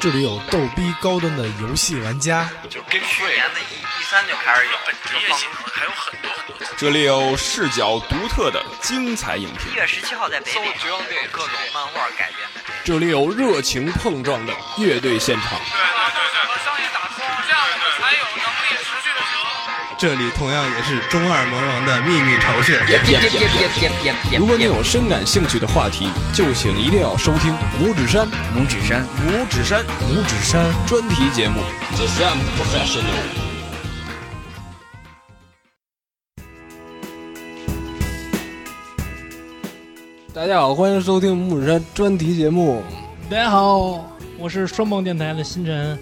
这里有逗逼高端的游戏玩家，就跟去年的一一三就开始有本职业新闻，还有很多很多。这里有视角独特的精彩影评一，月十七号在北美，啊绝望电影各种漫画改编的电影。这里有热情碰撞的乐队现对场，对对对，把生意打通，这样我们才有能力持续的这里同样也是中二魔王的秘密巢穴。如果你有深感兴趣的话题，就请一定要收听五指山拇指山，五指山五指山。专题节目。大家好，欢迎收听五指山专题节目。大家好，我是双梦电台的星辰。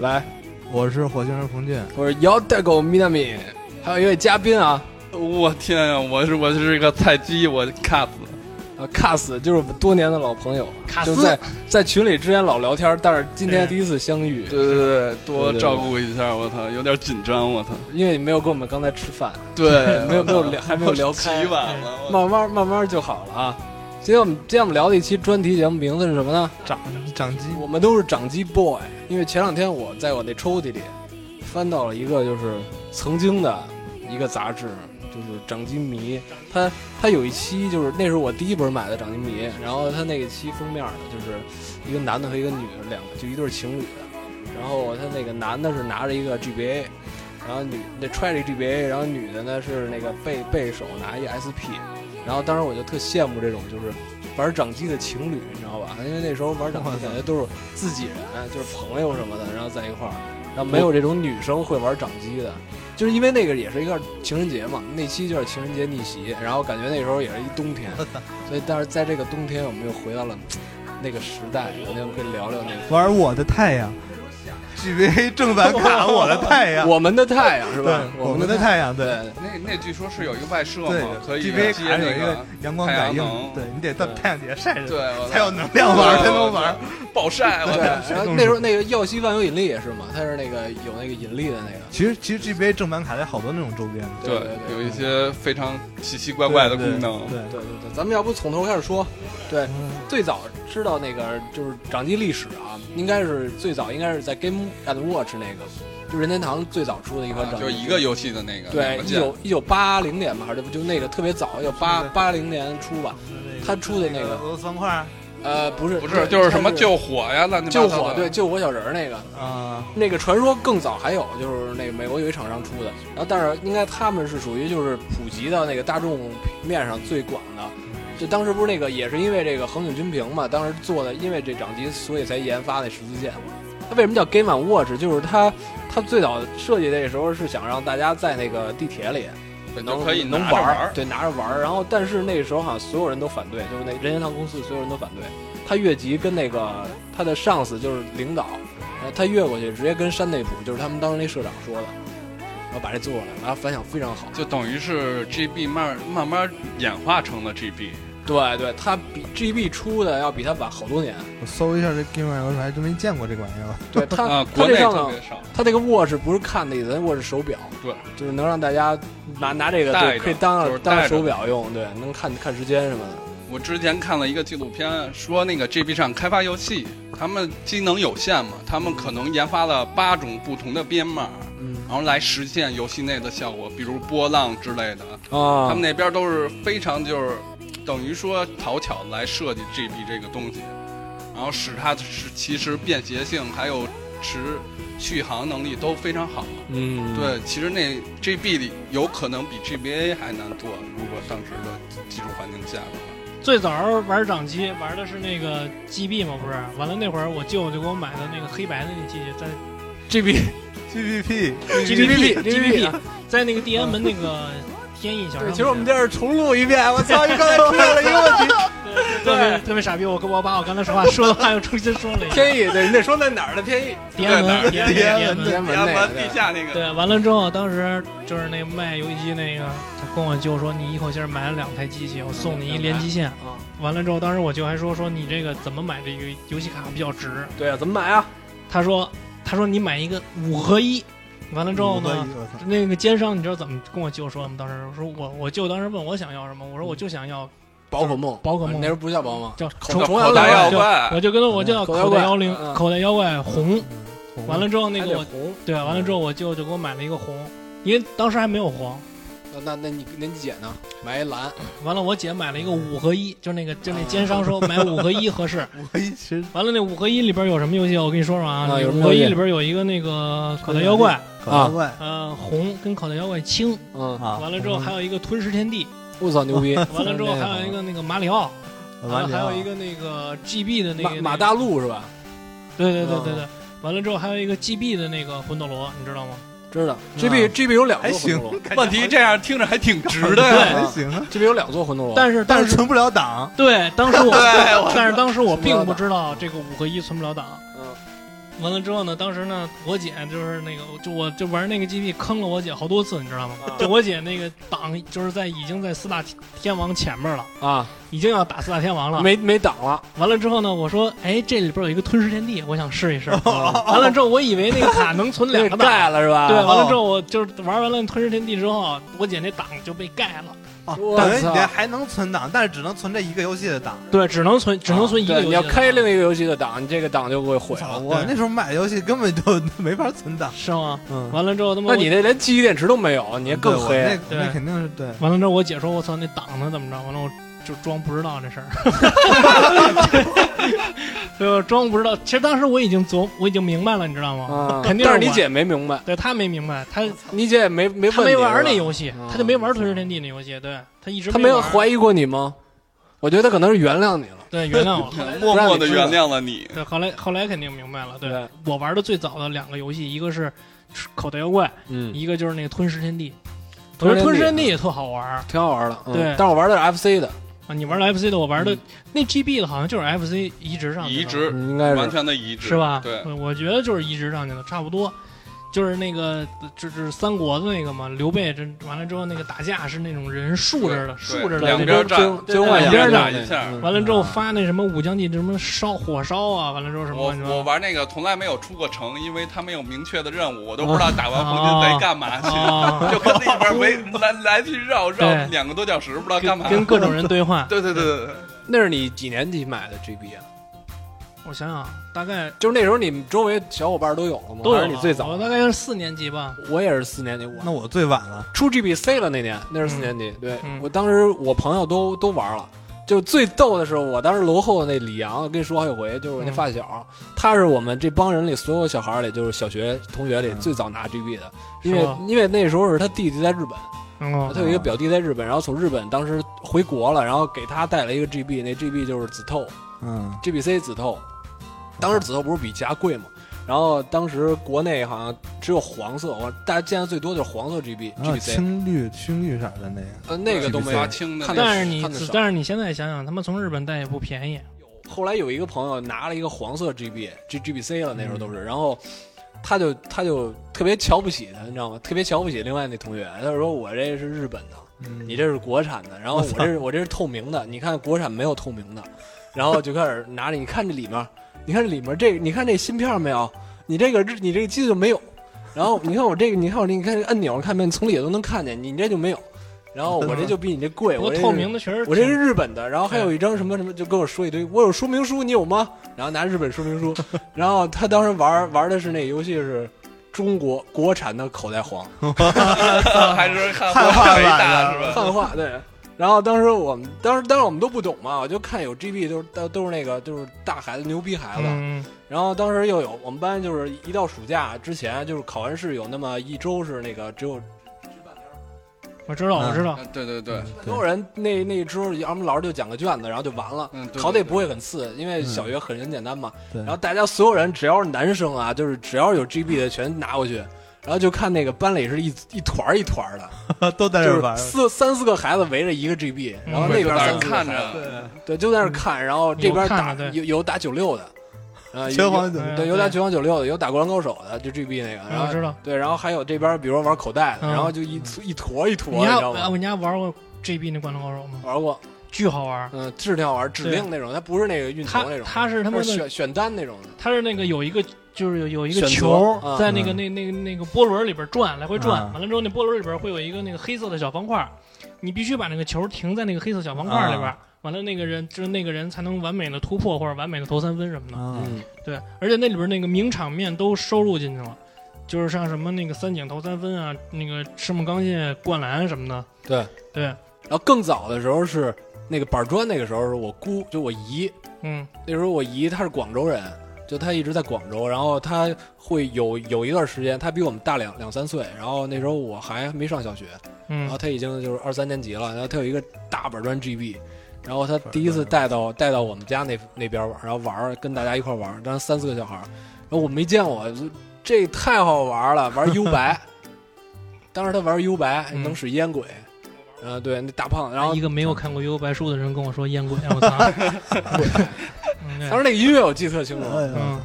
来，我是火星人彭俊，我是姚代狗米纳米，还有一位嘉宾啊，我天呀、我是我是一个菜鸡，我卡死了。啊，卡斯就是我们多年的老朋友，卡就斯在在群里之前老聊天，但是今天对第一次相遇，对对对，多照顾一下，我操，有点紧张，我操。因为你没有跟我们刚才吃饭，对， 没有没有聊，还没有聊 起开，晚了。我慢慢慢慢就好了啊。今天我们今天我们聊的一期专题节目名字是什么呢？掌掌机我们都是掌机 boy，因为前两天我在我那抽屉里翻到了一个就是曾经的一个杂志，就是掌机迷。它它有一期就是那是我第一本买的掌机迷，然后它那个期封面呢就是一个男的和一个女的，两个就一对情侣，然后他那个男的是拿着一个 GBA。然后女那揣着一 GBA，然后女的呢是那个背背手拿一 SP，然后当时我就特羡慕这种就是玩掌机的情侣，你知 道吧？因为那时候玩掌机感觉都是自己人，就是朋友什么的，然后在一块儿，然后没有这种女生会玩掌机的，就是因为那个也是一个情人节嘛，那期就是情人节逆袭，然后感觉那时候也是一冬 天，所以但是在这个冬天我们又回到了那个时代，我们可以聊聊那 个。玩我的太阳，GBA 正版卡 我的太阳，我们的太阳是对吧？我们们的太太阳，对对，那那据说是有一个外设对嘛，可以，GBA 接卡有那一个个。阳光感太应阳能，对你得到对太阳底下晒着对，我操才有能量玩，才能玩。暴晒，我对，操。然后那时候那个耀西万有引力也是嘛，它是那个有那个引力的那个，其实其实 GBA 正版卡有好多那种周边，对对，对有一些非常奇奇怪怪的功能。对，哎对对对，咱们要不从头开始说？对，最早知道那个就是掌机历史啊，应该是最早应该是在 Game and Watch 那个，就任天堂最早出的一款啊掌机，就一个游戏的那个对，一键九一九八零年吧，还是就那个特别早，一九八八零年出吧。他出的那个俄罗斯方块啊呃，不是不对是就是什么它救火呀，乱七八救糟火，的对，救火小人儿那个，，啊那个传说更早还有就是那个美国有一厂商出的，然后但是应该他们是属于就是普及到那个大众面上最广的。就当时不是那个也是因为这个横井军平嘛，当时做的因为这掌机，所以才研发那十字键。它为什么叫 Game and Watch？就是它它最早设计那时候是想让大家在那个地铁里对就能可以能拿着玩玩儿，。对，拿着玩儿。然后，但是那时候好像所有人都反对，就是那任天堂公司所有人都反对。他越级跟那个他的上司就是领导，然后他越过去直接跟山内溥，就是他们当时那社长说的，然后把这做出来了，然后反响非常好。就等于是 GB 慢慢慢演化成了 GB，对对，他比 GB 出的要比他晚好多年。我搜一下这 Game Boy 游戏，还真没见过这款游戏。对 他，啊，他国这内上特头别少。他这个 watch 不是看那个 watch 手表，对，就是能让大家拿拿这个戴对着可以当就是当戴着手表用，对，能看看时间什么的。我之前看了一个纪录片，说那个 GB 上开发游戏，他们机能有限嘛，他们可能研发了八种不同的编码，嗯然后来实现游戏内的效果，比如波浪之类的。他啊们，那边都是非常就是，等于说讨巧来设计 GB 这个东西，然后使它是其实便携性还有持续航能力都非常好。嗯，对，其实那 GB 里有可能比 GBA 还难做，如果当时的技术环境下的话。最早玩掌机玩的是那个 GB 嘛，不是？完了那会儿我舅就给我买的那个黑白的那机器，在 GB GBP GBP GBP 在那个地安门那个天意小商对，品其实我们这是重录一遍。我操，你刚才出现了一个 问题。特别特别傻逼，我跟我把我刚才说话说的话又重新说了一遍。天意，对，你得说在哪儿的天意？地安门，地安门，地安门安门。安门然那后地个对下那个，对，完了之后，当时就是那个卖游戏机那个，他跟我舅说：“你一口气儿买了两台机器，我送你一联机线。啊，”完了之后，当时我舅还说：“说你这个怎么买这游游戏卡比较值？”对啊，怎么买啊？他说他说你买一个五合一，完了之后呢，我操那个奸商你知道怎么跟我舅说吗？当时说我我舅当时问我想要什么，我说我就想要宝可梦，宝可梦嗯啊那时候不叫宝可梦，叫口口口妖袋妖怪怪就我就跟他我叫口口妖袋怪妖灵、嗯口袋妖怪红，嗯完了之后那还个得我红，对，啊完了之后我舅舅给我买了一个红，因为当时还没有黄。那那那你那你姐呢？买一蓝，完了，我姐买了一个五合一，就那个就那奸商说买五合一 合适。我一直完了，那五合一里边有什么游戏啊？我跟你说说啊，啊有什五么合一游戏里边有一个那个口袋妖怪，搞妖怪，呃，红跟口袋妖怪青。嗯，啊完了之后还有一个吞食天地，我操牛 逼！完了之后还有一个那个 马里奥，完了还啊有一个那个 GB 的那马个马大，陆是吧？对对对对对。完了之后还有一个 GB 的那个魂斗罗，你知道吗？知道，GB GB 有两还座魂行斗罗，问题这样听着还挺值的 呀。还行啊， ，GB 有两座魂斗罗，但是但但是是存不了档， 对当时我，但是当时我存不了并不档知道这个五合一存不了档。完了之后呢，当时呢，我姐就是那个，就我就玩那个 GB 坑了我姐好多次，你知道吗？就我姐那个档就是在已经在四大天王前面了，嗯啊，已经要打四大天王了。没没档了，完了之后呢，我说，哎，这里边有一个吞食天地，我想试 一试。完了之后，我以为那个卡能存两那 个个档。盖了啊是吧？对，完了之后我就是玩完了吞食天地之后，我姐那档就被盖了。啊我等于操你这还能存档，但是只能存这一个游戏的档。对，只能存只能存一个啊游对戏。你要开另一个游戏的档，你这个档就会毁操了。我那时候买的游戏根本就 没法存档。是吗？嗯，完了之后他妈那我，你那连记忆电池都没有，你这更对黑。我啊那对那肯定是对。完了之后我姐说，我操，那档呢怎么着？完了我就装不知道这事儿。 对，我装不知道。其实当时我已经琢，我已经明白了，你知道吗？啊，肯定是但是你我姐没明白，对她没明白，她你姐也没没她问没你玩是吧那游戏嗯，她就没玩《吞食天地》那游戏。对，她一直她没有玩怀疑过你吗？我觉得她可能是原谅你了。对原 谅我。 默默的原谅了你，对，后来后来肯定明白了。对对我玩的最早的两个游戏，一个是口袋妖怪，嗯，一个就是那个吞食天地。我吞觉食天地得吞食天地也特好玩儿挺好玩的。嗯对但是我玩的是 FC 的，啊！你玩的 FC 的，我玩的嗯那 GB 的，好像就是 FC 移植上去的移植嗯应该完是全的移植是吧？对，我我觉得就是移植上去的，差不多。就是那个，就是三国的那个嘛，刘备这完了之后，那个打架是那种人竖着的，竖着的两那边种。儿站真对真幻想两边儿打一那个下嗯完了之后发那什么武将记什么烧火烧啊，完了之后什么我乱七八糟我玩那个从来没有出过城，因为他没有明确的任务，我都不知道打完黄金贼干嘛去，啊，就跟那边围来来去绕对绕两个多小时，不知道干跟嘛。跟各种人对话。对对对对对，那是你几年级买的 GB 啊？我想想，大概就是那时候你们周围小伙伴都有了吗？都还有是你最早我的？大概是四年级吧。我也是四年级，我那我最晚了，出 GBC 了那年，那是四年级。对、嗯我当时我朋友都都玩了，就最逗的是我当时楼后那李阳，跟你说好几回，就是我那嗯发小，他是我们这帮人里所有小孩里，就是小学同学里嗯最早拿 GB 的，是因为吗因为那时候是他弟弟在日本，嗯他有一个表弟在日本，然后从日本当时回国了，然后给他带了一个 GB，那 GB 就是紫透。嗯， GBC 紫透，当时紫透不是比其他贵嘛？然后当时国内好像只有黄色，我大家见的最多就是黄色 GB 然后啊 GBC，青绿青绿色的那个，呃，那个都没有发。青的看那着但是你看得少，但是你现在想想，他们从日本带也不便宜。后来有一个朋友拿了一个黄色 GB G GBC 了，那时嗯候都是，然后他就他就特别瞧不起他，你知道吗？特别瞧不起另外那同学，他就说我这是日本的，嗯你这是国产的，然后我这是我这是透明的，你看国产没有透明的，然后就开始拿着，你看这里面，你看这里面这个，你看这芯片没有？你这个日你这个机子就没有，然后你看我这个，你看我这，你看这个按钮，看没？从里头都能看见，你这就没有，然后 我这就比你这贵，不我过这透明的。的确实挺，我这是日本的，然后还有一张什么什么，就跟我说一堆，我有说明书，你有吗？然后拿日本说明 书，然后他当时玩玩的是那游戏是中国国产的口袋黄，嗯个还是汉汉化化为版大的是吧？汉化对。然后当时我们当时当时我们都不懂嘛，我就看有 GB 都是都都是那个就是大孩子牛逼孩子。嗯，然后当时又有我们班就是一到暑假之前就是考完试有那么一周是那个只有我知道，我知道。嗯对对对，所有人那那一周，要么老师就讲个卷子，然后就完了。嗯，对考的也对嗯不会很次，因为小学很很简单嘛。对然后大家所有人只要是男生啊，就是只要有 GB 的全拿过去，然后就看那个班里是一一团儿一团儿的， 都在这就儿玩是。四三四个孩子围着一个 GB，然后嗯那就边在那三四个啊看孩子着，对，就在那儿看，然后这边打有看的对有有打九六的，呃，拳皇有九对，有打拳皇九六的，有打灌篮高手的，就 GB 那个，嗯然我知后道。对，然后还有这边比如说玩口袋的，嗯然后就一一坨一坨，你呃你家知道我吗？们家玩过 GB 那灌篮高手吗？玩过，巨好玩。嗯，是挺好玩，指定那种，它不是那个运球他那种，他是他它们是的，选选单那种的，他是那个有一个就是有有一个选择球嗯在那个嗯那那那个波轮里边转来回转，嗯完了之后那啊波轮里边会有一个那个黑色的小方块，你必须把那个球停在那个黑色小方块里边，完了那个人就是那个人才能完美的突破或者完美的投三分什么的。啊，嗯对，而且那里边那个名场面都收入进去了，就是像什么那个三井投三分啊，那个赤木刚宪灌篮什么的。对对，然后更早的时候是那个板砖，那个时候是我姑，就我姨，嗯那时候我姨她是广州人，就她一直在广州，然后她会有有一段时间，她比我们大两两三岁，然后那时候我还没上小学，然后嗯她已经就是二三年级了，然后她有一个大板砖 GB，然后她第一次带到带到我们家那那边玩，然后玩儿跟大家一块儿玩儿，当时三四个小孩儿，然后我没见过，就这太好玩了，玩 U 白，当时她玩 U 白嗯能使烟鬼，啊对，那大胖子，然后一个没有看过《幽游白书》的人跟我说烟鬼，哎我操！ 嗯对当时那个音乐我记得特清楚。哎呀，嗯，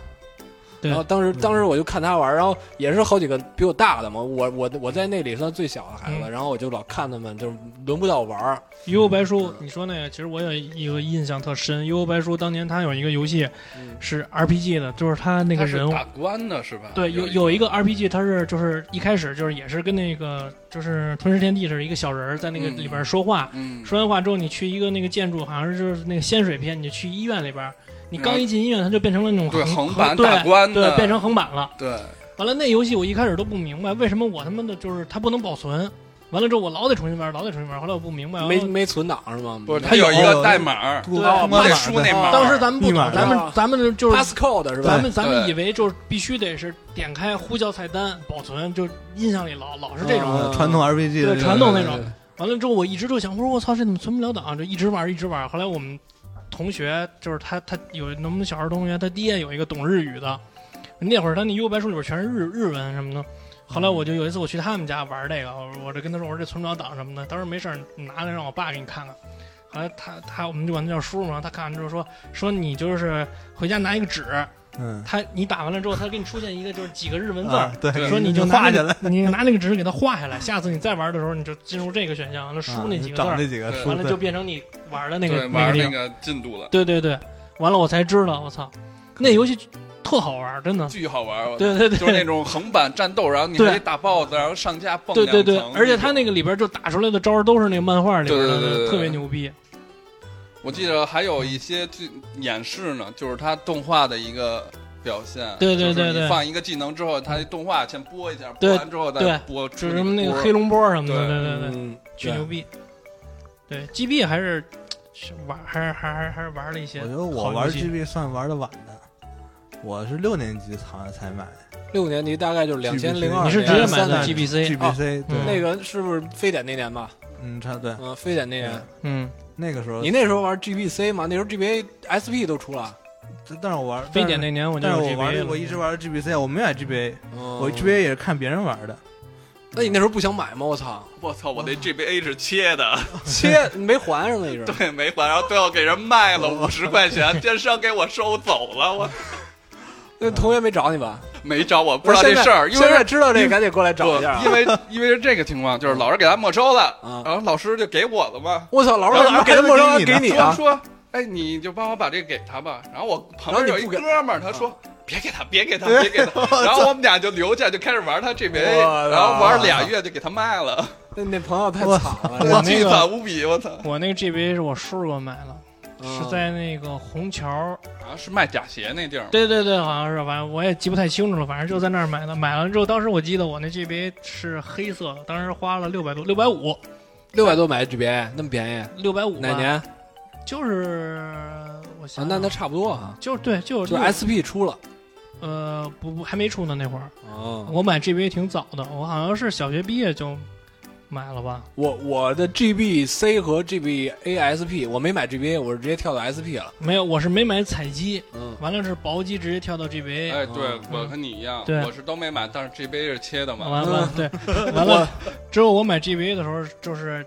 对然后当时嗯当时我就看他玩儿，然后也是好几个比我大的嘛，我我我在那里算最小的孩子，嗯然后我就老看他们，就是轮不到我玩儿。 《幽游白书》，你说那个，其实我有一个印象特深，《幽游白书》当年它有一个游戏嗯是 RPG 的，就是它那个他是人物打官的是吧？对，有有有一个 RPG，它是就是一开始就是也是跟那个就是《吞噬天地》是一个小人儿在那个嗯里边说话，嗯，说完话之后你去一个那个建筑，好像是就是那个仙水篇，你就去医院里边儿，你刚一进医院，它就变成了那种对横横版对大关的对，变成横版了。对完了那游戏我一开始都不明白为什么我他妈的就是它不能保存，完了之后我老得重新玩，老得重新玩，后来我不明白，没完了没存档是吗？不是没他有一有个代码，啊对对你得输那码。啊当时咱们不密懂，码咱们啊咱们就是 passcode 是吧？咱们咱们对以为就是必须得是点开呼叫菜单保存，就印象里老老是这哦种。啊传统 RPG 的对这传个统那种。完了之后，我一直就想，我说我操，这怎么存不了档啊？就一直玩一直玩。后来我们同学就是他，他有能不能小学同学，他爹有一个懂日语的，那会儿他那 U 白书里边全是日日文什么的。后来我就有一次我去他们家玩这个，我我就跟他说我说这存不了档什么的，当时没事儿你拿来让我爸给你看看。后来他他我们就管他叫叔嘛，他看完之后说说你就是回家拿一个纸，嗯，他你打完了之后，他给你出现一个就是几个日文字儿。啊对，说你就拿画那下个来，你拿那个纸给它画下来，下次你再玩的时候，你就进入这个选项，完了输那几个字啊找儿，那几个对数完了就变成你玩的那对个玩地那方。个进度 了，对对对，完了我才知道，我操，那游戏特好玩，真的。巨好玩。我对对对，就是那种横版战斗，然后你对可以打 BOSS，然后上架蹦对对对两层，而且他那个里边就打出来的招儿都是那个漫画里边对对对对的，对特别牛逼。我记得还有一些剧演示呢，就是它动画的一个表现。对对对就是对你放一个技能之后，它动画先播一下，对播完之后对再播出就是一什么那个波黑。龙波什么的，对对对对，嗯，巨牛逼。对 GB 还是是玩，还是还是还是玩了一些我好觉游戏。得我玩 GB 算玩的晚的，我是六年级好像才买六年级大概就是两千零 GBC 二，你是直接买三的 GBC？哦 GBC，嗯对，那个是不是非典那年吧？嗯，差不多对，嗯，非典那年嗯，嗯，那个时候你，那时候玩 GBC 吗？那时候 GBA SP 都出了。但是我玩非典，那年我就但有是但 GB 是我玩了我一直玩 GBC，我没买 GBA，我哦我 GBA 也是看别人玩的，嗯那你那时候不想买吗？我 操，我操！我那嗯 GBA 是切的， 切你没还是吗？一直。对，没还，然后最后给人卖了五十块 钱，电商给我收走了，我那同学没找你吧？没找我，不知道这现在事儿，因为现在知道这个，赶紧过来找一下啊不。因为 因为是这个情况，就是老师给他没收了，啊然后老师就给我了嘛，我操，老师然怎后么给他没收给你说啊？说，哎，你就帮我把这个给他吧。然后我旁边有一哥们儿，他说啊别给他，别给他，别给 他。然后我们俩就留下，就开始玩他 GBA，我操然后玩俩月就给他卖了，那那朋友太惨了，我那巨个惨无比，我操！ 我那个 GBA 是我叔叔给我买的，是在那个虹桥，啊，是卖假鞋那地儿，对对对，好像是，反正我也记不太清楚了，反正就在那儿买的。买完之后，当时我记得我那 GBA 是黑色的，当时花了六百多，六百五，六百多买 GBA 那么便宜，六百五。哪年？啊，就是我想那那差不多啊，就是对，就就是是 SP 出了。呃不不还没出呢那会儿，哦，我买 GBA 挺早的，我好像是小学毕业就买了吧。我我的 GBC 和 GBASP 我没买 GBA，我是直接跳到 SP 了。没有，我是没买彩机，嗯，完了是薄机直接跳到 GBA。哎，对嗯我和你一样，对我是都没买，但是 GBA 是切的嘛。完了，对，完了之后我买 GBA 的时候，就是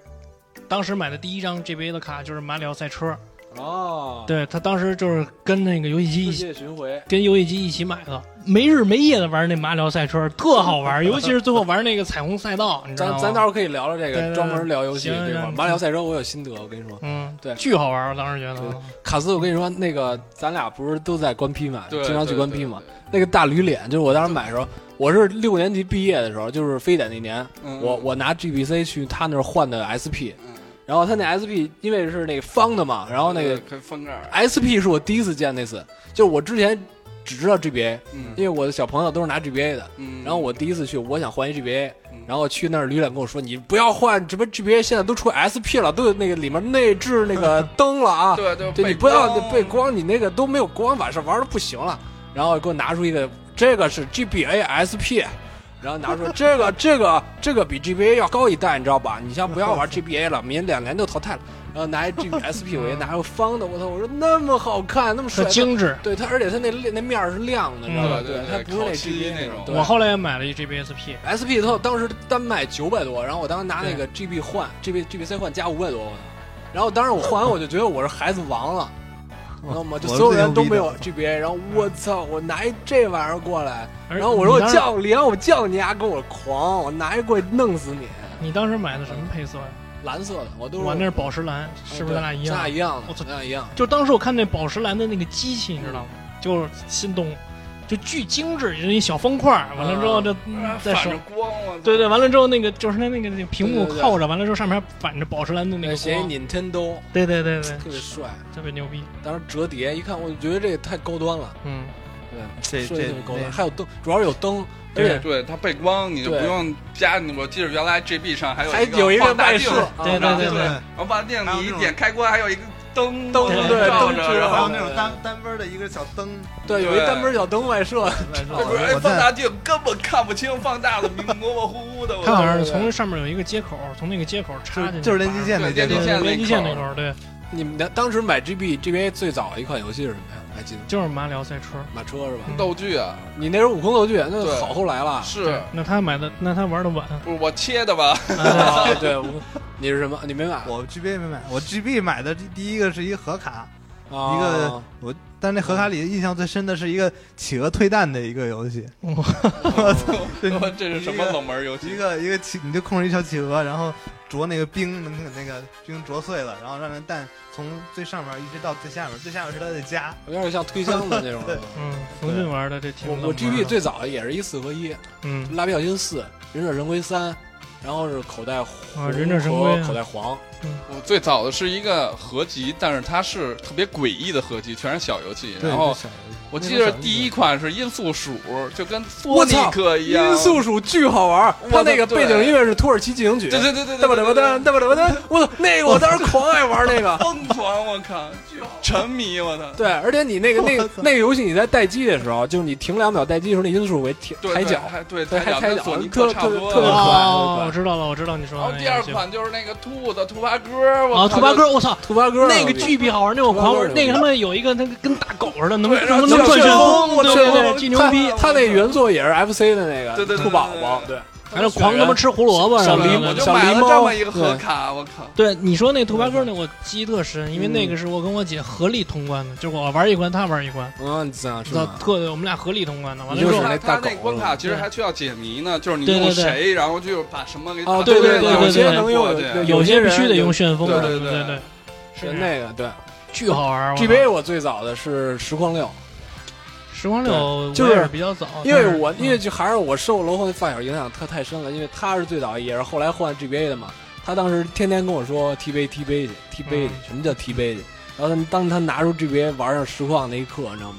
当时买的第一张 GBA 的卡就是马里奥赛车，哦，，对他当时就是跟那个游戏机一世起。界巡回。跟游戏机一起买的，没日没夜的玩那马里奥赛车，特好玩，尤其是最后玩那个彩虹赛道，你知道咱吗？咱到时候可以聊聊这对对个，对专门聊游戏行这块儿。行马里奥赛车我有心得，我跟你说，嗯，对巨好玩，我当时觉得，卡斯，我跟你说，那个咱俩不是都在官批嘛，对，经常去对官批嘛。，对对那个大驴脸，就是我当时买的时候，我是六年级毕业的时候，就是非典那年，嗯我我拿 GBC 去他那儿换的 SP，嗯然后它那 SP 因为是那个方的嘛，然后那个可以翻盖儿， SP 是我第一次见那次，就是我之前只知道 GBA，嗯因为我的小朋友都是拿 GBA 的，嗯，然后我第一次去，我想换一 GBA，嗯然后去那儿旅展跟我说，你不要换，什么 GBA 现在都出 SP 了，都有那个里面内置那 个灯了啊，对对对你背不要光啊背光，你那个都没有光，晚上玩的不行了。然后给我拿出一个，这个是 GBA SP，然后拿出这个这个这个比 GBA 要高一代，你知道吧？你像不要玩 GBA 了，明两年就淘汰了。然后拿一 G SP，我也拿个方的，我操！我说那么好看，那么帅很，精致。对它，而且它那那面儿是亮的，你知道吧？嗯对对它对不是那烤漆 GBA 那种种。对我后来也买了一 GBSP， SP 它当时单卖九百多，然后我当时拿那个 GB 换 GB GBC 换加五百多，我操然后当时我换完我就觉得我是孩子王了，你哦知道吗？就所有人都没有 GBA，然后我操，我拿一这玩意儿过来，而然后我说我你当时叫李阳，我叫你丫跟我狂，我拿一过去弄死你，你当时买的什么配色呀？蓝色的，我都嗯我那是宝石蓝，是不是咱俩一咱俩样？啊一样的，我操咱俩一样的。就当时我看那宝石蓝的那个机器，你知道吗？就是心动，就巨精致，就是一小方块儿。完了之后嗯这啊在反手着，光我操对对，完了之后那个就是它那个那个屏幕对对对扣着，完了之后上面还反着宝石蓝的那那个写光。 Nintendo 对对对对，特别帅，特别牛逼。当时折叠一看，我就觉得这个太高端了，嗯，这设计这特别高端，那还有灯，主要是有灯，而且对它背光，你就不对用加。我记得原来 GB 上还有还有一个放大外镜设，，对然后对对对然后放大镜还有那你一种点开关，还有一个灯灯对照灯啊着，指然啊还有后那种单单边的一个小灯，对，有一单门小灯外设， 这不是哎我放在大镜根本看不清，放大了明模模糊糊的。我它好像对是对从上面有一个接口，从那个接口插进去，就是连接线那对对，连接线线连接线那口口，对，你们的当时买 GB GBA 最早的一款游戏是什么呀？还记得吗就是马里奥赛车。马车是吧？道具啊，你那时候悟空斗剧那对好后来了。是那他买的，那他玩的晚。不是我切 的吧？啊对，悟空你是什么？你没买？啊我 GB 没买，我 GB 买的第一个是一个盒卡，啊一个我，但是那盒卡里印象最深的是一个企鹅退蛋的一个游戏，嗯对 我这是什么冷门游一戏？个一个企，你就控制一小企鹅，然后啄那个冰，能给那个冰啄碎了，然后让那蛋从最上面一直到最下面，最下面是它的家。有点像推箱的那种。嗯，冯俊玩的这挺冷 我门的。我 GB 最早也是一四合一，嗯，蜡笔小新四，忍者神龟三，然后是口袋红啊忍者神龟和口袋黄。我最早的是一个合集，但是它是特别诡异的合集，全是小游戏。然后我记得第一款是音速鼠，就跟我索尼操克一样。音速鼠巨好玩，哎我它操那个背景音乐是土耳其进行曲。对对对对哒对吧哒吧对哒对，哒吧哒吧哒，我操，那个我当时狂爱玩那个。疯狂！我靠，沉迷我操。对，而且你那个 那个那个游戏，你在待机的时候，就是你停两秒待机的时候，那音速为抬对抬对脚，还对对抬脚还抬跟脚索尼特克差不特多特别可了。爱哦，我知道了，我知道你说然的后那个第二游戏款就是那个兔子兔八哥，啊，我兔八哥，哥，我操！哦兔八哥那个巨逼好玩，那我狂兔八玩，哥那个他妈有一个那个跟大狗似的，能对然能后能叫转旋旋风风，对对对对对，对巨牛逼！他那原作也是 FC 的那个，对对对兔宝宝，对，还有狂啊他妈吃胡萝卜什小么狸我猫就的。小买狸了猫这么一个盒卡，我靠。对，你说那兔八哥那我记忆特深，因为嗯那个是我跟我姐合力通关的，就是我玩一关，她玩一关，嗯，你想知是道吧？特对，我们俩合力通关的。完了你之就是后那，它大它狗那关卡其实还需要解谜呢，就是你对对用对谁，然后就把什么给哦，打对对对对有对些对能用，对有有些些人必须得用旋风对什对么的，对对对，是是啊那个对。巨好玩。我操 GBA 我最早的是实况六，时光六就是我也比较早， 因为但是我因为嗯就还是我受楼后那发小影响特太深了，因为他是最早也是后来换 GBA 的嘛，他当时天天跟我说踢杯踢杯去踢杯去嗯，什么叫踢杯去？然后他当他拿出 GBA 玩上实况那一刻，你知道吗？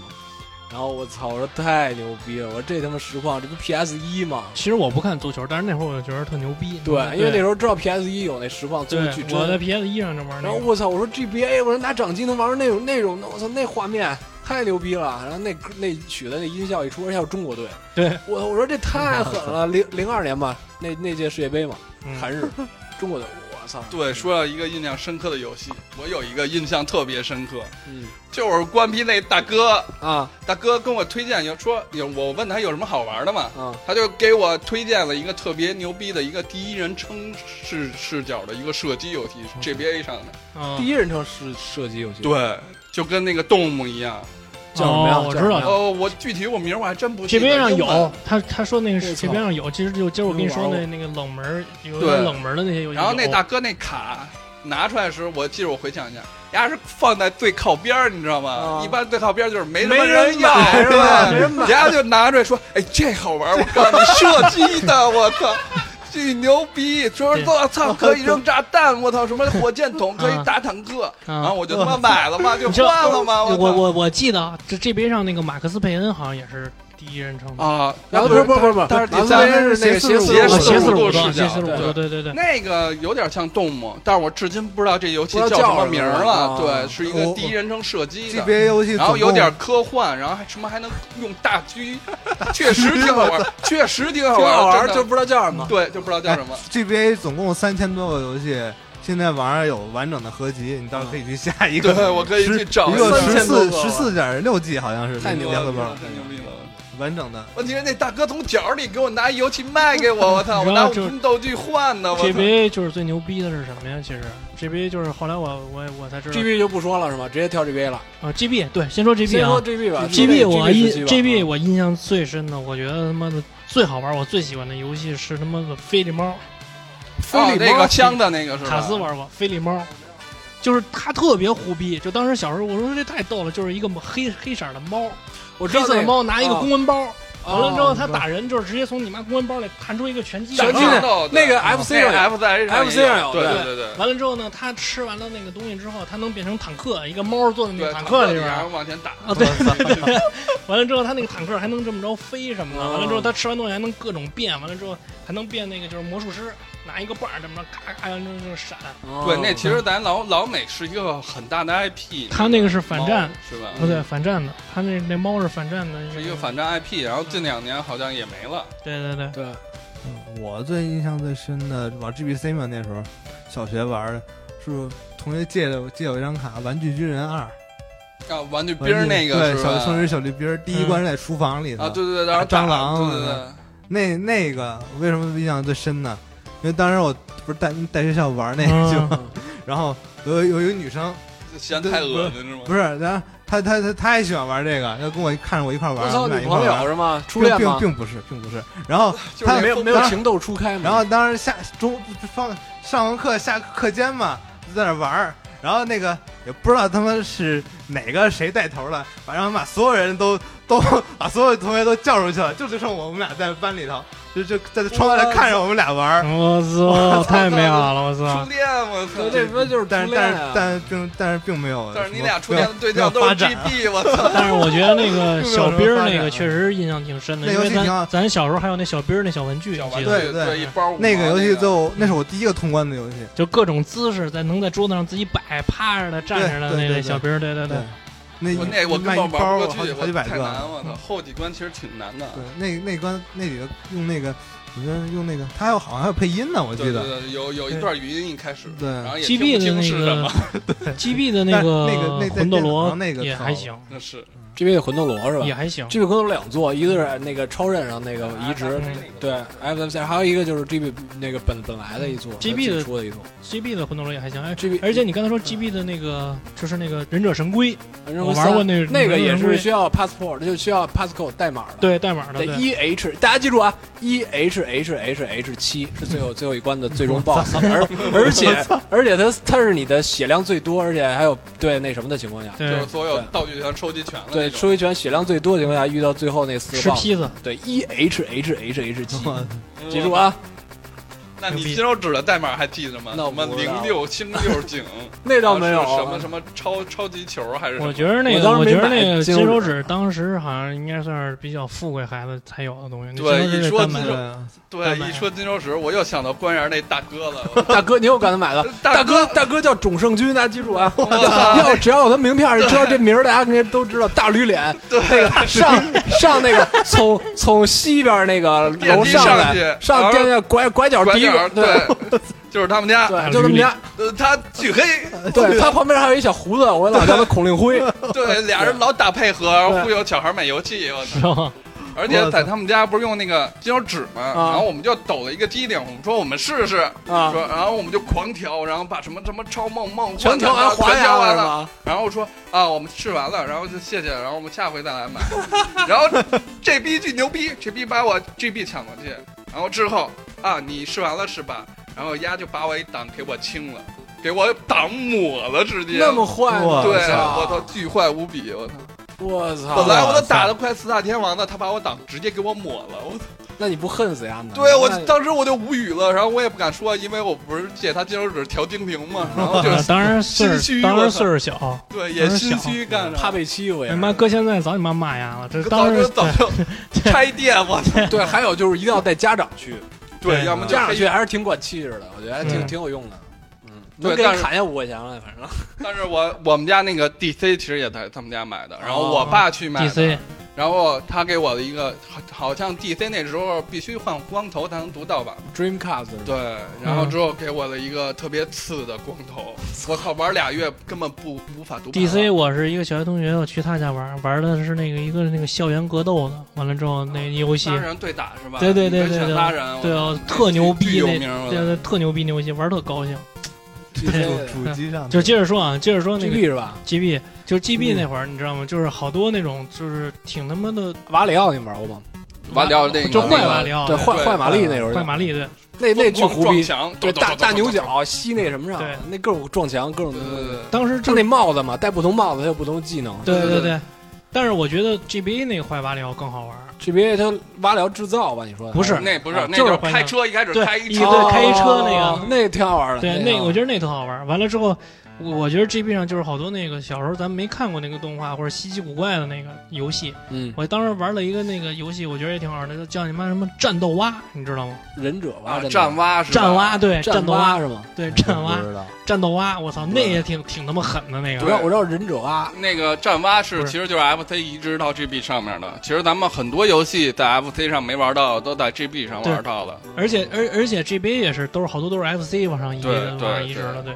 然后我操，我说太牛逼了，我说这他妈实况这不 PS 一吗？其实我不看足球，但是那会儿我就觉得特牛逼。对，因为那时候知道 PS 一有那实况做的巨我在真， PS 一上就玩那然后个。我操，我说 GBA，我说拿掌机能玩那种那种的，我操那画面太牛逼了，然后那歌那曲子那音效一出，而且还有中国队。对，我我说这太狠了，零零二年嘛，那那届世界杯嘛，嗯韩日，中国队，我操，对，说到一个印象深刻的游戏，我有一个印象特别深刻，嗯就是关闭那大哥，啊大哥跟我推荐有说有，我问他有什么好玩的嘛，啊他就给我推荐了一个特别牛逼的一个第一人称视视角的一个射击游戏是，GBA 上的，嗯第一人称射射击游戏，，对，就跟那个动物一样。叫什么呀？哦我叫什么呀知道哦，我具体我名儿我还真不记这得。边上英文有，他他说那个是我操这边上有，其实就就是我跟你没说的玩那个冷门儿，有对点冷门的那些游戏有。然后那大哥那卡拿出来的时候，我记着我回想一下，丫是放在最靠边儿，你知道吗？啊一般最靠边儿就是没什没么人要，买是吧对没人买人家就拿出来说：“哎，这好玩儿，我靠，你射击的，我靠。”巨牛逼！说对我哦操，可以扔炸弹，我操，什么火箭筒可以打坦克，然后啊，我哦就他妈买了 嘛，就你知道换了嘛，我我我我记得啊，这这边上那个马克思佩恩好像也是第一人称操的，啊，然后不不是是不是不是不是，但是马第斯三韦是那斜个四四五哦度斜四十斜五度，四十斜五度四十视五角度，对对对，那个有点像动物，但是我至今不知道这游戏不知道叫叫什么什么名儿了。啊对，是一个我第一人称射击的。 GBA 游 戏，然后有点科幻，然后还什么还能用大狙，确实挺 好玩儿，确实挺好挺好玩玩儿，儿，真就的不知道叫什么。对，就不知道哎叫什么。 GBA 总共三千多个游戏，现在网上有完整的合集，你到时候可以去下一个。对，我可以去找一个十3000多四个十四点六 G 好像是太牛了联合包太牛逼了！完整的。问题是那大哥从角里给我拿油漆卖给我，我操！我拿五分道具换呢，我操！哦 GBA 就是最牛逼的是什么呀？其实 GBA 就是后来我我我才知道 GB 就不说了是吗？直接跳 GB 了。啊，GB 对，先说 GB 先说啊 GB 吧 GB 我印时期吧 GB 我印象最深的，我觉得他妈的最好玩，我最喜欢的游戏是他妈的飞利猫，哦飞，利那猫个枪的那个是吧？卡斯玩过飞利猫，就是它特别虎逼，就当时小时候我说这太逗了，就是一个黑黑色的猫，我知黑道色的那个猫拿一个啊公文包，完了之后它哦打人就是直接从你妈公文包里弹出一个拳击啊打手拳击套手枪的啊那个 FC 那上有 F 在 FC 上有对对对对。完了之后呢，它吃完了那个东西之后，它能变成坦克，一个猫坐在那对，个坦克里边然儿后。往前打，啊，对对对，完了之后他那个坦克还能这么着飞什么的，完了之后他吃完东西还能各种变，完了之后还能变那个就是魔术师，拿一个棒儿这么着咔咔，然后就闪。哦对，那其实咱老老美是一个很大的 IP，他那个是反战，嗯是吧？不对，反战的，他那那猫是反战的，是一个反战 IP，然后近两年好像也没了。对对对，对，嗯我最印象最深的玩 GBC 嘛，那时候小学玩的，是同学借的借我一张卡，《玩具军人二》啊，玩具玩具兵那个对是小吧？生日小绿兵儿，第一关嗯是在厨房里头啊，对对对，然后打蟑螂对对对，那那个为什么印象最深呢？因为当时我不是带带学校玩那个嗯就， 然后有有一个女生，嫌太恶心是吗？不是，然后她她她她也喜欢玩这个，要跟我看着我一块玩，我操，我们俩女一块朋友玩。是吗？初并恋并吗？并不是，并不是。然后就是他那没有没有当情窦初开嘛。然后当时下中放上完课下课间嘛，就在那玩儿，然后那个也不知道他妈是哪个谁带头了，反正把所有人都都把所有同学都叫出去了，就只剩我们俩在班里头，就就在窗外看着我们俩玩儿。我操，太美好了，我操初！恋，我操！对，这他妈就是但初是恋但啊是但是并但是并没有什么，但是你俩初恋的对象没有都发是展 GB，我操！但是我觉得那个小兵儿没有什么那发展个啊确实印象挺深的，那因游戏为挺好咱咱小时候还有那小兵儿那小玩具，我记得具对对对一包五毛那个游戏那最后那是我第一个通关的游戏，就各种姿势在能在桌子上自己摆趴着的站着对的那对对类小兵儿，对对对那我那我根卖本一包儿玩不好过几去，好我几百太个，嗯难，我操！后几关其实挺难的。对，那那关那里头用那个，我觉得用那个，他还有好像还有配音呢，我记对对得。对，有有一段语音一开始，对然后也听不 GB 的清那是什个么， GB 的但是个那个那在魂斗电脑罗上那个也操还行，那 是这边有魂斗罗是吧？也还行。这边魂斗罗两座，一个是那个超任啊上那个移植嗯，对 FMC，还有一个就是 GB 那个本本来的一座 GB 自己的出的一座， GB 的魂斗罗也还行，哎 GB 而且你刚才说 GB 的那个就是那个忍者神龟，反正我玩过那个那个也忍者神是龟需要 passport，就需要 passcode 代码的。对代码的，得对 E H，大家记住啊，E H H H H 七是最后最后一关的最终 BOSS，而而且而且它它是你的血量最多，而且还有对那什么的情况下，就对是所有对道具全收集全了那对，种。出一拳血量最多的情况下遇到最后那四吃个 BOSS，披萨，对 E H H H H 七， 我记住啊，那你牛金逼手指的代码还记得吗？那什我么不知道零六星六警，那 倒没有然后啊是什么什么超超级球还是什我么？觉得那我个当时我觉得没买那个金金手指手指当时好像应该算是比较富贵孩子才有的东西，那对金手指一说得单买金手对，干嘛一呀说金手指，我又想到官员那大哥了。 我大哥，你又刚才买了。 大大哥哥，大哥叫种胜军，大家记 住啊！操要只要有他名片，知道这名儿，大家肯定都知道。大驴脸，对那 个上上那个从从西边那个电楼梯上来，去上然后电梯拐拐角拐第一角个，对，就是他们家，对，驴就这么脸家。呃，他巨黑，对他旁边还有一小胡子，我老叫他孔令 辉。对，俩人老打配合，然后对忽悠小孩买油气，我操！知道吗？而且在他们家不是用那个金手指嘛，啊然后我们就抖了一个机灵，我们说我们试试，啊说然后我们就狂调，然后把什么什么超梦梦全调完完全还调原完了了，吗？然后说啊我们试完了，然后就谢谢，然后我们下回再来买，然后这逼巨牛逼，这逼把我 GB 抢过去，然后之后啊你试完了是吧？然后丫就把我一档给我清了，给我档抹了直接，那么坏吗？哇对，啊操我操，巨坏无比，我操。我操！本来我都哇塞打的快四大天王了，他把我挡直接给我抹了，我操！哎那你不恨死丫们？对啊我那当时我就无语了，然后我也不敢说，因为我不是借他金手指调丁瓶嘛，然后 就啊当然岁心虚数，当我然操岁数小，哎对也心虚干着，怕被欺负呀你。妈搁现在早你妈骂丫了。这早当就时早就拆店，我操！对，还有就是一定要带家长去，对，对要么就家嗯长黑去还是挺管气质的，我觉得还挺嗯挺有用的。嗯，对能给但是砍下五块钱来，反 正但是我我们家那个 DC 其实也在他们家买的，然后我哦爸去买的， DC 然后他给我的一个，好好像 DC 那时候必须换光头才能读盗版， Dreamcast 是吧对，然后嗯之后给我了一个特别次的光头，我靠，玩俩月根本不无法读盘了 DC，我是一个小学同学，我去他家玩，玩的是那个一个那个校园格斗的，完了之后啊那游戏杀，人对打是吧？对对对你跟对选对杀人，对我啊，特牛巨逼有那，名我对对，特牛逼那游戏，玩得特高兴。主对主机上就接着说啊，接着说那个，GB 是吧？ GB，就是 GB GB 那会儿，你知道吗？就是好多那种就是挺他妈的瓦里奥你玩过吗？完了那个就那坏个瓦里奥，对，坏对坏玛丽那游戏坏，玛丽啊对那那巨疯狂胡逼撞，墙，对咚大大咚咚咚牛，咚咚角啊吸那什么上对，那各种撞墙，各种对对对，当时就就那帽子嘛，戴不同帽子它有不同技能。对对对对对，但是我觉得 GBA 那个坏瓦里奥更好玩儿， GBA 它瓦里奥制造吧？你说的不是对那不是啊，那就是是换开挡车一开始对开一一车，啊对开车那个哦那挺好玩的。对，那那我觉得那特好玩儿。完了之后，我我觉得 GB 上就是好多那个小时候咱们没看过那个动画或者稀奇古怪的那个游戏。得嗯，我当时玩了一个那个游戏，我觉得也挺好玩的，就叫你妈什么战斗蛙，你知道吗？忍者吧啊，，站蛙是吧战蛙，对，战战斗蛙，嗯是吗？对，战蛙不，知道，战斗蛙，我操，那也挺挺他妈狠的那我个知。道我知道忍者蛙，那个战蛙是不是其实就是 FC 移植到 GB 上面的。其实咱们很多游戏在 FC 上没玩到，都在 GB 上玩到了。而且而而且 GBA 也是都是好多都是 FC 往上移对的，对往上移植的，对。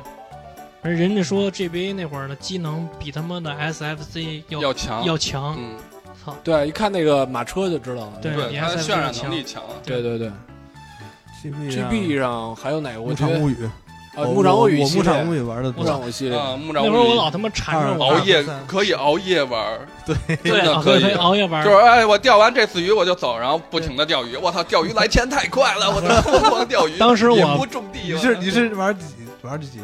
而人家说 GBA 那会儿的机能比他妈的 SFC 要要强，要强，嗯，操！对，一看那个马车就知道了。对对，比它的 SFC 渲染要能力强。啊对对对 GB ，GB 上还有哪个？牧我觉场得物语，啊，我牧场物语我系牧列，场物语玩的牧多，场物语系列，啊，木那掌会儿我老他妈缠着我二爸熬夜二可以熬夜玩儿，对真的啊可以以熬夜玩儿，就是哎，我钓完这次鱼我就走，然后不停的钓鱼。我操，钓鱼来钱太快了，我 操，疯狂钓鱼。当时我也不种地，你我是操你是玩几玩几集？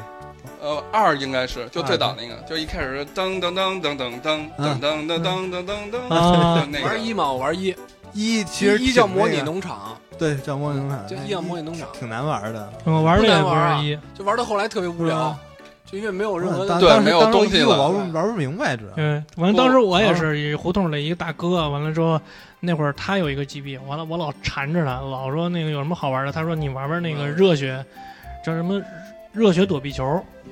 呃二应该是就最早那个，就一开始是噔噔噔噔噔噔噔噔噔噔噔噔噔嗯啊就那玩一个。嘛，我玩一，一其实一一叫挺模那拟个，农场，对，叫模拟农场，就那一叫模拟农场，挺难玩的。我玩的也不难不玩啊是一，嗯就玩到后来特别无聊嗯啊，就因为没有任何当的当对时没有当时东西一我了玩不玩不明白，主要嗯，完了当时我也是一胡同里一个大哥，完了之后那会儿他有一个 GB，完了我老缠着他，老说那个有什么好玩的，他说你玩玩那个嗯热血，叫什么热血躲避球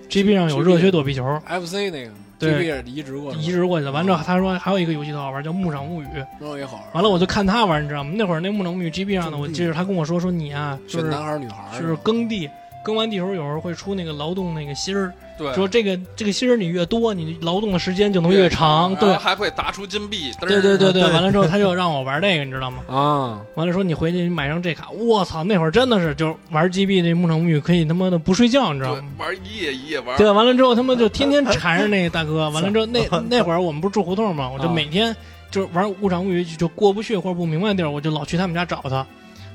，GB 上有热血躲避球。 FC 那个对，GB 也是移植过的，移植过去的，完之嗯后他说还有一个游戏特好玩，叫《牧场物语》。牧场也好玩，完了我就看他玩，你知道吗？那会儿那《牧场物语》GB 上的，我记着他跟我说说你啊，就选是男孩儿女孩儿就是耕地，耕完地时候有时候会出那个劳动那个芯儿，对，说这个这个芯儿你越多，你劳动的时间就能越长。然对后还会砸出金币。嘚儿对对对对，对完了之后他就让我玩这个，你知道 吗？啊，完了说你回去你买张这卡，我操，那会儿真的是就是玩 GB 这牧场物语可以他妈的不睡觉，你知道对吗？，玩一夜一夜玩。对，完了之后他妈就天天缠着那个大 哥，完了之后那那会儿我们不是住胡同吗？我就啊每天就是玩《牧场物语》就过不去或者不明白的地儿，我就老去他们家找他。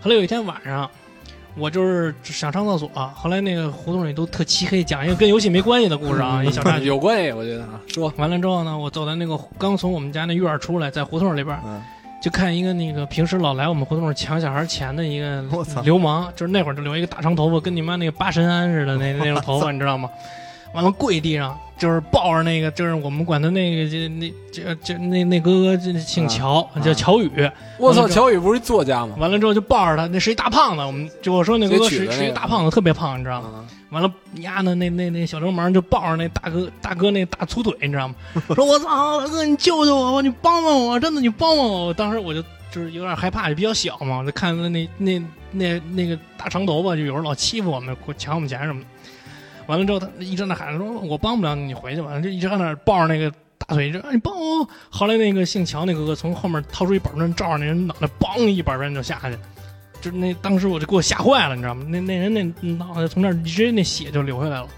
后来有一天晚上，我就是想上厕所、后来那个胡同里都特漆黑，讲一个跟游戏没关系的故事 啊，一小插曲。有关系，我觉得啊，说完了之后呢，我走在那个刚从我们家那院儿出来，在胡同里边儿，嗯就看一个那个平时老来我们胡同抢小孩钱的一个我操流氓，就是那会儿就留一个大长头发，跟你妈那个八神庵似的那那种 头发，你知道吗？完了跪地上，就是抱着那个，就是我们管他那个这那这这那那哥哥这啊姓乔，叫乔宇。我操，那个乔宇不是作家吗？完了之后就抱着他，那是一大胖子，我们就我说那哥哥谁娶是的那个是一大胖子，特别胖，你知道吗？啊，完了，丫的那那那小流氓就抱着那大哥大哥那大粗腿，你 知道吗？说我操，大哥你救救我吧，你帮帮我，真的你帮帮我。当时我就就是有点害怕，也比较小嘛，我就看那那那那那个大长头发，就有时候老欺负我们，抢我们钱什么的。完了之后，他一直在那喊说：“我帮不了你，你回去吧。”就一直在那抱着那个大腿，就说：“哎你帮我。”后来那个姓乔那哥哥从后面掏出一板砖，照着那人脑袋，梆一板砖就下去。就那当时我就给我吓坏了，你知道吗？那那人那脑袋从那儿直接那血就流下来了，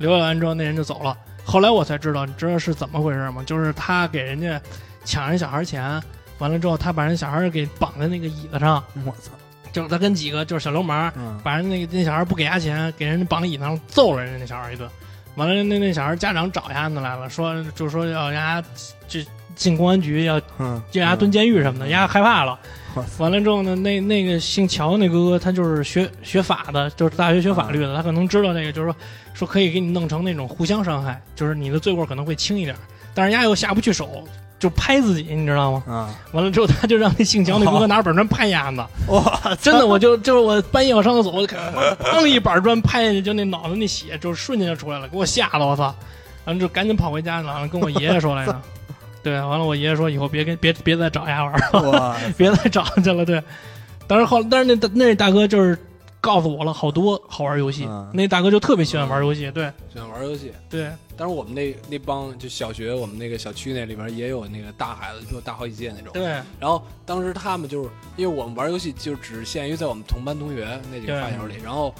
流下来完之后那人就走了。后来我才知道，你知道是怎么回事吗？就是他给人家抢人小孩钱，完了之后他把人小孩给绑在那个椅子上，嗯我操，就是他跟几个就是小流氓，嗯，把人那个那小孩不给他钱，给人绑椅子上揍了人家那小孩一顿。完了，那那小孩家长找丫子来了，说就说要丫这进公安局要嗯，就丫蹲监狱什么的，丫害怕了。完了之后呢，那那个姓乔那哥哥，他就是学学法的，就是大学学法律的，他可能知道这个，就是说说可以给你弄成那种互相伤害，就是你的罪过可能会轻一点，但是丫又下不去手，就拍自己，你知道吗？ 啊，完了之后，他就让那姓乔那哥哥拿板砖拍丫子，哇，真的，我就就是我半夜我上厕所，我就看，当一板砖拍下去，就那脑子那血就瞬间就出来了，给我吓得我操！然后就赶紧跑回家，然后跟我爷爷说来着。对，完了我爷爷说以后别跟别别再找丫玩了，哇， 别再找去了。对，但是后但是那那大哥就是告诉我了好多好玩游戏，嗯那大哥就特别喜欢玩游戏。对喜欢玩游戏。对，但是我们那那帮就小学我们那个小区那里边也有那个大孩子，比我大好几届那种。对，然后当时他们就是因为我们玩游戏就只限于在我们同班同学那几个对发小里，然后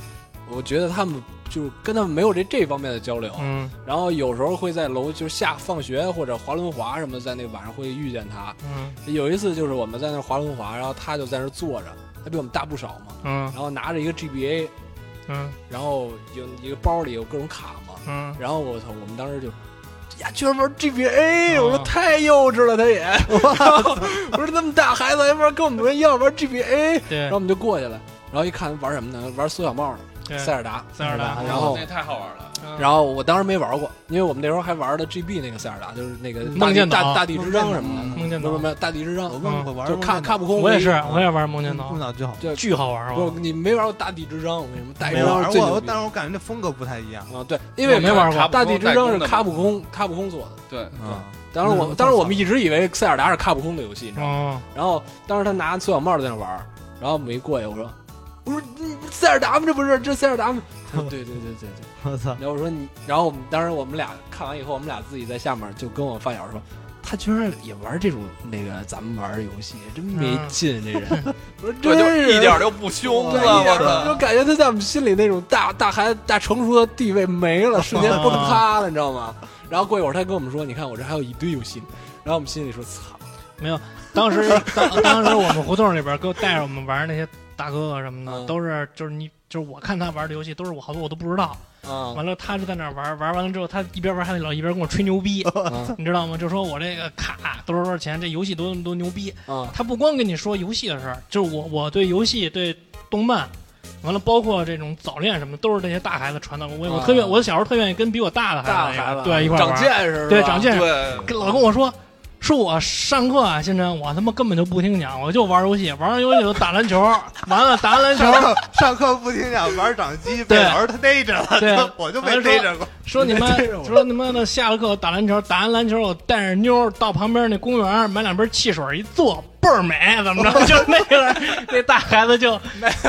我觉得他们就是跟他们没有这这方面的交流，嗯然后有时候会在楼就是下放学或者滑轮滑什么，在那晚上会遇见他。嗯有一次就是我们在那滑轮滑，然后他就在那坐着，他比我们大不少嘛，嗯然后拿着一个 GBA，嗯然后有一个包里有各种卡嘛，嗯，然后我操，我们当时就。呀，居然玩 GBA！、啊我说太幼稚了，他也。我说那么大孩子还玩，跟我们一样玩 GBA。对然后我们就过去了，然后一看玩什么呢？玩缩小帽呢，对，塞尔达。塞尔达，然后那太好玩了，然后我当时没玩过，因为我们那时候还玩的 GB 那个塞尔达，就是那个大梦地见岛嗯大大地之章什么的，梦见不是岛不，是大地之章我，问过玩就看看不空。嗯我也是，我也玩梦见岛碰，到就好。就巨好玩，嗯不我是你没玩过大地之章，为什么？大地没之章玩是最哎牛过，逼的但是我感觉那风格不太一样啊，对，因为我没玩过大地之章代工的是嘛卡普空卡普空做的。对，啊。当时我嗯当时我们一直以为塞尔达是卡普空的游戏，你知道吗？哦，然后当时他拿缩小帽在那玩儿，然后我们一过去，我说。我说嗯塞尔达吗？这不是这塞尔达吗？ 他说对对对对对。我 操！然后我说你，然后我们当时我们俩看完以后，我们俩自己在下面就跟我发小说，他居然也玩这种那个咱们玩儿游戏，真没劲，这人。我说对，真就是一点儿都不凶对了，一点我儿都操！就感觉他在我们心里那种大大孩子大成熟的地位没了，瞬间崩塌了，你知道吗？然后过一会儿他跟我们说，你看我这还有一堆游戏，然后我们心里说，操，没有，当时当当时我们胡同里边儿给我带着我们玩儿那些大哥啊哥什么的，嗯都是就是你就是我看他玩儿的游戏，都是我好多我都不知道。啊、完了，他就在那儿玩儿，玩儿完了之后，他一边玩儿还得老一边跟我吹牛 逼，嗯你知道吗？就说我这个卡多少多少钱，这游戏多多牛逼。啊！他不光跟你说游戏的事儿，就是我我对游戏对动漫。完了，包括这种早恋什么的，都是这些大孩子传的。我我特愿，啊我小时候特愿意跟比我大的大孩子那孩个子对一块儿玩长儿，见识，对长见识，对，跟老跟我说，说我上课啊，现在我他妈根本就不听讲，我就玩游戏，玩完游戏就打篮球，完了打完篮上球，课上课不听讲，玩掌机被对老师他逮着了，对我就被逮着过。说你妈这是我说你妈的下了课我打篮球，打完篮球我带着妞儿到旁边那公园买两瓶汽水一坐。倍儿美，怎么着？ 就那个那大孩 子就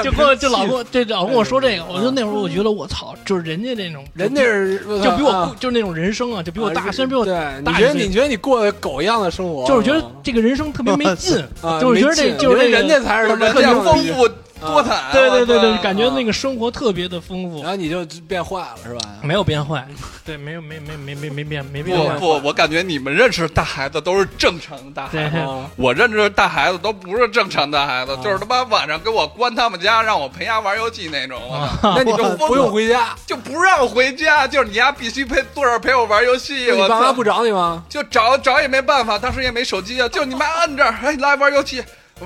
就跟我就老跟我这老跟我说这个，我就那会儿我觉得我操，就是人家那种嗯人家是就比我啊过就是那种人生啊，就比我大，啊虽然比我对，大你一觉得岁你觉得你过的狗一样的生活，就是觉得这个人生特别没劲， 啊，就是觉没得这劲就是你这觉得人个家啊才是他妈人特家牛丰逼，富多彩，对对对我对，操感觉那个生活特别的丰富然，后你就变坏了是 吧？没有变坏，对，没有没没没没没变没变不坏，不，我感觉你们认识的大孩子都是正常的大孩对子，哦我认识的大孩子都不是正常大孩子啊，就是他妈晚上给我关他们家，让我陪他玩游戏那种，我 操那你我就疯不了用回家，就不让我回家，就是你丫必须陪坐着陪我玩游戏，你我爸妈操！不找你吗？就找找也没办法，当时也没手机啊，就你妈摁这儿，哎，来玩游戏，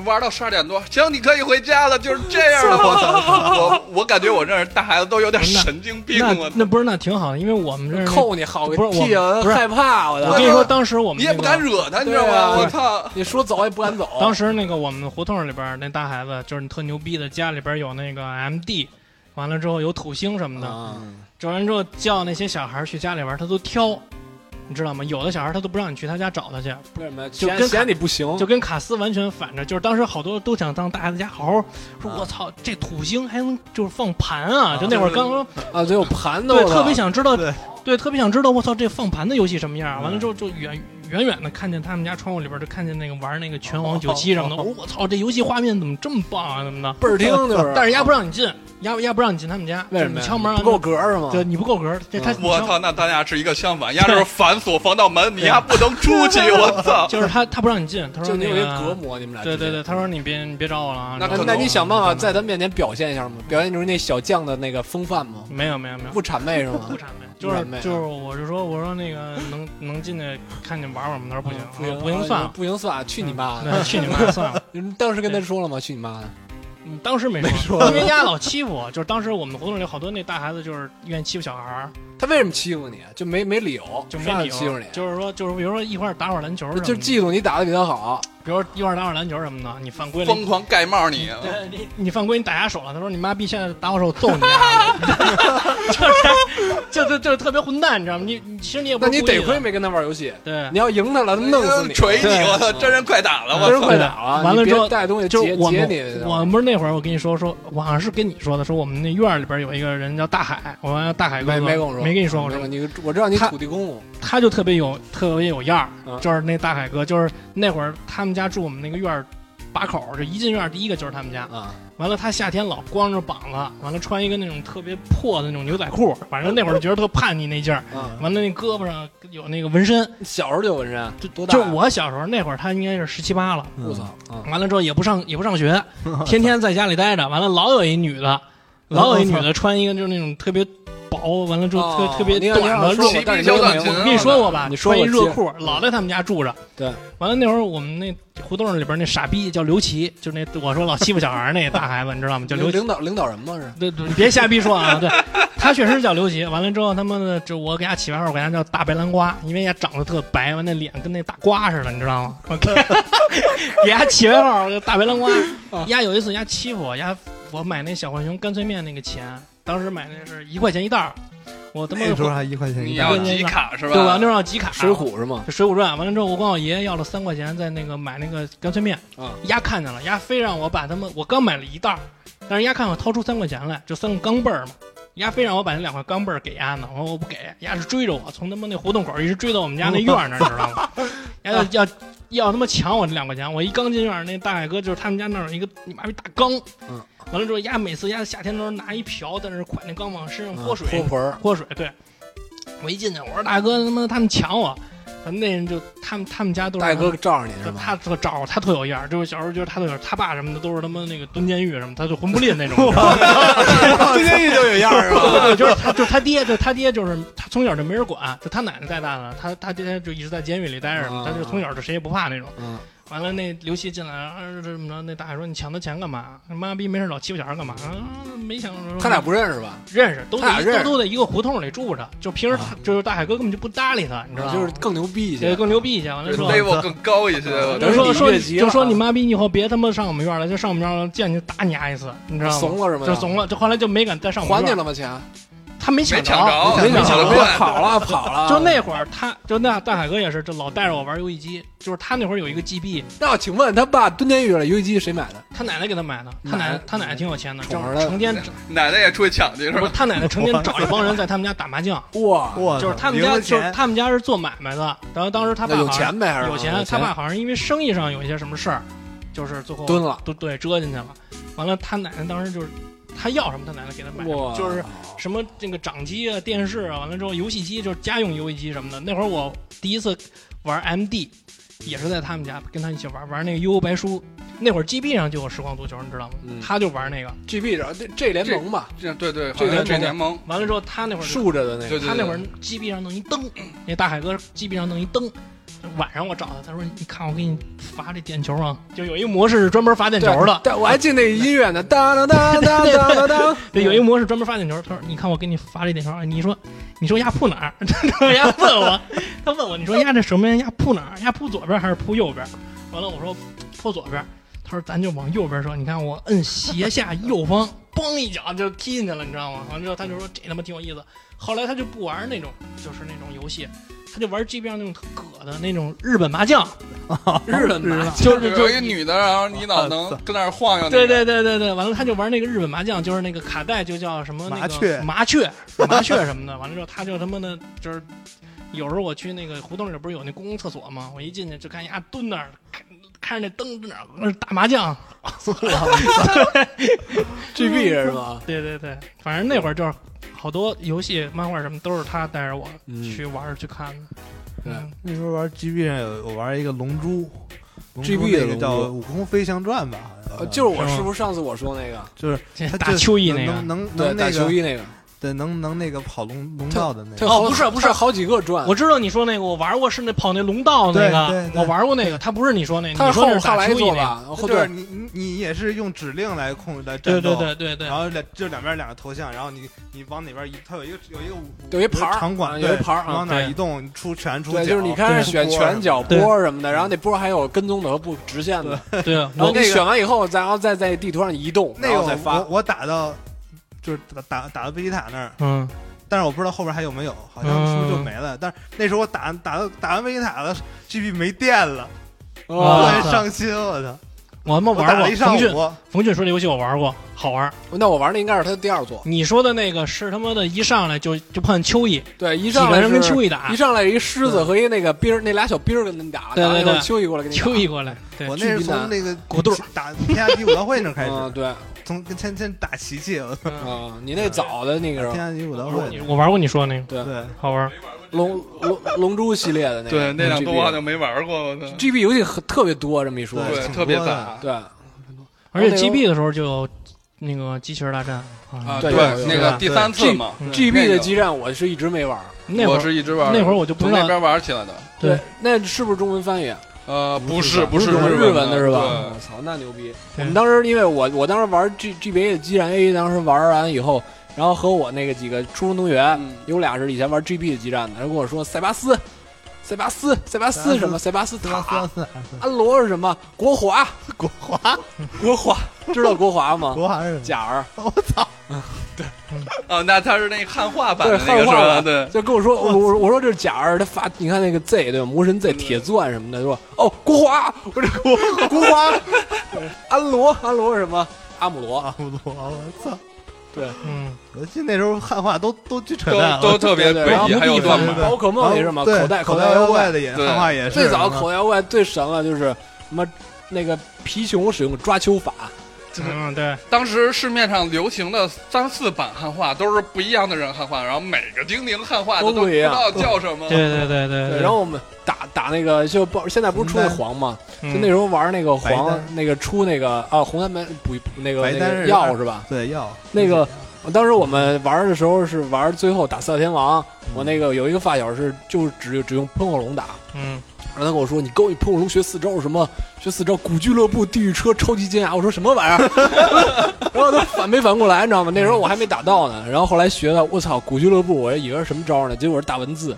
玩到十二点多，行，你可以回家了，就是这样的。我操，我我感觉我认识大孩子都有点神经病，那我操那不是那挺好的，因为我们这儿那扣你哎好个嗯不是我屁啊！不是害怕我我操跟！你说，当时我们你也不那个敢惹他，你知对啊道吗？我操！你说走也不敢走。当时那个我们胡同里边儿那大孩子，就是特牛逼的，家里边儿有那个 MD，完了之后有土星什么的，啊，整完之后叫那些小孩儿去家里玩儿，他都挑，你知道吗？有的小孩儿他都不让你去他家找他去，为什么就嫌跟嫌你不行？就跟卡斯完全反着，就是当时好多都想当大孩子家好好说，啊我操，这土星还能就是放盘啊！就那会儿刚刚啊，对我盘的，对特别想知道对，对特别想知道，我操，这放盘的游戏什么样啊？完了嗯之后就远远远的看见他们家窗户里边就看见那个玩那个拳皇九七什么的，我哦说我操，这游戏画面怎么这么棒啊？怎么的？倍儿听就是，但是丫不让你进，丫丫不让你进他们家，为什么呀就是你敲门啊不够格是吗？对，你不够格，这他我，操！那咱俩是一个相反，丫就是反锁防盗门，你丫不能出去，我操！就是他他不让你进，他就说你那有一隔个。膜，你们俩对之对间嗯对，。他说你别你别找我了啊！那啊然那后可那能你想办法在他面前表现一下吗？表现出那小将的那个风范吗？没有没有没有不谄媚是吗不？谄媚，就软妹啊是就是，我是说，我说那个能能进去看见玩玩吗？他说不行，嗯不行不行算了，啊不行算了，去你 妈的！那去你妈算了！你们当时跟他说了吗？去你妈的！嗯当时没说，因为丫老欺负我，就是当时我们活动里好多那大孩子就是愿意欺负小孩儿，他为什么欺负你？啊就没没理由，就上没来理由欺负你，啊就是说就是比如说一块儿打会儿篮球什么的，就嫉妒你打的比他好。比如说一块儿打会儿篮球什么的，你犯规了，疯狂盖帽你，对你你犯规，你打下手了。他说你妈逼，现在打我手揍 你啊！就是 就就就是特别混蛋，你知道吗？你你其实你也不那是你故意的得亏没跟他玩游戏，对你。要赢他了，他弄死你，哎锤你！对我操，真人快打了！我真是操，快打了。啊完了你别之后带东西就截是我截们你，，我们不是那会儿，我跟你说说，我好像是跟你说的，说我们那院里边有一个人叫大海，我叫大海哥没哥，没跟我说，没跟你说过没是有吧？你我知道你他土地公公，他就特别有特别有样儿，嗯就是那大海哥，就是那会儿他们家住我们那个院儿把口儿，就一进院儿第一个就是他们家，啊，完了，他夏天老光着膀子，完了穿一个那种特别破的那种牛仔裤，反正那会儿觉得特叛逆那劲儿。嗯完了，那胳膊上有那个纹身，小时候就纹身，多大就呀？我小时候那会儿，他应该是十七八了。我操啊！完了之后也不上也不上学， 天天在家里待着。完了，老有一女的，老有一女 的穿一个就是那种特别薄，完了之后特、哦特别你看短的你看肉说我但是小你短没裙有我跟你说过吧，你说穿我一热记裤，老在他们家住着。对，完了那会儿我们那胡同里边那傻逼叫刘琦，就那我说老欺负小孩儿那大孩子，你知道吗？叫刘领琦。领导领导人吗？是对对，你别瞎逼说啊！对，他确实是叫刘琦。完了之后，他妈的，这我给他起外号，我给他叫大白南瓜，因为他长得特白，完那脸跟那大瓜似的，你知道吗？我给 给他起外号我叫大白南瓜。哦丫有一次，丫欺负我，丫我买那小浣熊干脆面那个钱，当时买那是一块钱一袋儿，我他妈那时候还一块钱你一要袋，集卡是吧？对，我要那要集卡，哎水浒是吗？就《水浒传》完了之后，我管我爷爷要了三块钱，在那个买那个干脆面。啊，丫看见了，丫非让我把他们，我刚买了一袋儿，但是丫看我掏出三块钱来，就三个钢镚儿嘛，丫非让我把那两块钢镚儿给丫呢，我说我不给，丫是追着我，从他妈那胡同口一直追到我们家那院儿那儿，知道吗？丫啊要要要他妈抢我这两块钱，我一刚进院儿，那大海哥就是他们家那儿有一个你妈逼大缸，嗯，完了之后，丫每次丫夏天都是拿一瓢在那儿管那缸往身上泼水，啊泼盆儿，泼水。对，我一进去，我说大哥，他妈他们抢我，呃那人就他们他们家都是大哥罩着你就是吗？他特招儿，他特有样儿，就是小时候觉得他特有样儿，他爸什么的都是他妈那个蹲监狱什么，他就混不 吝那种。你知道吗 今天就有样是吧？对，就是他，就是他爹，就他爹，就是他从小就没人管，就他奶奶带大的，他他爹就一直在监狱里待着啊，他就从小就谁也不怕那种。嗯，完了，那刘琦进来，啊，这怎么着？那大海说：“你抢他钱干嘛？妈逼，没事老欺负小孩干嘛？”啊，没想到说他俩不认识吧？认识，都他俩在一认识啊都都在一个胡同里住着，就平时他就是大海哥根本就不搭理他，你知道吗？就是更牛逼一嗯对些。更牛逼一些。完了说 level 更高一些，我对就操说说越你级了就说你妈逼，你以后别他妈上我们院了，就上我们院了，见你就打你丫一次，你知道吗？怂了是吗？就怂了，就后来就没敢再上我还们你院。了吗？钱？他没抢没抢着没没抢抢着着。跑了跑 了。就那会儿，他就那大海哥也是，就老带着我玩游戏机。就是他那会儿有一个 GB，那我请问他爸蹲监狱了，游戏机谁买的？他奶奶给他买的。他奶奶奶他奶奶挺有钱的，宠就着是他成天奶奶也出去抢去是不是吧？他奶奶 成天找一帮人在他们家打麻将。哇，我就是他们家就是他们家是做买卖的，然后当时他爸那有好像钱呗，还是有钱，他爸好像因为生意上有一些什么事儿，就是最后蹲了。都对折进去了。完了，他奶奶当时就是他要什么，他奶奶给他买什么，哇，就是什么这个掌机啊、电视啊，完了之后游戏机就是家用游戏机什么的。那会儿我第一次玩 MD，也是在他们家跟他一起玩玩那个《幽游白书》。那会儿 GB 上就有实况足球，你知道吗？嗯他就玩那个。 GB 这这这联盟吧，这对对，好这像联盟这联盟，完了之后，他那会儿就竖着的那个对对，他那会儿对 GB 上弄一灯，那大海哥 GB 上弄一灯。晚上我找他，他说：“你看我给你罚这点球啊，就有一模式是专门罚点球的。”但我还记那音乐呢，当当当当当当 当。对，有一个模式专门发点球。他说：“你看我给你发这点球，你说，你说压扑哪儿？” 丫问 我，他问我，你说压这什么压扑哪儿？压扑左边还是扑右边？完了，我说扑左边。他说：“咱就往右边说，你看我摁斜下右方， 嘣一脚就踢进去了，你知道吗？”完了之后他就说：“这他妈挺有意思。”后来他就不玩那种，就是那种游戏，他就玩 G B 上那种特葛的那种日本麻将，日本的，啊就是就有一个女的，然后你老能跟那儿晃悠。对对对对对，完了他就玩那个日本麻将，就是那个卡带就叫什么那个麻雀麻雀、麻雀什么的。完了之后，他就他妈的，就是有时候我去那个胡同里不是有那公共厕所吗？我一进去就看人家蹲那儿，看看着那灯在那儿那儿打麻将。 GB 是吗？对对对，反正那会儿就是好多游戏、漫画什么都是他带着我嗯去玩儿去看的。对嗯，那时候玩 GB 上有我玩一个龙珠。龙珠 GB 的那个叫《龙珠呃悟空飞翔传》吧，好像就是我是不是上次我说那个就是这他打秋意那个哦能能能对能打那球个衣那个？对，能能那个跑龙龙道的那它个有，好哦不是不是它有好几个转，我知道你说那个，我玩过是那跑那龙道那对对个，对我玩过那个，它不是你说那，它你是说那后是后打来蚯蚓做那个，吧，就后是对你你你也是用指令来控来战对斗，啊对对对对然，后两就两边两个头像，然后你你往哪边移，它有一个有一个五有一盘儿场啊馆，有一对盘儿你啊往哪对移动，你出拳出脚，对，就是你开始选拳脚对波什么的，然后那波还有跟踪的和不直线的，对，然后我那你个选完以后，然后再在地图上移动，那然个后再我发我。我打到就是打打打到贝吉塔那儿，嗯，但是我不知道后边还有没有，好像是不是嗯就没了？但是那时候我打打到打完贝吉塔了，GB 没电了，啊我哦很伤心，我操！我他妈我打玩了一过。上冯俊，午，冯俊说这游戏我玩过，好玩。那我玩的应该是它的第二座，你说的那个是他妈的一上来就就碰蚯蚓，对，一几上个来人跟是蚯蚓打一，上来有一狮子和一那个兵儿，那俩小兵儿跟你打，对对打完以后对蚯蚓过来跟你打啊蚯蚓过来，对我那巨是逼从难那个骨肚儿打天下第五道会那儿开始，嗯，对，从跟先先打琪琪，我操啊，你那早的那个时天下候第五道我会，我玩过你说的那个，对，好玩。龙龙龙珠系列的那个，对，那两多多我好像没玩过，我操 GB 游戏很特别多，这么一说，对对，挺特别多的杂。对，而且那个 GB 的时候就有那个机器人大战啊，啊，对有有那有个第三次嘛，嗯 GB 那的个激战我是一直没玩儿，那会我儿是一直玩，那会儿我就不从知道那边玩起来的。对，那是不是中文翻译啊？呃，不是是，不是中文日文的的是吧？对我操，那牛逼！对我们当时因为我我当时玩 G GBA 的激战 A，当时玩完以后，然后和我那个几个初中同学，有俩是以前玩 GB 的激战的，他跟我说塞巴斯。塞巴斯，塞巴斯什么？塞巴斯四幺四塔幺，四啊安罗是什么？国华，国华国华，知道国华吗？国华是假儿，哦，那他是那汉化版对的那汉个是化吧？了，对，就跟我说，我我我说这是假儿，他发你看那个 Z 对吧？魔神 Z 铁钻什么的，说哦国华，我这国国 华，安罗安罗什么阿姆罗，差不多，我操！嗯，我记得那时候汉化都都巨扯淡，都都特别对对然后诡异，还有密乱版码。宝可梦也是嘛，对口袋口袋妖妖怪，的也对汉化也是最是早吗口袋妖怪最神了，就是什么那个皮熊使用抓阄法，嗯啊对，当时市面上流行的三四版汉化都是不一样的人汉化，然后每个精灵汉化的都都不不一知样道叫什么。对对对对对然后我们打打那个就不现在不是出那黄吗？嗯就那时候玩那个嗯白黄单那个出那个啊红蓝白补那个白那单个是嗯药是吧？对药那个我当时我们玩的时候是玩最后打四大天王，嗯我那个有一个发小是就是只只用喷火龙打，嗯然后他跟我说：“你跟我一喷火龙学四招什么？学四招古俱乐部、地狱车、超级尖牙。”我说：“什么玩意儿？” 然后他反没反过来，你知道吗？那时候我还没打到呢。然后后来学的，我操，古俱乐部，我以为是什么招呢？结果是大文字，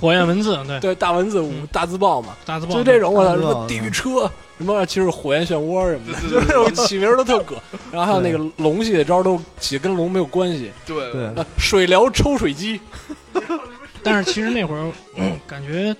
火焰文字对对，大文字五大字报嘛，嗯大字报嗯就这种我操，大什字报么地狱车，什么就是火焰漩涡什么的，就是这种起名儿都特 葛。然后还有那个龙系的招都起得跟龙没有关系，对对啊水疗抽水机， 但是其实那会儿、嗯感觉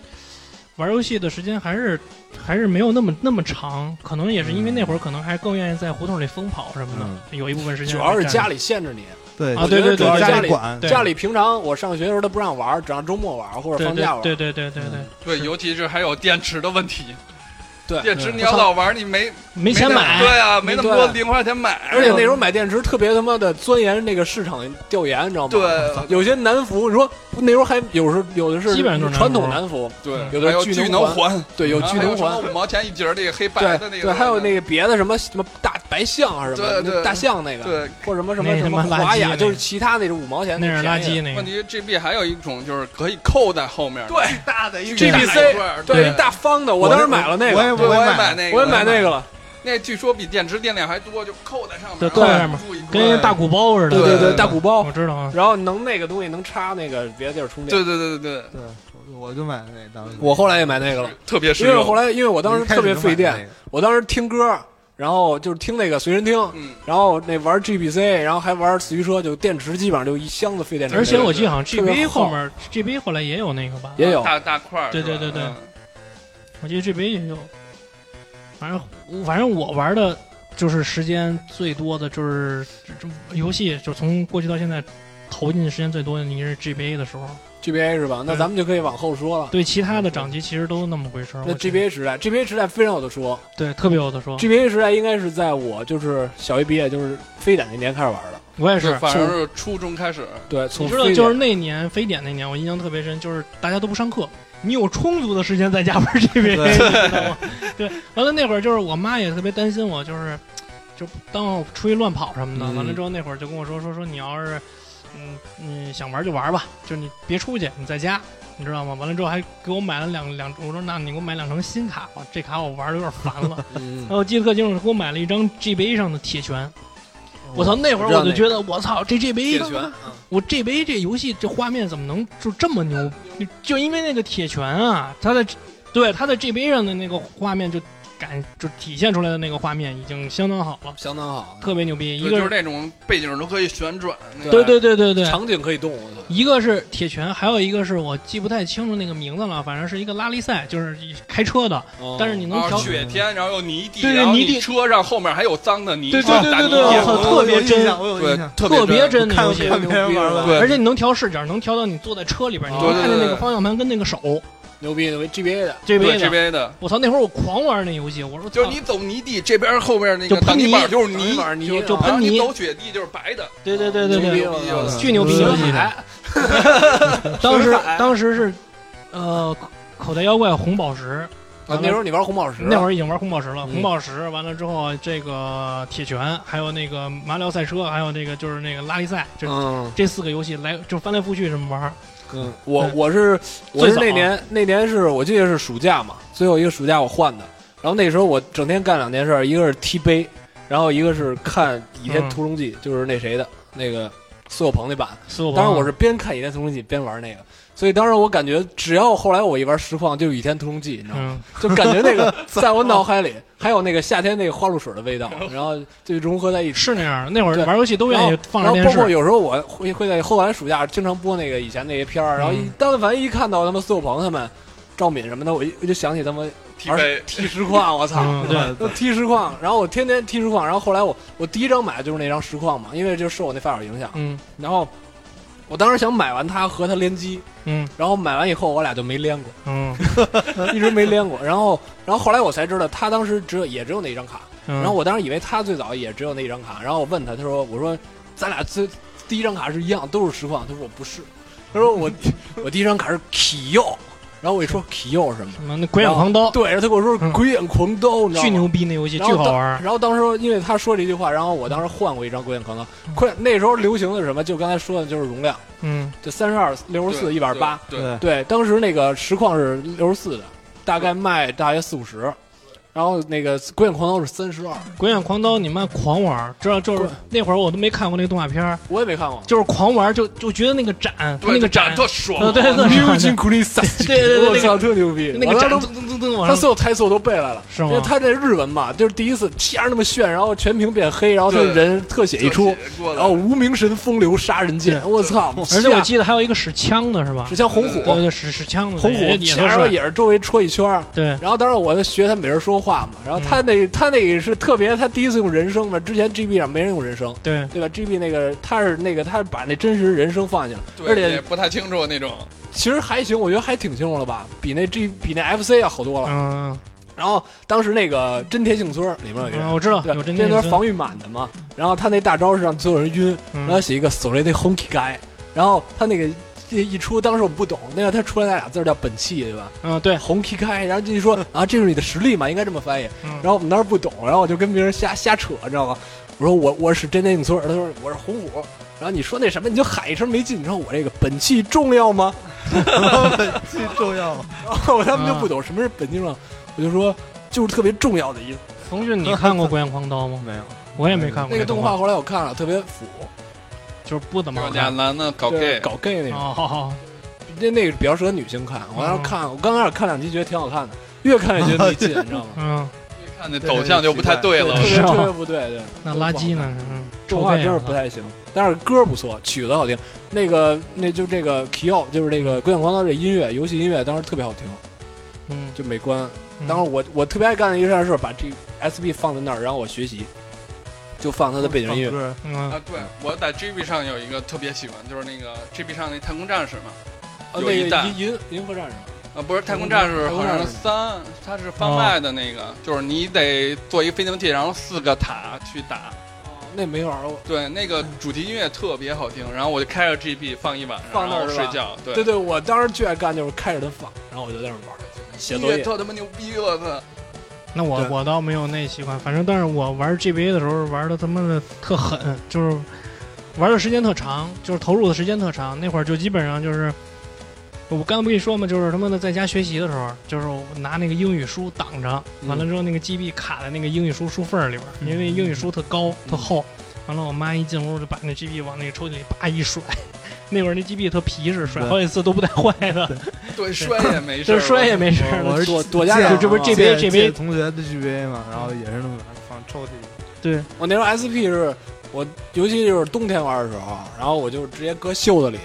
玩游戏的时间还是还是没有那么那么长，可能也是因为那会儿可能还更愿意在胡同里疯跑什么的，有一部分时间主要是站着家里限制你。对啊，我对觉得对主对要对是家家里里管对家里平常我上学的时候他不让玩，只让周末玩或者对放假玩。对对对对对对，对，尤其是还有电池的问题， 对嗯电池你要老玩，你 没没钱那买，对啊，没那么多对零花钱买，而且那时候买电池特别他妈的钻研那个市场调研，你知道吗？，对有些南孚，你说那时候还有时候有的是基本上都是传统南南孚，对，有的还有聚聚能能环，对，有然后聚啊还能什么环，五毛钱一节儿那个黑白的那对对，个，还有那个别的什么什么大白象还是什么对那对大象那个，对。或者什么什么那什他么妈垃圾华那雅，个就是其他那种五毛钱那是垃圾呢。那问个。题 GB 还有一种就是可以扣在后面，对巨大的一个 GBC 一块儿对，对一大方的，我当时买了那我个，也对，也我也买买那个，我也买那个了。那据说比电池电量还多，就扣在上面，对然后扣在上面注意扣跟一大鼓包似的，对对对对，大鼓包我，知道啊。然后能那个东西能插那个别的地儿充电。对对对对对，对，我我就买那当时我后来也买那个了，特别实因为用。我后来因为我当时特别费电，，我当时听歌，然后就是听那个随身听，嗯，然后那玩 GBC，然后还玩四驱车，就电池基本上就一箱子废电池。而且我记得好像特别 GB 厚后面 GB 后来也有那个吧，也有大大块儿，对对是对吧对嗯我记得 GB 也有。反正反正我玩的就是时间最多的就是这这游戏，就是从过去到现在投进的时间最多的，你是 GBA 的时候。 GBA 是嗯吧？那咱们就可以往后说了。对其他的掌机其实都那么回事儿。那我哦觉得 GBA 时代，GBA 时代非常有的说对特别有的说， ，GBA 时代应该是在我就是小学毕业，就是非典那年开始玩的。我也是，是。反正是初中开始，对，从你知道，非典就是那年非典那年，我印象特别深，就是大家都不上课，你有充足的时间在 家玩 GBA，你知道吗？对，完了那会儿就是我妈也特别担心我，就是就当我出去乱跑什么的。嗯完了之后那会儿就跟我说说说你要是嗯嗯想玩就玩吧，就你别出去，你在家，你知道吗？完了之后还给我买了两两，我说那你给我买两张新卡吧，这卡我玩的有点烦了。 嗯然，后记得特清楚，给我买了一张 GBA 上的铁拳。哦我操！那会儿我就觉得，我操，这 GBA 拳，我这杯这游戏这画面怎么能就这么牛？就因为那个铁拳啊，它的对它在 G 杯上的那个画面就感就体现出来的那个画面已经相当好了，相当好，特别牛逼。一对就个是是那种背景都可以旋转，那个对对对对对，场景可以动，我操，一个是铁拳，还有一个是我记不太清楚那个名字了，反正是一个拉力赛，就是一开车的，哦但是你能然调后。啊雪天，然后有泥地，对对然后泥地你车上后面还有脏的泥，对对啊嗯对打对泥对地对我我操我特别有印真象我有印象，特别真的看游我戏，看别人玩了，对而且你能调视角，能调到你坐在车里边，你能对对看见那哦对个对方向盘跟那个手。牛逼牛逼 GBA 的，这对杯这的，边的，我操！那会儿我狂玩那游戏，我说就是操你走泥地，这边后面那就个喷挡泥泥板就是泥泥，板泥就就然后喷你泥，走雪地就是白的，对对对对对，牛逼，巨牛逼游戏。 当时水彩当时是，呃，口袋妖怪红宝石，啊，那时候你玩红宝石，那会儿儿已经玩红宝石了。嗯红宝石完了之后，这个铁拳，还有那个马里奥赛车，还有那个就是那个拉力赛，这嗯这四个游戏来就翻来覆去这么玩。嗯，我对我是我是最早啊那年那年是我记得是暑假嘛，最后一个暑假我换的，然后那时候我整天干两件事儿，一个是踢杯，然后一个是看《倚嗯天屠龙记》，就是那谁的那个苏有朋那版，四个当时我是边看《倚天屠龙记》边玩那个。所以当时我感觉，只要后来我一玩实况，就是《倚天屠龙记》，你知道吗？嗯，就感觉那 个在我脑海里还有那个夏天那个花露水的味道，嗯然后就融合在一起。是那样的。那会儿对玩游戏都愿然意后放然着后电包括视。有时候我会会在后来暑假经常播那个以前那些片儿，然后一嗯但凡一看到他们苏有朋他们、赵敏什么的，我一我就想起他们踢玩飞踢实况，我操！嗯，对，都踢实况，然后我天天踢实况，然后后来我我第一张买的就是那张实况嘛，因为就受我那发小影响，嗯然后我当时想买完它和它联机，嗯然后买完以后我俩就没连过，嗯，一直没连过，然后然后后来我才知道他当时只有也只有那一张卡，然然后我当时以为他最早也只有那一张卡，然后我问他，他说：“我说咱俩最第一张卡是一样，都是实况。”他说：“我不是。”他说：“我 我第一张卡是 k 佑。”然后我一说 k 佑是什么？ 什么嗯那鬼眼狂刀，对，然后他跟我说是嗯鬼眼狂刀，你知道吗？巨牛逼那游戏，然巨后好当玩儿。 然后当时因为他说这句话，然后我当时换过一张鬼眼狂刀。嗯 快那时候流行的是什么？就刚才说的就是容量，嗯就三十二、六十四、一百八。对对对，当时那个实况是六十四的，大概卖大约四五十。然后那个鬼眼狂刀是三十二，，鬼眼狂刀你妈狂玩儿，知道就是对那会儿我都没看过那个动画片儿，我也没看过。就是狂玩儿就就觉得那个展，它对，那个展展，特爽 呃，对对对牛津苦力萨， 对对对我操，特牛逼！那个我当展时都噔噔噔噔他往上，所有台词我都背来了，是因为吗？他这日文嘛，就是第一次啪那么炫，然后全屏变黑，然后他对人特写一出，，过然后哦无名神风流杀人剑，我操！而且我记得还有一个使枪的是吧是？像红虎对，对，使使枪的，红虎也也都前面是也是周围戳一圈儿。对，然后当时我在学他美人说话嘛，然后嗯他那他那个是特别，他第一次用人声嘛，之前 GB 上没人用人声，对对吧？GB 那个他是那个他是把那真实人声放进来，对而且也不太清楚那种，其实还行，我觉得还挺清楚了吧，比那 G 比那 FC 要好多了。嗯，然后当时那个真田幸村里面有一个嗯人，我知道哎对有真这田边村，防御满的嘛，然后他那大招是让所有人晕，然后嗯写一个 “sorry 的 honky guy”，然后他那个。一一出，当时我们不懂，那个他出来那俩字儿叫本气，对吧？嗯对，红 K 开，然后就说啊，这是你的实力嘛，应该这么翻译。然然后我们当时不懂，然后我就跟别人瞎瞎扯，你知道吗？我说我我是真田幸村，他说我是红虎。然后你说那什么，你就喊一声没劲。你知道我这个本气重要吗？ 最重要嘛。 然后他们啊就不懂什么是本气重要，我就说就是特别重要的一冯俊，你看 过《鬼眼狂刀》吗？没有，我也没看过那个动动画，，后来我看了，特别腐，就是不怎么好这俩看。男的搞就是 gay，搞 gay 那种，哦，好好，那那个比较适合女性看。我当时嗯看，我刚开始看两集觉得挺好看的，越看越觉得没 劲，你知道吗？嗯，看那走向就不太对了特。别是吗特别不对，对，那垃圾呢？嗯，动画真是不太行，但是歌不错，曲子好听。那个，那就这个 Kyo，就是那个《鬼影狂刀》这音乐，游戏音乐当时特别好听，嗯，就美观。嗯当时我我特别爱干的一件事，把这 SB 放在那儿，然后我学习，就放它的背景音乐。乐，嗯啊，对，我在 GB 上有一个特别喜欢，就是那个 GB 上那太空战士嘛，呃，那有一代个银银银河战士，啊，不是太空战士，太空好战士像是哦三，它是贩卖的那个，就是你得做一飞行器，然后四个塔去打。那没啊玩过。对，那个主题音乐特别好听，然后我就开着 GB 放一晚上，放那儿然后是吧睡觉。对对对，我当时最爱干就是开着它放，然后我就在那儿玩，写音作乐业。特他妈牛逼了，操！那我对我倒没有那习惯，反正但是我玩 GBA 的时候玩的他妈的特狠，就是玩的时间特长，就是投入的时间特长。那会儿就基本上就是，我刚才不跟你说嘛，就是他妈的在家学习的时候，就是我拿那个英语书挡着，嗯完了之后那个 GB 卡在那个英语书书缝儿里边儿，因为那英语书特高嗯特厚。完了，我妈一进屋就把那 GB 往那个抽屉里叭一甩， 那会儿那 GB 特皮实，甩好几次都不带坏的， 对，摔也没事就儿，是摔也没事儿我了。是躲躲家长借啊，这不是这借 GBA 借 GBA 同学的 GBA 嘛，然后也是那么放抽屉里。对，我那时候 SP 是我，尤其就是冬天玩的时候，啊然后我就直接搁袖子里，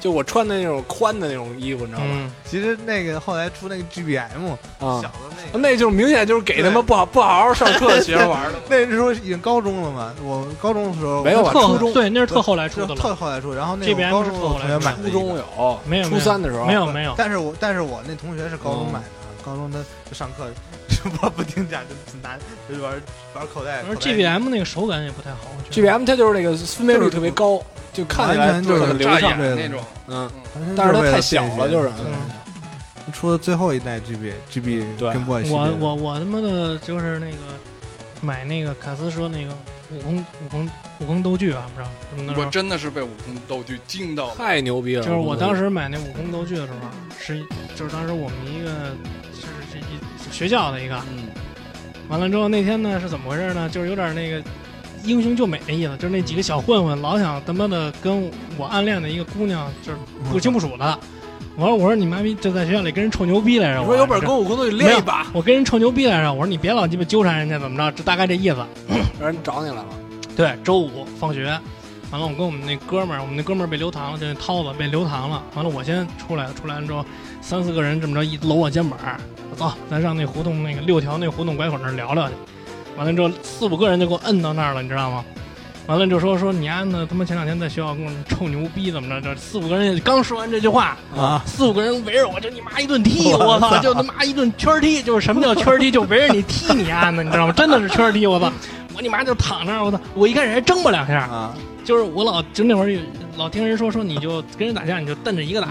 就我穿的那种宽的那种衣服，你知道吗？嗯，其实那个后来出那个 GBM，啊、小的那个，那就是明显就是给他对们不好不好好上课的 学生玩的。那时候已经高中了嘛，我高中的时候没有吧啊特初中对，那是特后来出就的了。特后来出，然后那个 GBM 高中是的特后同来学出买初中有，没有初三的时候没有没有，但是我但是我那同学是高中嗯买的，高中他就上课就不不听讲，就拿就玩玩口袋。口而袋 GBM 那个手感也不太好，我觉得。 GBM 它就是那个分辨率特别高，就看起完来全就是很流炸畅。眼那种。嗯，完全但是它为太了小了，就是便携嗯出了最后一代 GB GB 对跟 boy 系列我的我我他妈的就是那个买那个卡斯说那个悟空悟空悟空兜具啊，不知道什么我的时真的是被悟空道具惊到了。太牛逼了。候，就是我当时买那悟空兜具的时候，啊是就是当时我们一个是一学校的一个，嗯，完了之后那天呢是怎么回事呢？就是有点那个英雄救美的意思，就是那几个小混混老想他妈的跟我暗恋的一个姑娘就是不清不楚的，完了我说你妈逼就在学校里跟人臭牛逼来着，你我说有本这跟悟空都去练一把，我跟人臭牛逼来着，我说你别老鸡巴纠缠人家怎么着，这大概这意思。让人找你来了。对，周五放学，完了我跟我们那哥们儿，我们那哥们儿被留堂了，就那涛子被留堂了。完了我先出来，出来了之后，三四个人这么着一搂我肩膀儿，走，咱上那胡同那个六条那胡同拐口那儿聊聊去。完了之后，四五个人就给我摁到那儿了，你知道吗？完了就说说你丫的他妈前两天在学校跟我臭牛逼怎么着？这四五个人刚说完这句话，啊，四五个人围着我，就你妈一顿踢，我操，就他妈一顿圈踢，就是什么叫圈踢，就围着你踢你丫的，你知道吗？真的是圈踢，我操！我你妈就躺那儿，我操！我一开始还挣吧两下，啊，就是我老就那会儿有老听人说说你就跟人打架你就瞪着一个打，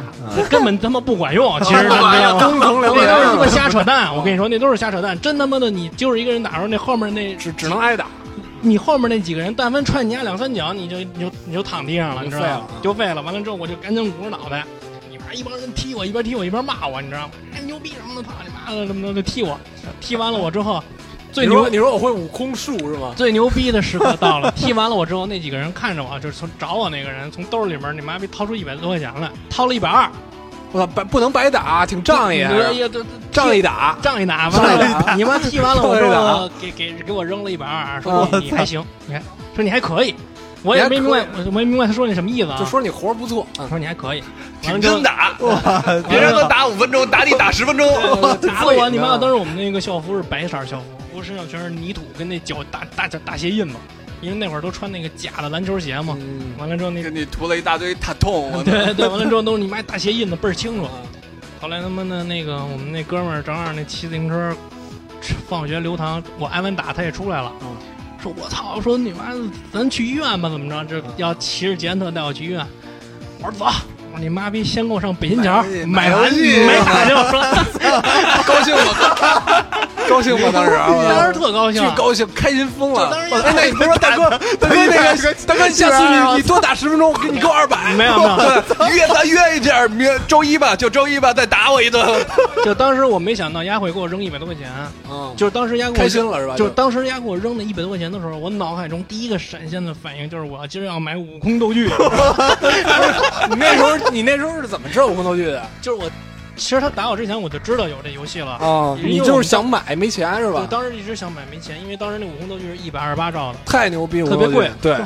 根本他妈嗯不管 用，其实你知道吗？同那都是他妈瞎扯淡，我跟你说那都是瞎扯淡，真他妈的你就是一个人打时候那后面那只只能挨打。你后面那几个人，但凡踹你家两三脚，你就你就你就躺地上了，你知道吗？就废了。完了之后，我就赶紧捂着脑袋，你妈一帮人踢我，一边踢我一边骂我，你知道吗？哎，牛逼什么的，操你妈的，什么的就 踢我。踢完了我之后，最你说牛你说我会悟空术是吗？最牛逼的时刻 到了，踢完了我之后，那几个人看着我，就是从找我那个人从兜里面你妈逼掏出一百多块钱来，掏了一百二，哎我操，白不能白打，挺仗义啊，呀，这仗义打。仗义打，仗完义打了你妈踢完了，我仗义打哦说给给给我扔了一百二，说你你还行，你还说你还可以，我也你还没明白可，我我没明白他说你什么意思啊？就说你活儿不错，嗯说你还可以，挺真的，打， 别别人人都都打五分钟，打你打十分钟。打了 我，你妈！当时我们那个校服是白色校服，我身上全是泥土跟那脚大大脚大鞋印嘛，因为那会儿都穿那个假的篮球鞋嘛，嗯，完了之后那给你涂了一大堆塔痛，我 对对，完了之后都是你妈大鞋印子倍儿清楚。后来他妈的那个我们那哥们儿正好那骑自行车，放学留堂，我挨完打他也出来了，嗯说我操，说你妈咱去医院吧，怎么着？这嗯要骑着捷安特带我去医院，我说走。我说你妈逼，先给我上北新桥买玩具，买卡去。我说，高兴吗？高兴吗？ 当时当时啊，特高兴巨，高兴，开心疯了。当时哎，那你不说大哥，大哥那个，大哥，下次 你你多打十分钟，给你够二百。啊没有没有，约咱约一下，明周一吧，就周一吧，再打我一顿。就当时我没想到丫会给我扔一百多块钱，嗯，就是当时丫给我开扔心了是吧？就是当时丫给我扔那一百多块钱的时候，我脑海中第一个闪现的反应就是我要今儿要买悟空斗 具。 你那时候，你那时候是怎么知道悟空道具 的？就是我，其实他打我之前我就知道有这游戏了，啊你就是想买没钱是我吧？当时一直想买没钱，因为当时那悟空斗具是一百二十八兆的。太牛逼，特别贵悟空道具。对，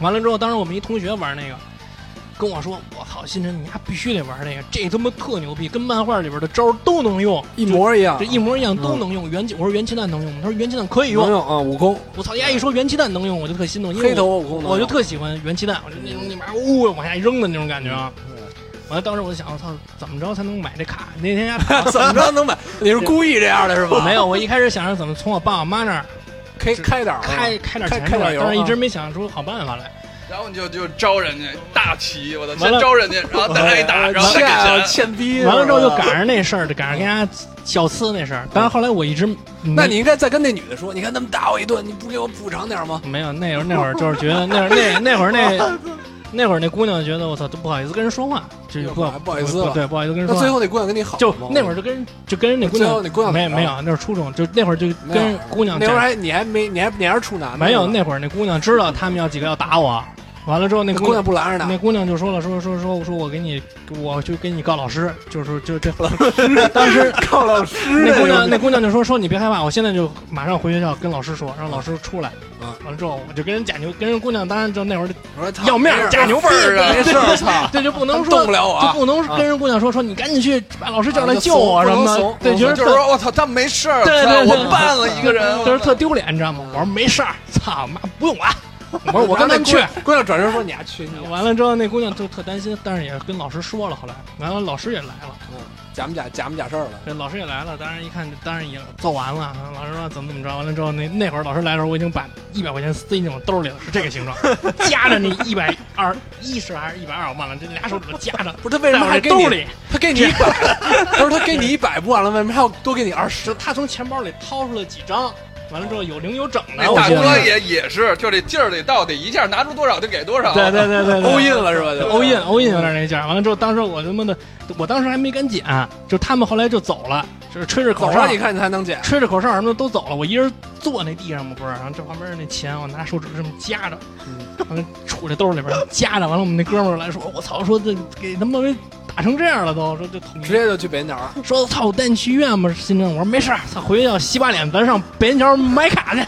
完了之后，当时我们一同学玩那个，跟我说：“我操，星辰，你丫必须得玩这个，这他妈特牛逼，跟漫画里边的招儿都能用，一模一样，这一模一样都能用。元气，我说元气弹能用吗，他说元气弹可以嗯能用。用啊，悟空，我操，丫一说元气弹能用，我就特心动，因为黑我头悟空能用，我就特喜欢元气弹，我就那种你妈呜往下一扔的那种感觉啊。嗯完了，当时我就想，我操，怎么着才能买这卡？那 天家怎么着 能买？你是故意这样的是吧？没有，我一开始想着怎么从我爸我妈那儿 开开点儿啊开开点开钱开出点来，油但是一啊直没想出好办法来。 然后你就就招人家大旗，我操，完先了招人家，然后再挨打，然后再欠 给钱。欠逼，完了之后是就吧赶。上那事儿，就赶上跟人家小厮那事儿。但是后来我一直，那你应该再跟那女的说，你看他们打我一顿，你不给我补偿点吗？没有那会儿那会儿就是觉得那会儿那那会 儿那那会儿那姑娘觉得我操都不好意思跟人说话，这就不好不好意思了对不好意思跟人那说最话。后那姑娘跟你好就吗那会儿就跟人就跟人那姑最后娘那姑娘没有怎么没着有那会儿初中就那会儿就没有跟姑娘那会儿站还你还没你还你还是处男呢没有是吧那会儿那姑娘知道他们要几个要打我，完了之后那那姑姑娘娘不拦着那呢，姑娘就说了，说说说说我给你，我就给你告老师，就是说就这。当时告老师那姑娘那姑娘就说说你别害怕，我现在就马上回学校跟老师说，让老师出来。嗯完了之后我就跟人假牛，跟人姑娘当然就那会儿 我说操 要面儿假牛粪儿啊没事儿，操，这就不能动说不。了我就啊，不能跟人姑娘说说你赶紧去把老师叫来救我啊就什怂么不能的怂，对，觉得就是特说，我操，他们没事儿，对对操对我办了一个人， 就是我操特丢脸，你知道吗？我说没事儿，操妈不用管，我说我跟那他们去，姑娘转身说你还去你完了之后，那姑娘就特担心，但是也跟老师说了。后来，完了老师也来了，假不假假不假事儿了，这老师也来了。当然一看，当然也做完了。啊老师说怎么怎么着，完了之后，那那会儿老师来的时候，我已经把一百块钱塞进我兜里了，是这 个形状，夹着那一百二一十还是一百二，我忘了，这俩手指头夹着，不是他为什么在我还这给兜你？里。他给你一百， 他说他给你一百不完了，为什么还要多给你二十就？他从钱包里掏出了几张，完了之后有零有整哎的，那我大记得哥是。也也是，就这劲儿得到，得一下拿出多少就给多少。对对对对对啊欧印了是吧？就欧印欧印嗯有点那劲儿。完了之后，当时我他妈的，我当时还没敢捡，就他们后来就走了，就是吹着口走哨了，你看你还能捡？吹着口哨什么的都走了，我一人坐那地上嘛，不是，然后这旁边那钱我拿手指这么夹着，嗯完了杵在兜里边儿夹着，完了我们那哥们儿来说，我操，说这给他妈给打成这样了都，说这捅直接就去北京鸟了。说操，我带你去医院吧，新政，我说没事儿，操，回去要洗把脸，咱上北京桥买卡去，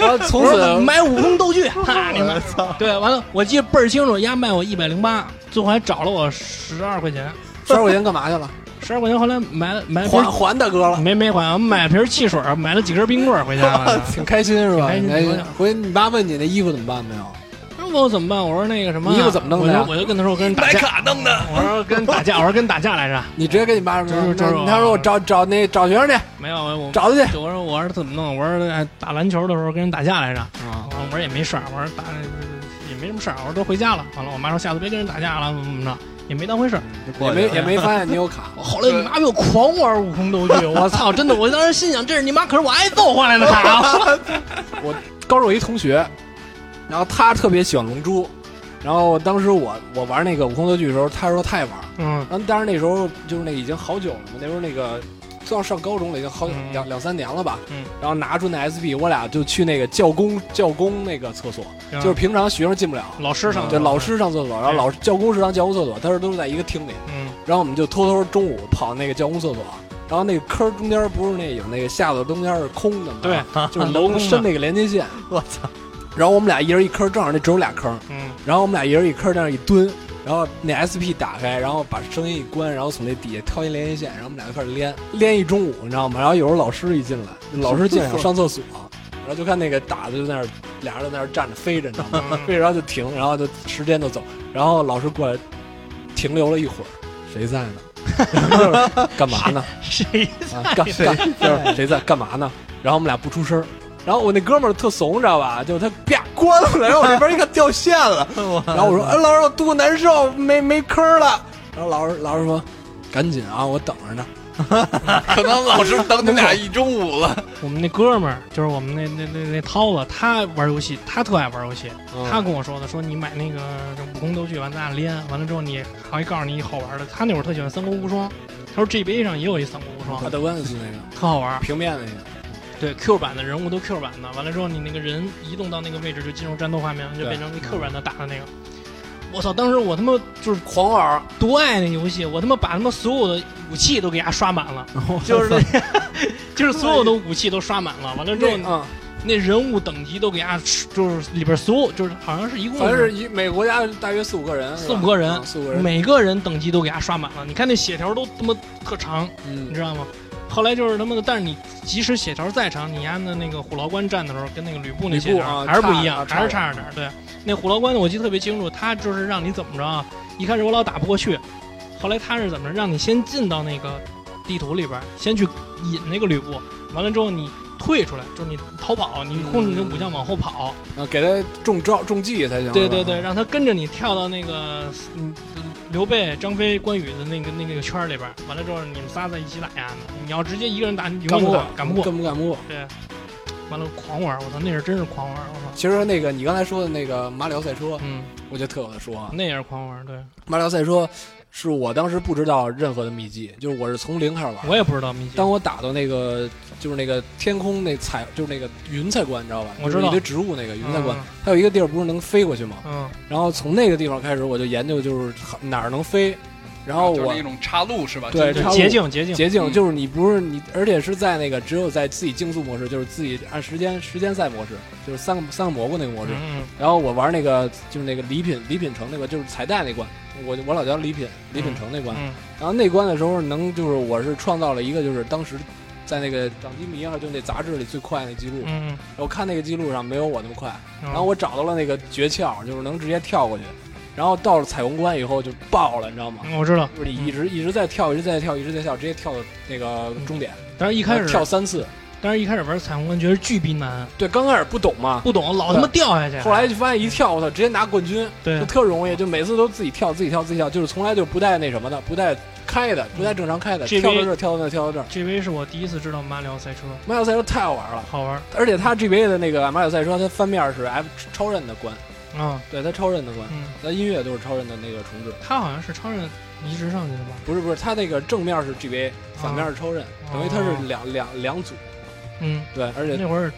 然后 从我说此买武功斗 剧，哈，你们对，完了我记得倍儿清楚，丫卖我一百零八，最后还找了我十二块钱，十二块钱干嘛去了？十二块钱后来买了买了瓶还还大哥了，没没还，我买了瓶汽水，买了几根冰棍儿回家 了。挺开心是吧？挺开心挺开心回你妈问你那衣服怎么办没有？那我怎么办？我说那个什么、啊你衣服怎么弄的呀我就我就跟他说，我跟人打架卡弄的。我说跟人打架，我说跟人打架来着。你直接跟你妈就是说，就是啊那他说我找找那找学生去，没有我找他去。我说我说怎么弄？我说哎打篮球的时候跟人打架来着。啊我说也没事儿，我说打也没什么事儿，我说都回家了。完了，我妈说下次别跟人打架了，怎么怎么着，也没当回事儿。也没也没发现你有卡。 后来你妈给我狂玩悟空斗剧，我操！真的，我当时心想，这是你妈，可是我挨揍换来的 啊卡。高中有一同学，然后他特别喜欢龙珠，然后当时我我玩那个悟空斗剧的时候，他说他也玩，嗯，然后当时那时候就是那已经好久了嘛，那时候那个算上高中了，已经好嗯两两三年了吧。嗯。然后拿出那 SP，我俩就去那个教工教工那个厕所，嗯就是平常学生进不了。老师上对，老，师上厕所，然后老师教工食堂、教工厕所，他是都是在一个厅里。嗯然后我们就偷偷中午跑那个教工厕所，然后那个坑儿中间不是那有那个下头中间是空的吗？对， 就是镂空能的伸那个连接 线。我操，然后我们俩一人一坑，正好那只有俩坑，嗯然后我们俩一人一坑在那儿一蹲，然后那 SP 打开，然后把声音一关，然后从那底下挑一连接线，然后我们俩就开始连连一中午，你知道吗？然后有时候老师一进来，老师进来想上厕所，然后就看那个打的就在那儿，俩人在那儿站着飞着，你知道吗？嗯飞着然后就停，然后就时间就走，然后老师过来停留了一会儿，谁在呢？就是干嘛呢？ 谁啊，干干就是谁在干嘛呢？然后我们俩不出声儿。然后我那哥们儿特怂，知道吧？就是他啪关了，然后我这边一看掉线 了， 然后我嗯说：“哎，老师，我肚子难受，没没坑儿了。”然后老师老师说：“赶紧啊，我等着呢。可能老师等你 们俩一中午了，我们那哥们儿就是我们那那那那涛子，他玩游戏，他特爱玩游戏。嗯嗯他跟我说的，说你买那个武功斗剧，完咱俩练，完了之后你还会告诉你好玩的。他那会儿特喜欢三国无双，他说 GBA 上也有一三国无双，他的 w i n s 那个特好玩。平面那个，对 Q 版的人物都 Q 版的，完了之后你那个人移动到那个位置就进入战斗画面了，就对变成那 Q 版的打的那个。我操！当时我他妈就是狂玩儿，多爱那游戏，我他妈把他妈所有的武器都给它刷满了， 就是那，就是所有的武器都刷满了。完了之后，嗯，那人物等级都给它就是里边所有就是好像是一共反正是一每个国家大约四五个人，是吧四五个人嗯四五个人，每个人等级都给它刷满了。你看那血条都他妈特长，你嗯知道吗？后来就是他妈的，但是你即使血条再长，你按的那个虎牢关站的时候，跟那个吕布那血吕布条啊还是不一差样，啊还是差着点儿。对，那虎牢关的我记得特别清楚，他就是让你怎么着啊？一开始我老打不过去，后来他是怎么着？让你先进到那个地图里边儿，先去引那个吕布，完了之后你退出来，就是你逃跑，你控制你的武将往后跑，啊，给他中招中计才行。对是吧对对，，让他跟着你跳到那个嗯刘备、张飞、关羽的那个那个圈儿里边儿，完了之后你们仨在一起打呀。你要直接一个人打，你干永不远过打，干不过。干不干不过。对，完了狂玩儿，我操，那是真是狂玩儿，我操，其实那个你刚才说的那个马里奥赛车，嗯，我觉得特有的说啊。那也是狂玩儿。对马里奥赛车是我当时不知道任何的秘籍，就是我是从零开始玩。我也不知道秘籍，当我打到那个就是那个天空那彩就是那个云彩关，你知道吧？我知道就是一堆植物那个云彩关嗯，它有一个地儿不是能飞过去吗？嗯然后从那个地方开始，我就研究就是哪儿能飞，然后啊就我是一种岔路是吧？对就是差不多捷径捷径，捷径嗯就是你不是你，而且是在那个只有在自己竞速模式，就是自己按时间时间赛模式，就是三个三个蘑菇那个模式。嗯然后我玩那个就是那个礼品礼品城那个就是彩蛋那关，我我老叫礼品礼品城那关。嗯然后那关的时候能就是我是创造了一个就是当时在那个掌机迷还有就那杂志里最快那记录，嗯，我看那个记录上没有我那么快。然然后我找到了那个诀窍，就是能直接跳过去。然后到了彩虹关以后就爆了，你知道吗？嗯我知道，就是你一直一直在跳，一直在跳，一直在跳，直接跳到那个终点。但嗯是一开始跳三次，但是一开始玩彩虹关觉得巨逼难，对，刚开始不懂嘛，不懂，老他妈掉下去。后来就发现一跳，我操，直接拿冠军，对就特容易，就每次都自己跳，自己跳，自己跳，就是从来就不带那什么的，不带开的，不带正常开的，这跳边到这儿，跳到那儿，跳到这儿。 ，GV 是我第一次知道马里奥赛车，马里奥赛车太好玩了，好玩而且它 GBA 的那个马里奥赛车，它翻面是 F 超任的关，儿啊，对，它超任的关，嗯，它音乐都是超任的那个重置。他好像是超人移植上去的吧？不是不是，它那个正面是 GBA，反面是超哦任，等于它是两两两组，嗯，对，而且那会儿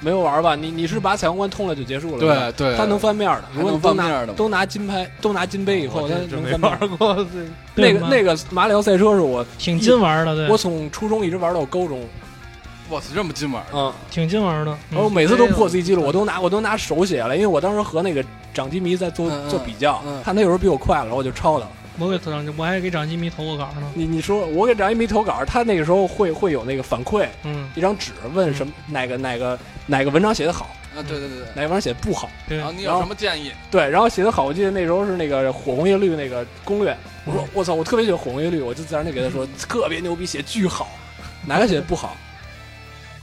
没有玩吧？你你是把彩虹关通了就结束了？吧对对，他能翻面的，还如果你能都翻拿面的吗哦都拿金牌，都拿金杯以后，他真能没翻面。玩 过这那个对那个马里奥赛车是我挺金玩儿的，对，我从初中一直玩到高中，我操，这么近玩儿，嗯，挺金玩儿的。然后每次都破自己记录，我都拿我都拿手写了，因为我当时和那个掌机迷在做嗯嗯做比较嗯，看他有时候比我快了，然后我就抄他了。我给掌我还给掌机迷投过稿呢。你你说我给掌机迷投稿，他那个时候会会有那个反馈， 嗯，一张纸问什么嗯哪个哪个哪个文章写的好，啊，对对对对。哪个文章写的不好。对然，后你有什么建议？对，然后写的好，我记得那时候是那个《火红叶绿》那个攻略，嗯我说我操，我特别喜欢《火红叶绿》，我就自然就给 他说特别牛逼，写巨好，哪个写的不好？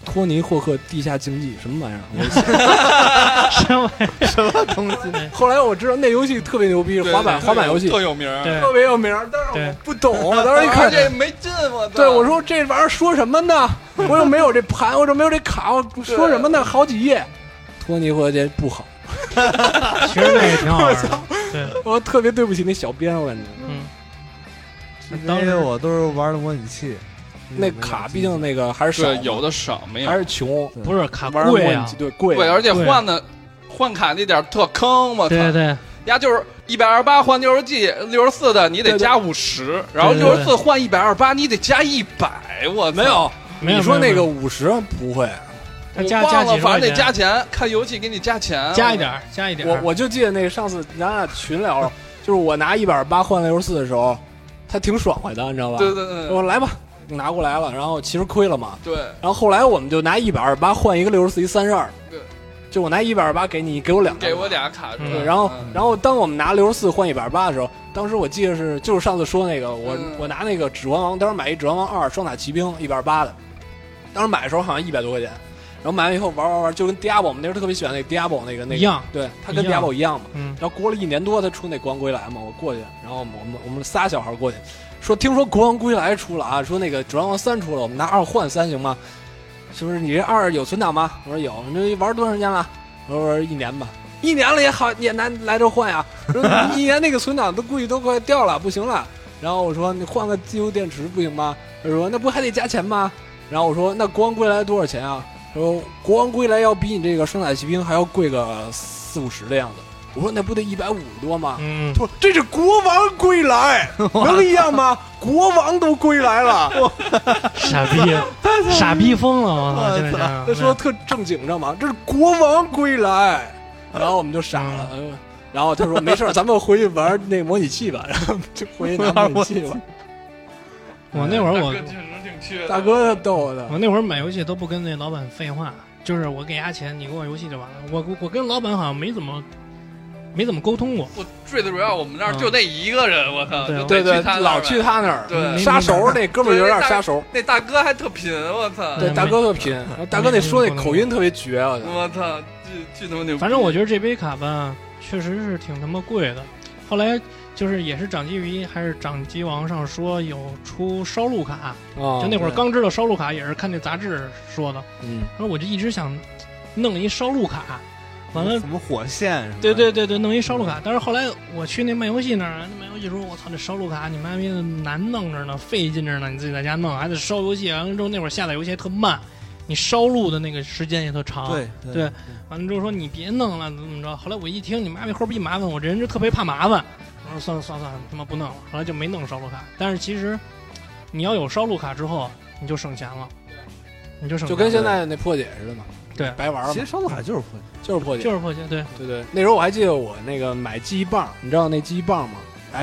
托尼霍克地下经济什么玩意儿？我就写什么？什么东西？后来我知道那游戏特别牛逼，对滑板对滑板游戏特有名儿，对特别有名儿，但是我对不懂，我当时一看这没劲，我操！对，我说这玩意儿说什么呢？我又没有这盘，我又没有这卡，我说什么呢？好几页，托尼霍克街不好，其实那也挺好玩儿的。对，我特别对不起那小编，我感觉嗯，因当时为我都是玩的模拟器，那卡毕竟那个还是少对嘛，有的少，没有还是穷，不是卡玩儿模贵拟啊器，对贵啊，对，而且对换的换卡那点儿特坑，我操！对对呀，就是一百二十八换六十 G，六十四的你得加五十，然后对对六十对四换一百二十八，你得加一百，我操没。有，没有你说没那有个五十不会，他我加加忘了，几十反块正得钱，加钱，看游戏给你加钱，加一点儿，加一点儿。我我就记得那上次咱俩群聊，就是我拿一百二八换六十四的时候，他挺爽快的，你知道吧？对。对对我对说来吧，拿过来了，然后其实亏了嘛。对，然后后来我们就拿一百二八换一个六十四一三十二对，就我拿一百二八给你，给我两张给我。俩卡是吧对，嗯然后，嗯然后当我们拿六十四换一百八的时候，当时我记得是就是上次说那个，我、嗯我拿那个指环王，当时买一指环王二双塔骑兵一百八的，当时买的时候好像一百多块钱，然后买完以后玩玩玩，就跟 Diablo 我们那时候特别喜欢那个 Diablo 那个那个一样对，它跟一样 Diablo 一样嘛。嗯，然后过了一年多，他出那《国王归来》嘛，我过去，然后我们我们我们仨小孩过去，说听说《国王归来》出了啊，说那个《指环王三》出了，我们拿二换三行吗？是不是你这二有存档吗？我说有，你这玩多长时间了？我说一年吧，一年了也好也难来这换啊呀。说一年那个存档都估计都快掉了，不行了。然后我说你换个机油电池不行吗？他说那不还得加钱吗？然后我说那《国王归来》多少钱啊？他说《国王归来》要比你这个《双塔骑兵》还要贵个四五十的样子。我说那不得一百五十多吗？嗯他，说这是国王归 来，能一样吗？国王都归来了，傻逼， 傻逼疯了，我操！现在想他想说特正经，你知道吗？这是国王归来，然后我们就傻了。呃然后他说没事儿，咱们回去玩那个模拟器吧，然 后就回去拿模拟器吧。嗯我那会儿我大哥逗我的，我那会儿买游戏都不跟那老板废话，就是我给他钱，你给我游戏就完了。我我跟老板好像没怎么没怎么沟通过。我 Dread Real 我们那儿就那一个人，我操，嗯对啊就对得对去他，那儿老呗去他那儿，对杀熟那哥们儿有点杀熟，那大哥还特贫，我操，对对大哥特贫，大哥那说那口音特别绝，我操我操，巨巨他妈牛逼！反正我觉得这杯卡吧，确实是挺他妈贵的。后来就是也是掌机鱼还是掌机王上说有出烧录卡，啊就那会儿刚知道烧录卡，也是看那杂志说的。嗯，然后我就一直想弄一烧录卡，完了什么火线什么，对对对对，弄一烧录卡。但是后来我去那卖游戏那儿，那卖游戏说：“我操，这烧录卡你妈逼的难弄着呢，费劲着呢，你自己在家弄还得烧游戏。”完了之后那会儿下载游戏还特慢，你烧录的那个时间也特长。对啊对对完了之后说你别弄了，怎么怎么着？后来我一听你妈逼齁逼麻烦，我这人就特别怕麻烦。我说算了算了算了，他妈不弄了。后来就没弄烧录卡。但是其实你要有烧录卡之后，你就省钱了，你就省就钱跟了现在那破解似的嘛，对白玩了其嘛实，烧录卡就是破就是破解，就是破钱。对，对对，那时候我还记得我那个买记忆棒，你知道那记忆棒吗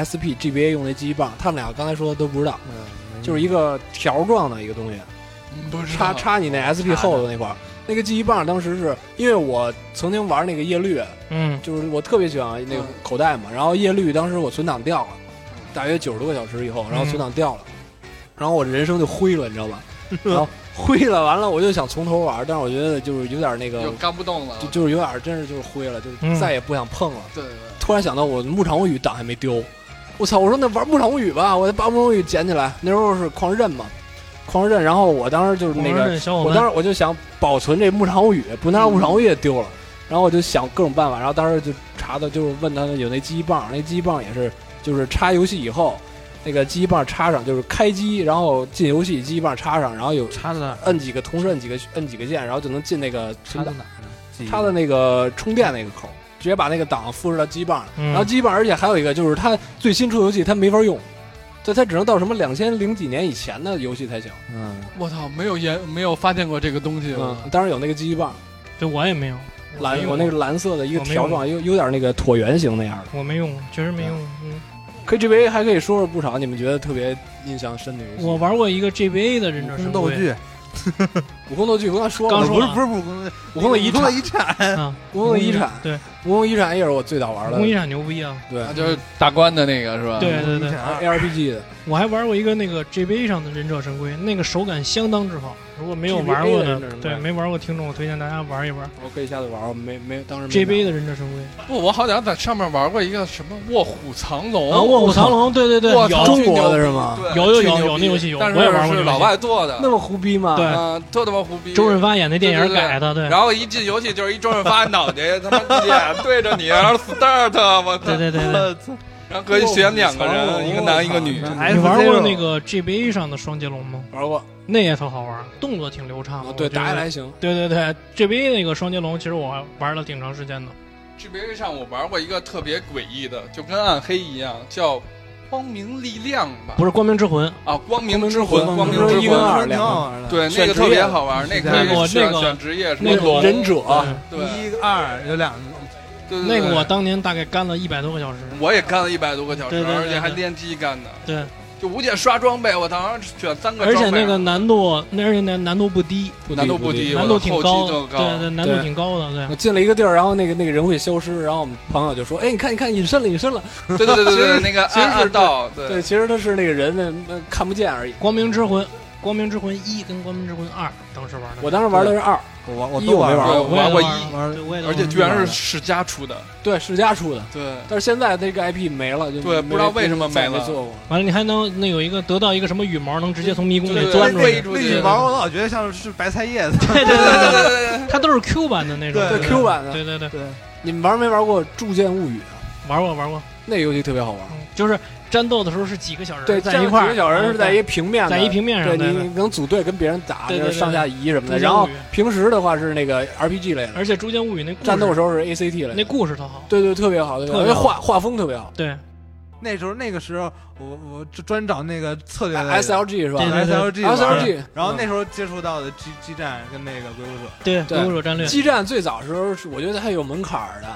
？SP GBA 用那记忆棒，他们俩刚才说的都不知道，嗯，就是一个条状的一个东西，不知插插你那 SP 后头那块儿。那个记忆棒当时是因为我曾经玩那个叶绿，嗯，就是我特别喜欢那个口袋嘛，然后叶绿当时我存档掉了，大约九十多个小时以后，然后存档掉了，然后我人生就灰了，你知道吧？然后灰了，完了我就想从头玩，但是我觉得就是有点那个就，干不动了就，就是有点真是就是灰了，就嗯再也不想碰了。对对突然想到我牧场物语档还没丢，我操！我说那玩牧场物语吧，我把牧场物语捡起来。那时候是狂刃嘛，狂刃。然后我当时就是那我说个，这小伙我伴，当时我就想保存这牧场物语，不能让牧场物语也丢了。然后我就想各种办法，然后当时就查到，就是问他们有那记忆棒，那记忆棒也是就是插游戏以后，那个记忆棒插上就是开机，然后进游戏，记忆棒插上，然后有插在哪儿？摁几个同时摁几个摁几个键，然后就能进那个插在哪儿呢？记忆它的那个充电那个口，直接把那个档复制到机棒上。嗯然后机棒，而且还有一个就是它最新出游戏它没法用，对，它只能到什么两千零几年以前的游戏才行。嗯，我操，没有研没有发现过这个东西，嗯，当然有那个机棒，对我也没有蓝没用我那个蓝色的一个我没用条状，有有点那个椭圆形那样的。我没用过，确实没用过。嗯， KGV 还可以说说不少你们觉得特别印象深的游戏。我玩过一个 GBA 的忍者神宫龟斗剧，悟空斗剧，我刚才说刚了，说不是了不是不是宫斗，悟空的遗宫产，遗产，啊，悟空的遗产，对，悟空遗产也是我最早玩武的功，遗产牛逼啊！对啊就是打关的那个是吧？对对遗对，产，ARPG 的。我还玩过一个那个 GBA 上的忍者神龟，那个手感相当之好。如果没有玩过 GBA 的忍者的神，龟对没玩过听众，我推荐大家玩一玩我可以下次玩，我没没当时没买 GBA 的忍者神龟。不，我好像在上面玩过一个什么卧虎藏龙，啊，卧虎藏龙，对对对，我有操中国的是吗？对有有有巨牛逼有那游戏有但是我也玩过是那游老戏外做的，那么胡逼吗？对嗯，特他妈胡逼。周润发演那电影改的，对然后一进游戏就是一周润发脑袋他妈脸对着你，然后 start，我操，对对对对。然后可以选两个人，一个男一个女。 F 你玩 Zero 过那个 GBA 上的双截龙吗？玩过，那也特好玩，动作挺流畅的。啊对，我觉得打起来还行。对对对，GBA 那个双截龙，其实我还玩了挺长时间的。 GBA 上我玩过一个特别诡异的，就跟暗黑一样，叫光明力量吧？不是光明之魂，啊，光明之魂，光光明明之魂之一跟魂。二挺好玩的，对，那选个职业特别好玩，那个可那个以选那个选职业，什么那个龙忍者对对一二有两对对对那个我当年大概干了一百多个小时。我也干了一百多个小对时，对对而且还对练机干的，对，就无解刷装备，我当时选三个而装备，且那个难度，那而且那难度不低，不难低度不低，难我度的挺后高期就，对对，难度对挺高的，对我。进了一个地儿，然后那个那个人会消失，然后我们朋友就说：“哎，你看，你看，隐身了，隐身了。对对对对对，那个 其实暗是暗道，”对，对，其实他是那个人那那看不见而已。光明之魂，光明之魂一跟光明之魂二当时玩的，我当时玩的是二，个，我我一都我没玩玩过我也玩过玩一玩对我也都而且玩居然是世嘉出的，对，世嘉出的。对，但是现在那个 IP 没了，就对没不知道为什么再没了没做过。完了，你还能那有一个得到一个什么羽毛，能直接从迷宫对对里钻出对来对。那羽毛我老觉得像是白菜叶子， 对对对对对对，对对，它都是 Q 版的那种， 对对 Q 版的对对对，你们玩没玩过《铸剑物语》啊？玩过玩过，那游戏特别好玩。嗯就是战斗的时候是几个小人对，在一块这样几儿，嗯个小人是在一平面的，在一平面上，对对你对你。能组队跟别人打，对就对是上下移什么的。对对对然后铸剑物语平时的话是那个 RPG 类的，而且《诛仙物语》那故事战斗时候是 ACT 类的。那故事特好，对对，特别好，对特因别为好画画风特别好。对那时候那个时候我我就专找那个策略类的啊 S L G 啊是吧对对 S 对 L G 玩的 SLG 然后那时候接触到的 G G 战跟那个鬼武者，对，对独手战略，激战最早时候是我觉得它有门槛儿的，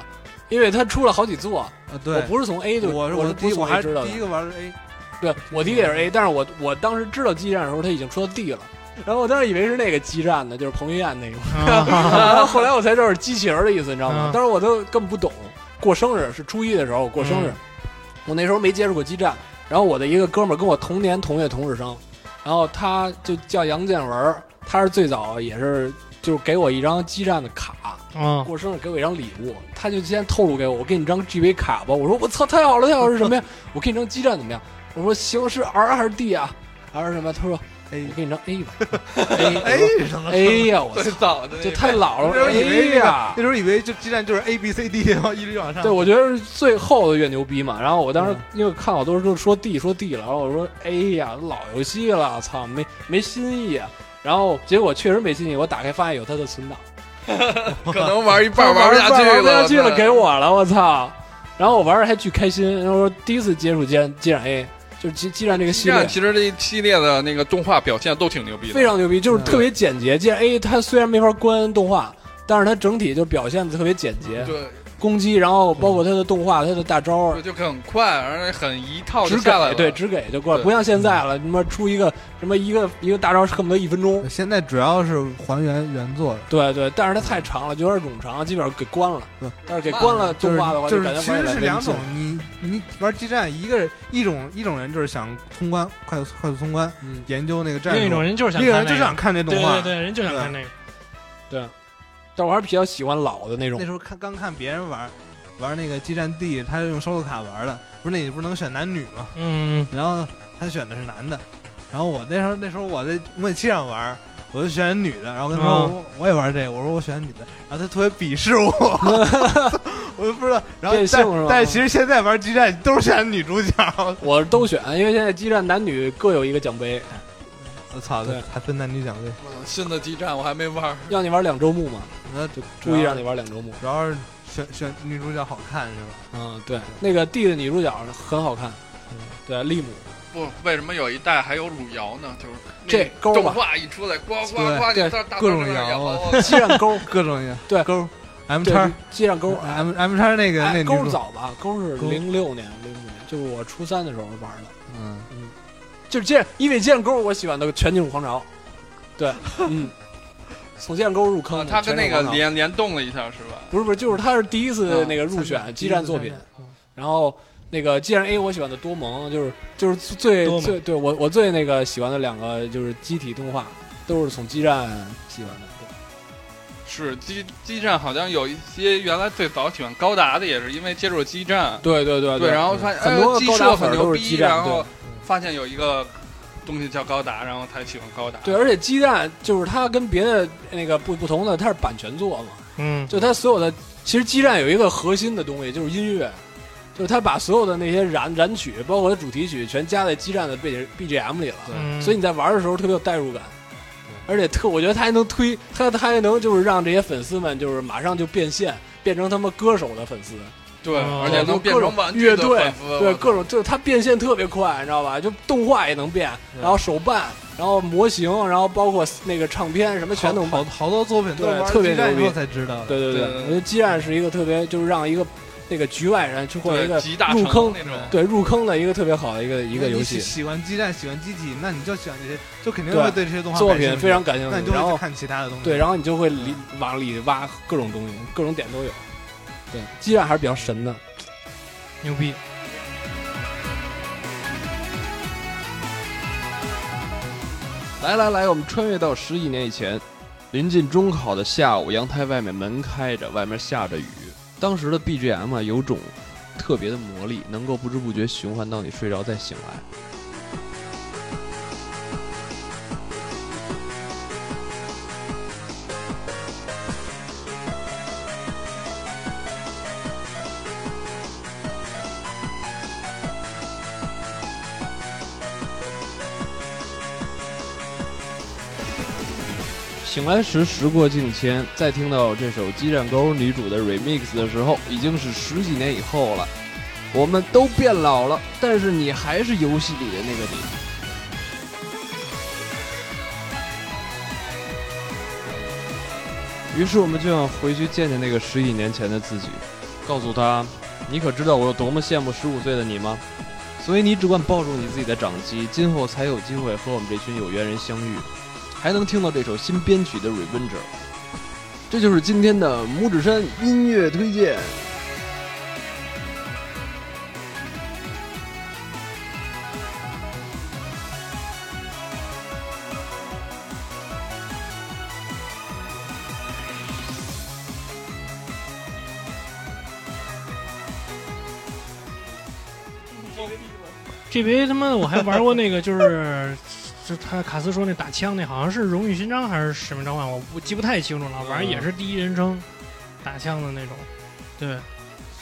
因为它出了好几座。啊我对，不是从 A 就我是我我是是不第一是从我还 A 是知道的第一，个玩的 A，对我第一个也是 A，但是我我当时知道激战的时候，它已经出到 D 了。然后我当时以为是那个激战的，就是彭于晏那个。啊然后后来我才知道是机器人的意思，你知道吗？嗯当时我都根本不懂，过生日，是初一的时候我过生日，我那时候没接触过基站，然后我的一个哥们儿跟我同年同月同日生，然后他就叫杨建文儿，他是最早也是就是给我一张基站的卡，啊，过生日给我一张礼物，他就先透露给我，我给你张 GB 卡吧。我说我操，太好了，太好了，是什么呀？我给你张基站怎么样？我说行，是 R 还是 D 啊？R 是什么呀？他说 A 我给你张 A 吧。A 哎，什么 A 呀，我最操，早 的那这个太 老那时了候以，A 为哎呀那。时候以为就基站就是 A B C D，然后一直往上。 对，我觉得是最后的越牛逼嘛。然后我嗯当时因为看好多人都说 D 说 D 了，然后我说 A 呀，老游戏了，操，没没新意啊。然后结果确实没新意，我打开发现有他的存档。 可能 玩一半玩不下去玩了，嗯不下去我了，操给我了，我操！然后我玩的还巨开心，然后说第一次接触《激战激战 A》，就是激《激战》这个系这样列其实这一系列的那个动画表现都挺牛逼的，非常牛逼，就是特别简洁。《激战 A》它虽然没法关动画，但是它整体就表现的特别简洁，对，攻击，然后包嗯括它的动画、它的大招就，就很快，而且很一套就只下来给了。对只给就过来，对不像现在了，他妈出一个什么一个一个大招恨不得一分钟。现在主要是还原原作，对对，但是它太长了，有点冗长，基本上给关了对。但是给关了就动是画的话，嗯就是感觉其玩实起来是没两劲种，你你玩基站，一个人一种一种人就是想通关，快速快速通关，嗯，研究那个战术；另一种人就是想另一种看人就那想个，看这动对画。对对，人就想看那个。但我还是比较喜欢老的那种那。时候看刚看别人玩玩那个基站 D，他是用收录卡玩的，不是那你不是能选男女吗？嗯，然后他选的是男的，然后我那时候那时候我在模拟器上玩，我就选女的，然后跟他说、嗯我我也玩这个，我说我选女的，然后他特别鄙视 我，我就不知道。然后变性是但吗但其实现在玩基站都是选女主角，我都选，因为现在激战男女各有一个奖杯，我操对，还分男女奖杯，新的基站我还没玩，让你玩两周目嘛，那就故意啊让你玩两周目。主要是选选女主角好看是吧？嗯，对，那个 D 的女主角很好看，嗯对，利姆不为什么有一代还有汝窑呢？就是这勾动吧，画一出来，呱呱对呱，对你大大各种摇摇啊摇，激战勾，各种也对勾 M 对叉，激战勾，哎 M M 叉那个那哎女勾主，早吧，勾是勾零六年、零五年，就是我初三的时候玩的，嗯，就是这，因为激战勾我喜欢的全进入狂潮， 对，嗯，从激战勾入坑啊的，他跟全那进入个啊狂潮联联动了一下是吧？不是不是，就是他是第一次嗯那个入参选战激战作第品一次，嗯然后那个既然 A 我喜欢的多蒙，就是就是最多蒙最对我我最那个喜欢的两个就是机体动画，都是从激战喜欢的。对是基基站好像有一些原来最早喜欢高达的，也是因为接触基站，对对对对，然后发现很哎呃多机高设达很粉儿牛都是逼，激战然对后。发现有一个东西叫高达，然后才喜欢高达。对，而且激战就是它跟别的那个不不同的，它是版权作嘛，嗯，就它所有的其实激战有一个核心的东西就是音乐，就是它把所有的那些燃燃曲，包括它主题曲，全加在激战的背景 BGM 里了。嗯所以你在玩的时候特别有代入感，而且特，我觉得他还能推， 他他还能就是让这些粉丝们就是马上就变现，变成他们歌手的粉丝，对，哦而且能变各种成玩具乐的队粉丝，对我各种就是他变现特别快，你知道吧？就动画也能变，然后手办，然后模型，然后包括那个唱片什么全能。好好多作品都对是玩特别基站牛以后逼才知道的。对对对对对，对我觉得激战是一个特别就是让一个那个局外人去或者一对个集大入成坑那种。对入坑的一个特别好的一个一个你游喜戏喜欢基站，喜欢机体，那你就喜欢这些，就肯定对会对这些动画作感兴品，趣非常感兴那你趣。就然会后去看其他的东西。对，然后你就会里往里挖各种东西，各种点都有。对，激战还是比较神的。牛逼。来来来，我们穿越到十几年以前，临近中考的下午，阳台外面门开着，外面下着雨。当时的 BGM 啊，有种特别的魔力，能够不知不觉循环到你睡着再醒来。醒来时时过境迁，再听到这首《激战沟》女主的 remix 的时候，已经是十几年以后了。我们都变老了，但是你还是游戏里的那个你。于是我们就想回去见见那个十几年前的自己，告诉他：“你可知道我有多么羡慕十五岁的你吗？”所以你只管抱住你自己的掌机，今后才有机会和我们这群有缘人相遇。还能听到这首新编曲的《Revenger》。这就是今天的拇指山音乐推荐。 GBA 他妈的我还玩过那个，就是 就他卡斯说那打枪那，好像是荣誉勋章还是使命召唤，我不记不太清楚了。反正也是第一人称打枪的那种。对，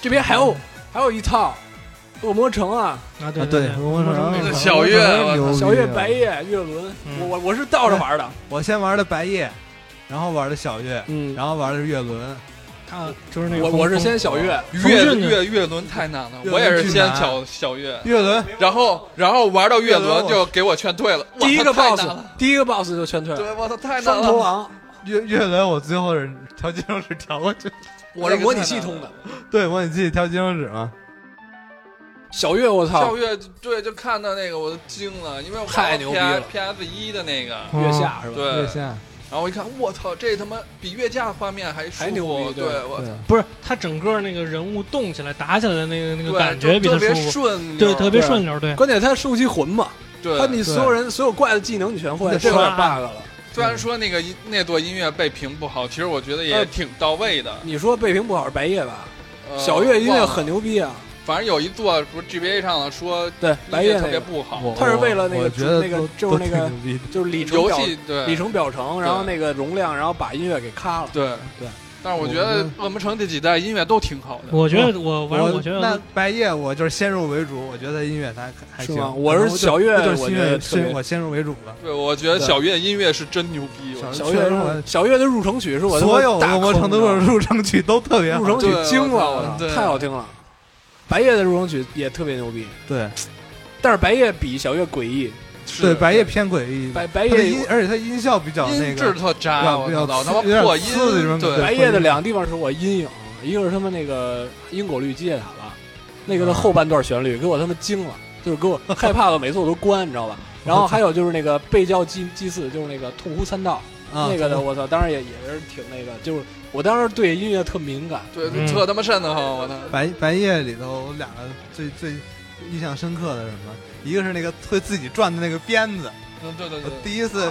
这边还有还有一套恶魔城啊，啊对啊对对我魔城我嗯那那个小月，我牛逼小月啊白夜，夜月轮，嗯我我我是倒着玩的，我先玩的白夜，然后玩的小月，嗯，然后玩的月轮，他就是那个我风我是风先小月，月月月轮太难了，月轮我也是巨先难小小月，月轮然后然后玩到月月轮轮我就给我劝退了，第一个哇太难 boss，了第一个 boss 就劝退了，对，我操，太难双头了，狼，月月轮，我最后是调金手指调过去，我是模拟那个太系难统的了。对，模拟器调金手指嘛，小月，我操小，月对，就看到那个我都惊了，因为我太牛逼了 P S 一的那个，嗯月下是吧？对月，下，然后我一看，我操，这他妈比月下画面还舒还牛逼服，对对，我对，不是他整个那个人物动起来打起来的那个那个对感觉比就他特别舒服，顺溜对儿，特别对顺溜，对。关键他收集魂嘛，他对。你所有人所有怪的技能你全会，对这有点是 bug 了。虽然说那个音那段音乐被评不好，其实我觉得也呃挺到位的。你说背屏不好是白夜吧？呃小月音乐，忘很了牛逼啊，反正有一座不是 G B A 上了说对，白音夜乐那特别个，不好，我他是为了那个我觉得那个都就是那个都挺牛逼的就是里程游表戏对里程表程，然后对那个容量，然后把音乐给咔了。对对。但是我觉得《恶魔城》这几代音乐都挺好的，我觉得我反正我觉那得白夜我就是先入为主，我觉得音乐它还是行。吗然后我是就小月我就是我先觉得入特别先我先入为主了。对，我觉得对小月音乐是真牛逼，我小确月实我小月的入城曲是我他妈所有大恶魔坑城的你知道吗入场曲都特别好入城曲对惊了，我我操操，对太好听了。白夜的入城曲也特别牛逼，对但是白夜比小月诡异，是对，白夜偏诡嗯异，白白它的音夜而且它音效比较 那个音质特渣，要我比较操，老他妈刺有点破音刺激什么，的对对白夜的两个地方是我阴影，一个是他们那个因果律基业塔吧，那个的后半段旋律给我他妈惊了，就是给我害怕的每次我都关，你知道吧？然后还有就是那个被教祭祭祀，就是那个痛哭三道啊那个的，我操，当然也也是挺那个，就是我当时对音乐特敏感，对，嗯特他妈瘆得慌，我操，白白夜里头我两个最最印象深刻的是什么？一个是那个会自己转的那个鞭子，嗯对对我对，第一次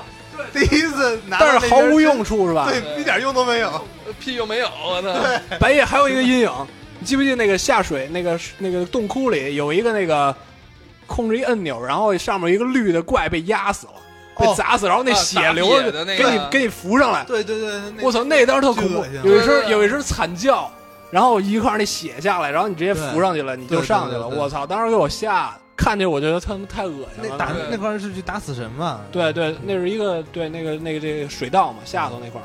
第一次拿到啊但那是根针，毫无用处啊是吧？对，一点用都没有。屁又没有，我操，白夜还有一个阴影，你记不记得那个下水那个那个洞窟里有一个那个控制一按钮，然后上面有一个绿的怪被压死了，被哦砸死，然后那啊血打流野着的那给你个给你扶上来，对对对，我操，那当时特恐怖巨恶，心有一对对声对有一声惨叫，然后一块儿那血下来，然后你直接对扶上去了，你就对对上去对了，对我操，当时给我吓，看见我觉得他们太恶心那了。打对那块儿是去打死神嘛？对对，那是一个对那个那个这个水道嘛，下头那块儿。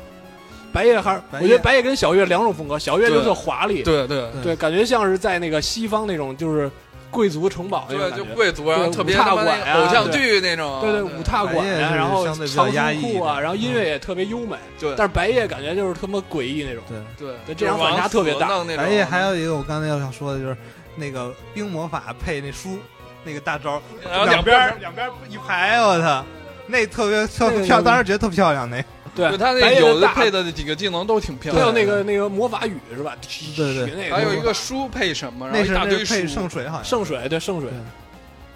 白夜还是白我夜觉得白夜跟小月两种风格，小月就对特华丽，对对对对，感觉像是在那个西方那种就是贵族城堡那种对，感就觉。贵族，然后对特别五他大妈那馆啊个偶像剧那种，对对，对五踏啊白馆夜呀，是然后相对比较长压风抑一裤啊，点嗯然后音乐也特别优美，对但是白夜感觉就是他妈诡异那种。对。对对这场反差特别大就往死弄那种而且还有一个我刚才要想说的就是，那个冰魔法配那书，那个大招，然哎后边两边儿儿两边儿一排，我操，那特别漂那个漂，当时觉得特漂亮那。对对他白那夜有的大配的那几个技能都挺漂还有亮的，那个那个魔法雨是吧？对对那还有一魔个法书配什么，然那后一是大那堆是配书圣，水好像，圣水，对圣水，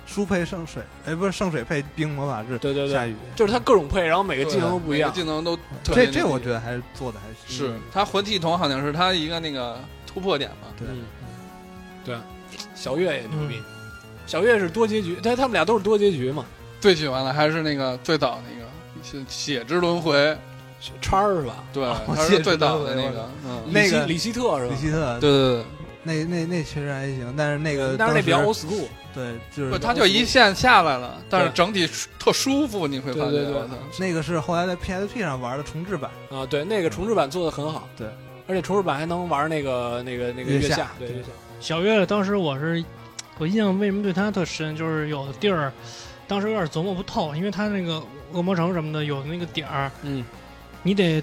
书配圣水，哎，不是圣水配冰魔法是对对下对，雨。就是它各种配，然后每个技能都不一每个样。技能都特这别这牛逼我觉得还嗯是做的还行是他魂系统好像是他一个那个突破点嘛，嗯，对，啊小月也牛逼，小月是多结局，但他们俩都是多结局嘛，最喜欢的还是那个最早那个血血之轮回，叉儿是吧？对，我 他记是得最早这个的那个，嗯，那个李希李希特是吧里？希特，对对对。那那那确实还行，但是那个但是那比较呃当 old 时 school，对，就是不，它就一线下来了，但是对整体舒特舒服，你会对发现。对对我操那个是后来在 PSP 上玩的重置版，啊，对，那个重置版做的很好，对，而且重置版还能玩那个那个那个月下下，对对月下，小月当时我是我印象为什么对他特深，就是有的地儿当时有点琢磨不透，因为他那个恶魔城什么的有那个点儿，嗯，你得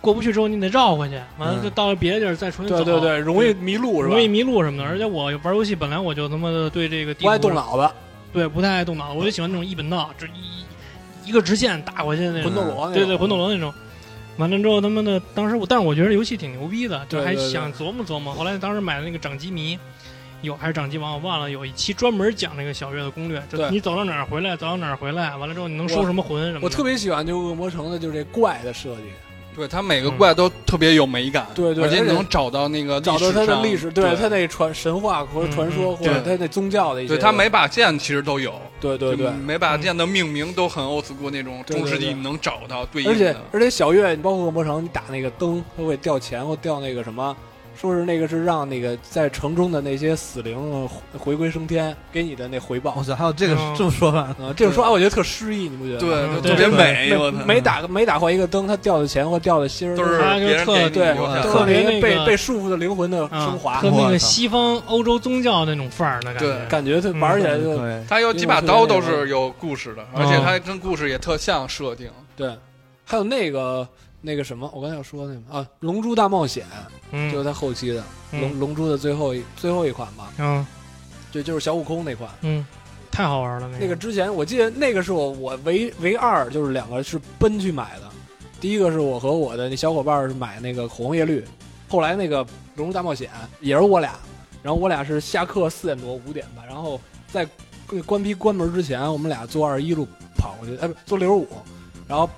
过不去之后你得绕回去，完了嗯就到了别的地儿再重新走，对对对，容易迷路是吧嗯容？易迷路什么的。而且我玩游戏本来我就他妈的对这个地不爱图动脑子，对，不太爱动脑，我就喜欢那种一本道，这一一个直线打过去的那种。魂斗罗那种，对对，魂斗罗那种。完了之后，他妈的，当时我，但是我觉得游戏挺牛逼的，就对还对对想琢磨琢磨。后来当时买了那个掌机迷，有还是掌机王，我忘了，有一期专门讲那个小月的攻略，就对你走到哪儿回来，走到哪儿回来，完了之后你能收我什么魂什么的。我特别喜欢就恶魔城的就是这怪的设计，对他每嗯个怪都特别有美感，对对而且而且你能找到那个历史找到它的上历史，对它那传神话或者传嗯说，嗯或者它对那宗教的一些，对他每把剑其实都有，对对对就，每把嗯剑的命名都很 old school 那种对对中世纪对能找到对应而且的。而且小月，你包括恶魔城，你打那个灯，它会掉钱或掉那个什么，说是那个是让那个在城中的那些死灵呃回归升天，给你的那回报 我。操，还有这个嗯这么说法？啊，这种说法我觉得特诗意，你不觉得对，吗？嗯对特别对美，每我操！每打每打坏一个灯，它掉的钱或掉的心儿都是别人给你对留下都的是特别那个被被被束缚的灵魂的啊升华，和那我操个西方欧洲宗教那种范儿的感对觉。感觉它玩起来就对，他有几把刀都是嗯有故事的，而且哦他跟故事也特像设定。对。还有那个那个什么，我刚才要说那个啊，《龙珠大冒险》嗯就是它后期的《嗯龙龙珠》的最后一最后一款吧，嗯对，就是小悟空那款。嗯，太好玩了那那个之前我记得那个是我我唯唯二就是两个是奔去买的，第一个是我和我的那小伙伴儿是买那个《火红叶绿》，后来那个《龙珠大冒险》也是我俩，然后我俩是下课四点多五点吧，然后在关闭关门之前，我们俩坐二一路跑过去，哎不坐六十五，然后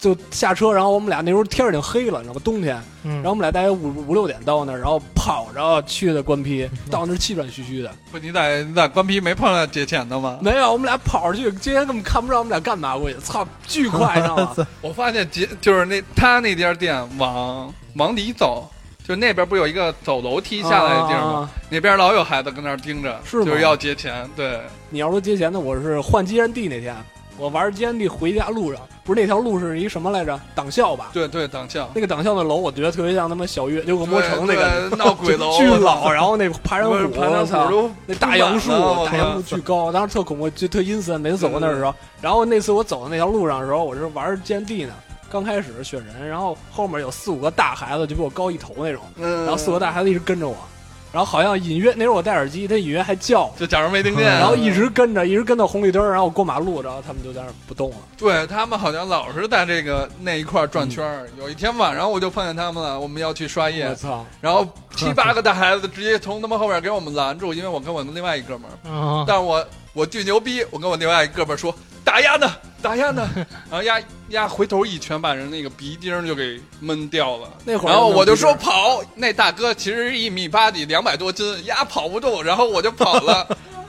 就下车，然后我们俩那时候天儿已经黑了，你知道吗？冬天，嗯，然后我们俩大概五五六点到那儿，然后跑着去的关批，到那儿气喘吁吁的。不，你在你在关皮没碰到劫钱的吗？没有，我们俩跑出去，今天根本看不着我们俩干嘛过去，操，巨快，你知道吗？我发现劫就是那他那家店往往里走，就那边不有一个走楼梯下来的地儿吗？啊那边老有孩子跟那儿盯着，是吗就是要劫钱。对，你要说接钱的，我是换接人地那天，我玩接人地回家路上，不是那条路是一什么来着？党校吧？对对，党校。那个党校的楼，我觉得特别像他妈小月就恶魔对城那 个对闹鬼楼，巨我操老，然后那爬山不是虎，爬山我操虎嗯都那大杨树满了，我大杨树操巨高，当时特恐怖，就特阴森。每次走过那儿的时候，然后那次我走到那条路上的时候，我是玩歼地呢，刚开始选人，然后后面有四五个大孩子，就比我高一头那种，嗯然后四个大孩子一直跟着我，然后好像隐约那时候我戴耳机，他隐约还叫我，就假如没听见，然后一直跟着，一直跟到红绿灯，然后我过马路，然后他们就在那儿不动了。对他们好像老是在这个那一块儿转圈儿。有一天晚上我就碰见他们了，我们要去刷我夜，操！然后七八个大孩子直接从他们后面给我们拦住，因为我跟我们另外一哥们儿，啊，但是我我巨牛逼，我跟我另外一哥们儿说打压呢，打压 呢，然后压压回头一拳把人那个鼻钉儿就给闷掉了。那会儿然后我就说弄不跑，那大哥其实一米八几，两百多斤，压跑不动，然后我就跑 了，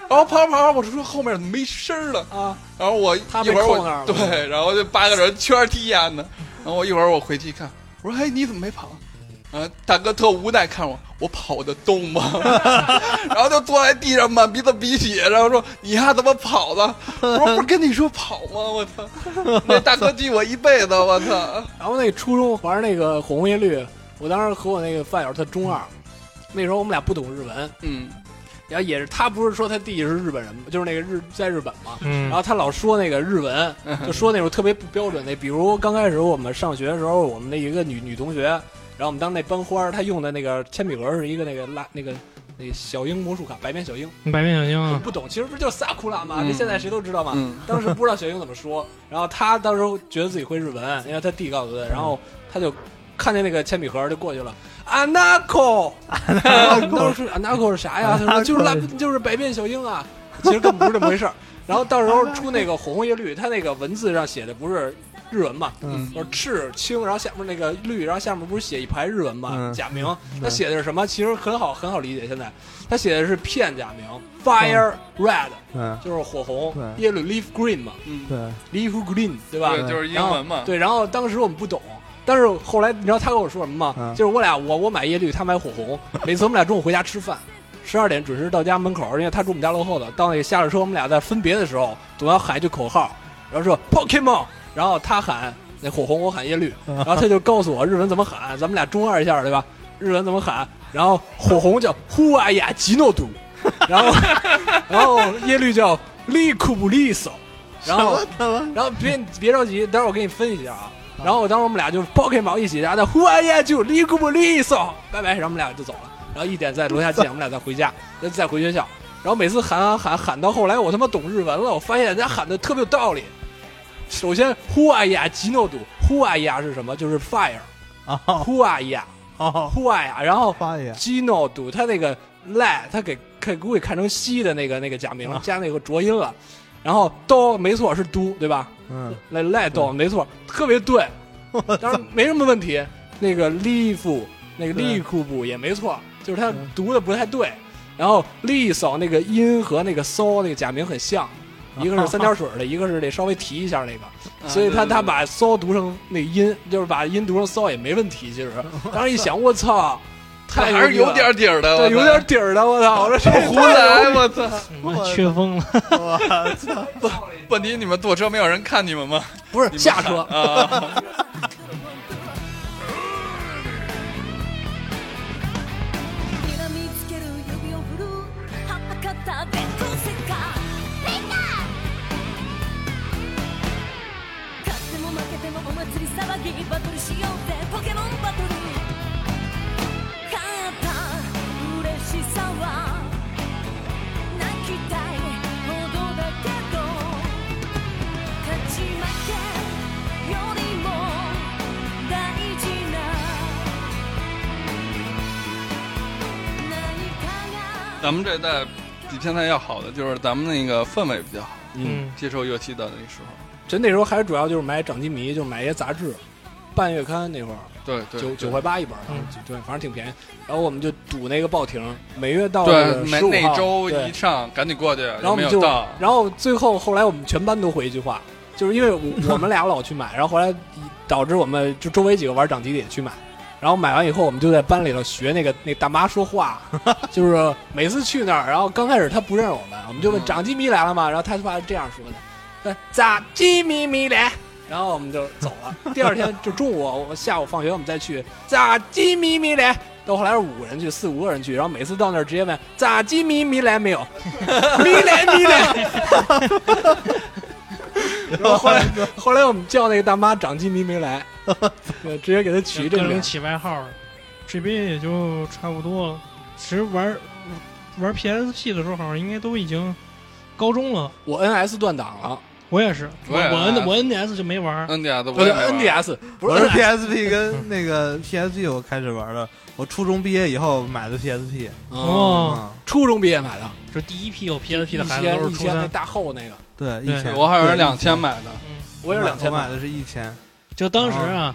然后跑着跑着，我就说后面怎么没声儿了？定啊，然后我他一被会儿扣那儿了我对，然后就八个人圈踢呀呢，然后我一会儿我回去一看，我说哎你怎么没跑？然后大哥特无奈看我，我跑得动吗？ 然后就坐在地上满鼻子鼻血，然后说你丫怎么跑了？我说不是跟你说跑吗？我操！那大哥记我一辈子，我操！然后那初中玩那个火红叶绿，我当时和我那个发小他中二，那时候我们俩不懂日文，嗯，然后也是他不是说他弟弟是日本人吗，就是那个日在日本嘛，嗯然后他老说那个日文，就说那种特别不标准的，比如刚开始我们上学的时候，我们的一个女女同学，然后我们当那班花儿，她用的那个铅笔盒是一个那个拉那个那个小樱魔术卡，白面小樱，白面小樱我啊，不懂，其实不就是萨库拉吗？嗯这现在谁都知道嘛。嗯当时不知道小樱怎么说，然后他当时觉得自己会日文，因为他弟告诉他，然后他就看见那个铅笔盒就过去了。a n a c o 当时 a n a c o 是啥呀？他说就是拉，就是白面小樱啊。其实根本不是这么回事儿。然后到时候出那个火红叶绿，他那个文字上写的不是日文嘛，嗯，就是赤青，然后下面那个绿，然后下面不是写一排日文嘛，嗯假名。他写的是什么？其实很好，很好理解。现在他写的是片假名，fire red，嗯，就是火红对，耶鲁 leaf green 嘛对， ，leaf green 对吧？嗯对，就是英文嘛。对，然后当时我们不懂，但是后来你知道他跟我说什么吗？嗯就是我俩我我买叶绿，他买火红。每次我们俩中午回家吃饭，十二点准时到家门口，因为他住我们家楼后头。到那个下了车，我们俩在分别的时候，总要喊一句口号，然后说 Pokemon，然后他喊那火红，我喊叶绿，然后他就告诉我日文怎么喊，咱们俩中二一下，对吧？日文怎么喊？然后火红叫呼啊呀吉诺土，然后 然后叶绿叫利库布利索，然后然后别别着急，待会儿我给你分析一下啊。然后我当时我们俩就 Pokemon 一起，然后他呼啊呀就利库布利索，拜拜，然后我们俩就走了。然后一点在楼下见，我们俩再 回家，再再回学校。然后每次喊啊喊喊到后来，我他妈懂日文了，我发现人家喊的特别有道理。首先，呼啊呀吉诺度，呼啊呀是什么？就是 fire，哦呼啊呀，哦，呼啊呀，然后发言， Gino 赌他那个赖，他给给给我看成西的那个那个假名哦了，加那个浊音了。然后都没错是都对吧？嗯，赖赖都没错，特别对。当然没什么问题。那个利夫，那个利库布也没错，就是他读的不太对。然后利嫂那个音和那个搜那个假名很像，一个是三点水的，一个是得稍微提一下那个，所以他他把搜读成那个音，就是把音读成搜也没问题。其实，当时一想，我操，太还是有点儿，底儿的，对，我有操点底儿的，我操，我说这胡来，我操！我嗯缺疯了。我问题你们坐车没有人看你们吗？不是下车，啊君が見つける指を振るはばかった電光石火みんな勝っても負けてもお祭り騒ぎバトルしようぜポケモンバトル勝った嬉しさは泣きたいほどだけど勝ち負けよりも大事な咱们这代比现在要好的就是咱们那个氛围比较好，嗯，接受乐器的那时候， 就那时候还是主要就是买掌机迷，就是买一些杂志，半月刊那会儿对对，九对九块八一本儿，嗯对，反正挺便宜。然后我们就赌那个报亭，每月到对，每十五那号，周对一上赶紧过去，然然后我没们有就到，，然后最后后来我们全班都回一句话，就是因为 我我们俩老去买，然后后来导致我们就周围几个玩掌机的也去买，然后买完以后我们就在班里头学那个那大妈说话， 就是每次去那儿，然后刚开始她不认识我们，我们就问嗯掌机迷来了吗？然后她就把这样说的，对，掌机迷迷来。然后我们就走 了。第二天就中午，我下午放学我们再去炸鸡咪咪来。到后来是五个人去，四五个人去，然后每次到那儿直接问炸鸡咪咪来没有，咪来 咪来。然后后来后来我们叫那个大妈长鸡咪 没来，对直接给她取就一这各个种名。起外号了，GB 也就差不多了。其实玩玩 PSP 的时候，好像应该都已经高中了。我 NS 断档了，我也是，我我也嗯我 NS N 我 NDS 就没玩儿。 NDS 我我也的没玩 NDS 不我 是是 NDS PSP 跟那个 PSP 我开始玩的，我初中毕业以后买的 PSP。哦，嗯，初中毕业买的，就第一批有 PSP 的一孩子千都一是初千那三，大厚那个，对，一对千。我还是对两千买的，我也是两千我买的是一千。就当时啊，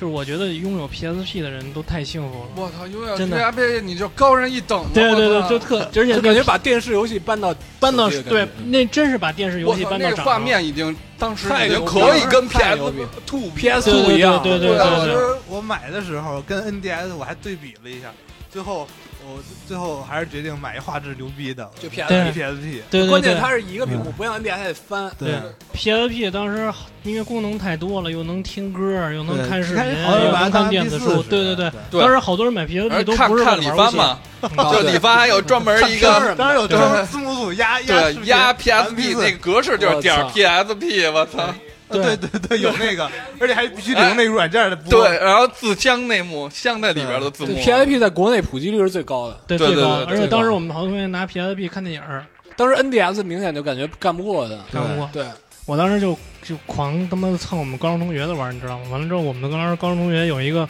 就是我觉得拥有 PSP 的人都太幸福了。我操，永远真的 VIP 你就高人一等了，对对我对，操就特，而且就感觉把电视游戏搬到搬到手机的对感觉，那真是把电视游我戏操搬到那个掌画上。面已经当时太已经牛逼可以了跟太 PS 牛逼 Two 比 PS 对 Two 对一样，对对对当对时我买的时候跟 NDS 我还对比了一下，最后我最后还是决定买一画质牛逼的，就对 PSP。对对关键对它是一个嗯屏幕，不像 NDS 还得翻。对， ，PSP 当时因为功能太多了，又能听歌，又能对看视开频，始好像又把它能当看电子 MP4 书。似的对对对，对当时好多人买 PSP 而都看不是为看了李玩游帆戏，嘛，啊就对李帆还有专门一个当然有就这是字幕组压压对视频压弹 PSP 字那个格式就是点我操 PSP，我操！对对对，有那个，而且还必须得用那个软件的播。对，然后字箱那幕镶在里边的字幕啊对 PIP 在国内普及率是最高的，对对最对高对。对而且最当时高我们好多同学拿 PSP 看电影儿，当时 NDS 明显就感觉干不过的。看过。对，我当时就就狂他妈蹭我们高中同学的玩儿，你知道吗？完了之后，我们当时高中同学有一个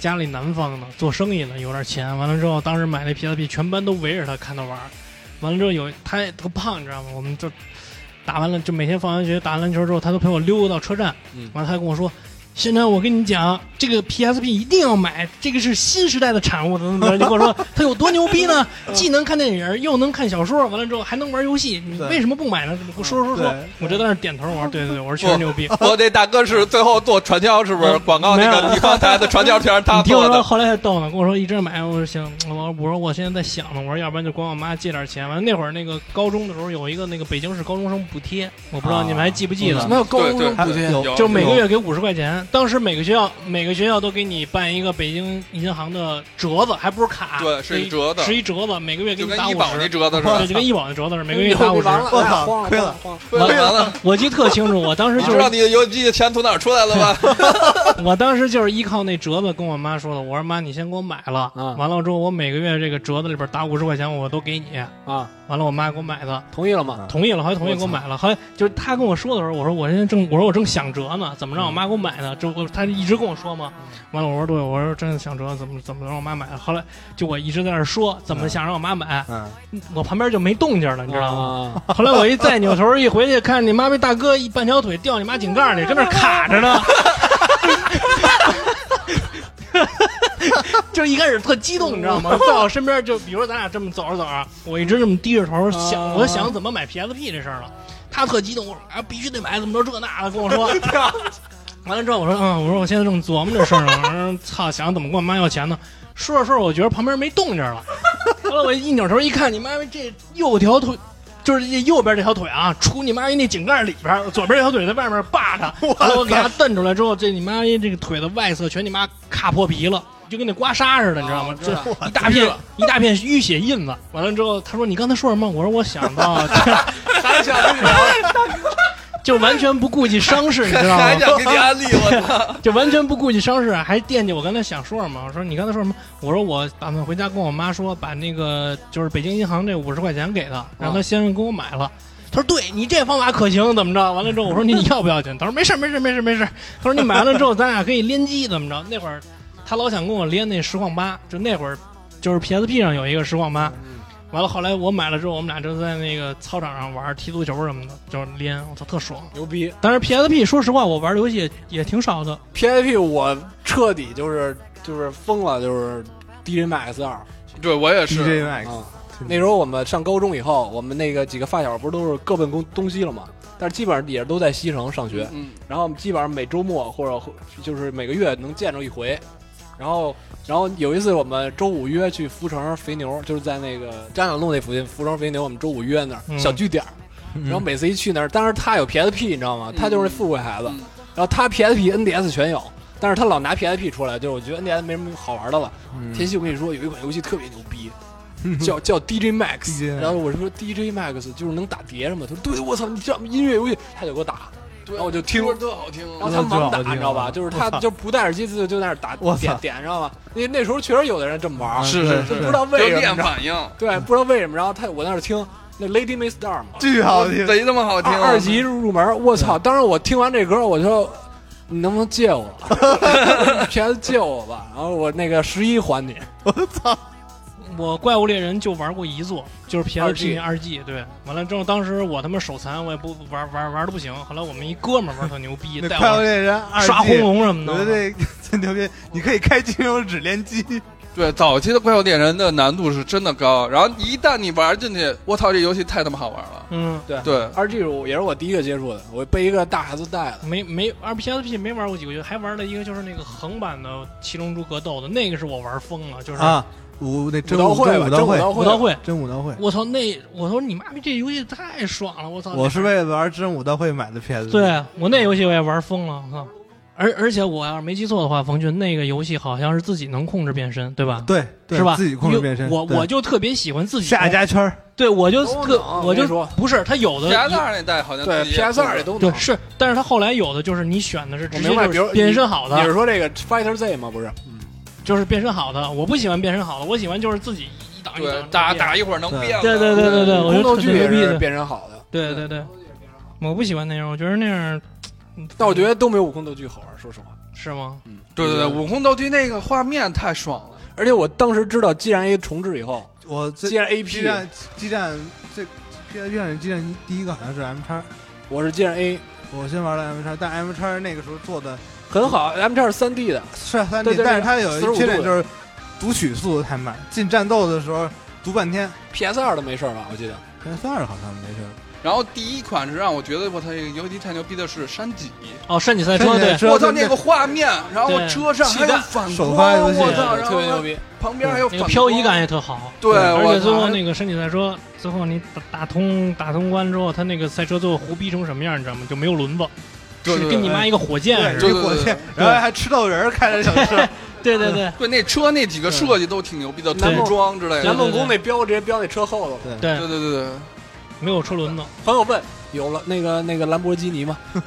家里南方的，做生意的，有点钱。完了之后，当时买那 PSP，全班都围着他看他玩儿。完了之后有他也特胖，你知道吗？我们就打完了，就每天放完学打完篮球之后，他都陪我溜达到车站。嗯完了他还跟我说。现在我跟你讲，这个 PSP 一定要买，这个是新时代的产物，怎么怎么着？你跟我说它有多牛逼呢？既能看电影，又能看小说，完了之后还能玩游戏，你对为什么不买呢？嗯我说说说，对，我就在那儿点头，我说对对对，我说确实牛逼。我这大哥是最后做传销是不啊是？嗯广告那没个有地方台的传销全是他你听我做说，的。后来还逗呢，跟我说一直买，我说行，我我说我现在在想呢，我说要不然就管我妈借点钱。完了那会儿那个高中的时候有一个那个北京市高中生补贴，我不知道你们还记不记得？什么叫高对中对生补贴？有就每个月给五十块钱，当时每个学校每个学校都给你办一个北京银行的折子，还不是卡，对是一折子是一折子，每个月给就你跟打医五保那十，折子是吧啊对，？就跟医保的折子似的，每个月给 你你打五十。完了，我哎呀操慌了，亏慌了慌了。完了，我记得特清楚，我当时你就知是道你的邮寄的钱从哪儿出来了 吧？我当时就是依靠那折子跟我妈说的，我说妈，你先给我买了，啊完了之后我每个月这个折子里边打五十块钱，我都给你。啊，完了，我妈给我买的，同意了吗？同意了，后来同意给我买了。后来就是她跟我说的时候，我说我现在正，我说我正想折呢，怎么让我妈给我买呢？就我她一直跟我说嘛。完了，我说对，我说真的想折，怎么怎么让我妈买了？后来就我一直在那儿说怎么想让我妈买，嗯，我旁边就没动静了，你知道吗？吗？后来我一再扭头一回去，看你妈被大哥一半条腿掉你妈井盖里，跟那儿卡着呢。 就是一开始特激动，你知道吗？在我身边就比如说咱俩这么走着走着，我一直这么低着头想，我想怎么买 PSP 这事儿了。他特激动，我说啊必须得买，怎么着这那的跟我说。完了之后我说嗯，我说我现在正琢磨这事儿呢，我说操，想怎么跟我妈要钱呢？说着说着，我觉得旁边没动静了。后来我一扭头一看，你妈这右条腿，就是这右边这条腿啊，杵你妈一那井盖里边儿，左边这条腿在外面扒着。后来我给它蹬出来之后，这你妈一这个腿的外侧全你妈卡破皮了。就跟那刮痧似的，你知道吗？这一大片一大片淤血印子。完了之后，他说：“你刚才说什么？”我说：“我想到，还想跟你 就完全不顾及伤势，你知道吗？”还想给你安利我操！就完全不顾及伤势，还惦记我刚才想说什么。我说你刚才说什么？我说我打算回家跟我妈说，把那个就是北京银行这五十块钱给她，让她先生给我买了。她说：“对你这方法可行，怎么着？”完了之后，我说：“你要不要紧？”她说：“没事儿，没事儿，没事儿，没事儿。”她说：“你买完了之后，咱俩可以联机，怎么着？”那会儿她老想跟我连那实况八，就那会儿就是 PSP 上有一个实况八。完了，后来我买了之后，我们俩就在那个操场上玩儿踢足球什么的，就是连，我操，特爽。牛逼但是 PSP 说实话，我玩儿游戏也也挺少的， ！PIP 我彻底就是就是疯了，就是 DJMX 二。对我也是， DJ Max，啊，那时候我们上高中以后，我们那个几个发小不是都是各奔东东西了嘛？但是基本上也都在西城上学，嗯，然后我们基本上每周末或者就是每个月能见着一回。然后，然后有一次我们周五约去福城肥牛，就是在那个张两路那附近，福城肥牛，我们周五约那儿、嗯小据点儿。然后每次一去那儿，当时他有 PSP，你知道吗？他就是那富贵孩子，然后他 PSP、NDS 全有，但是他老拿 PSP 出来，就是我觉得 NDS 没什么好玩的了。嗯天熙，我跟你说，有一款游戏特别牛 逼，叫叫 DJ Max， DJ Max 然后我说 DJ Max 就是能打碟什么，他说对，我操，你这音乐游戏，他就给我打，然后我就听，歌特好听，啊然后他盲打，我知道我知道你知道吧？就是他我操就不戴耳机就就在那儿打我操点点，知道吗？那那时候确实有的人这么玩儿，是是不是知，道就为什练么，反应，对，不知道为什么。然后他我在那儿听那 Lady May Star 嘛，巨好听，贼他妈好听，二二级入门，我操！当时我听完这歌，我说你能不能借我 PS 借我吧？然后我那个十一还你，我怪物猎人就玩过一座，就是 2G PSP 二 G，对，完了之后当时我他妈手残，我也不玩玩玩的不行。后来我们一哥们儿玩特牛逼，那带快乐我猎人二刷季红龙什么我觉得的，这真牛逼！你可以开金手指连击，对，早期的怪物猎人的难度是真的高，然后一旦你玩进去，我操，这游戏太他妈好玩了。嗯，对，二 G 也是我第一个接触的，我被一个大孩子带的。没没 R PSP 没玩过几个月，还玩了一个就是那个横版的七龙珠格斗的，那个是我玩疯了，就是啊，武那武真道会吧，武真道武会，道武道会。真武道会。我操，那我说你妈逼这游戏太爽了，我操！我是为了玩真武道会买的 PS，，对我那游戏我也玩疯了，我操！而而且我要是没记错的话，冯俊那个游戏好像是自己能控制变身，对吧？对对是吧？自己控制就变身，我对我就特别喜欢自己下家圈儿对我就都特能啊我就别说不是他有的 P S 二那代好像对自己也 PS 二也都能对。是，但是他后来有的就是你选的是直我接明白，就比如是变身好你是的，说这个 Fighter Z 吗？不是，就是变身好的。我不喜欢变身好的，我喜欢就是自己一档一对档打地变打。一会儿能变了。对对对对对，我宫觉斗得特剧也别牛逼是的。变身好的，对对对，我不喜欢那样，我觉得那样。嗯但我觉得都没有《宫斗剧》好玩，说实话。是吗？对对对，悟空斗地那个画面太爽了，而且我当时知道，既然 A 重置以后，我最既然 G AP，站基站这 PSP 上基站第一个好像是 M 叉，我是既然 A 我先玩了 M 叉，但 M 叉那个时候做的很好，M 叉是三 D 的，是三对 D，对但是它有45一缺点度就是读取速度太慢，进战斗的时候读半天 PS 二的没事儿吧？我记得。 ，PS 二好像没事儿。然后第一款是让我觉得我操，这个游戏太牛逼的是山脊，哦，山脊赛车，对，我操那个画面，然后对车上还有气弹反首发游光，戏我操，对然特别牛后逼，旁边还有那反光个漂移感也，特好。对，而我且最操后那个山脊赛车，最后你打打通打通关之后，他那个赛车最后胡逼成什么样，你知道吗？就没有轮子，对是对跟你妈一个火箭似的。对一对火对箭，对然后还吃豆人儿开着小车，对对对对那车那几个设计都挺牛逼的，对涂装之类咱的。梦工那标直接标那车后头了，对对，对对对，没有车轮子。朋友问，有了那个那个兰博基尼吗？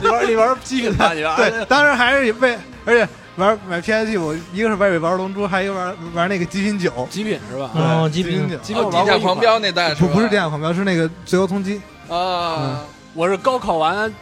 你玩你玩极 品吧，你玩对，当时还是为，而且玩买 PSP，我一个是玩玩龙珠，还一个玩玩那个极品九，极品是吧？哦，极极品九，极品哦，我地玩下过一狂款，飙那代不不是这电样影狂飙，是那个最高通缉，啊，我是高考完，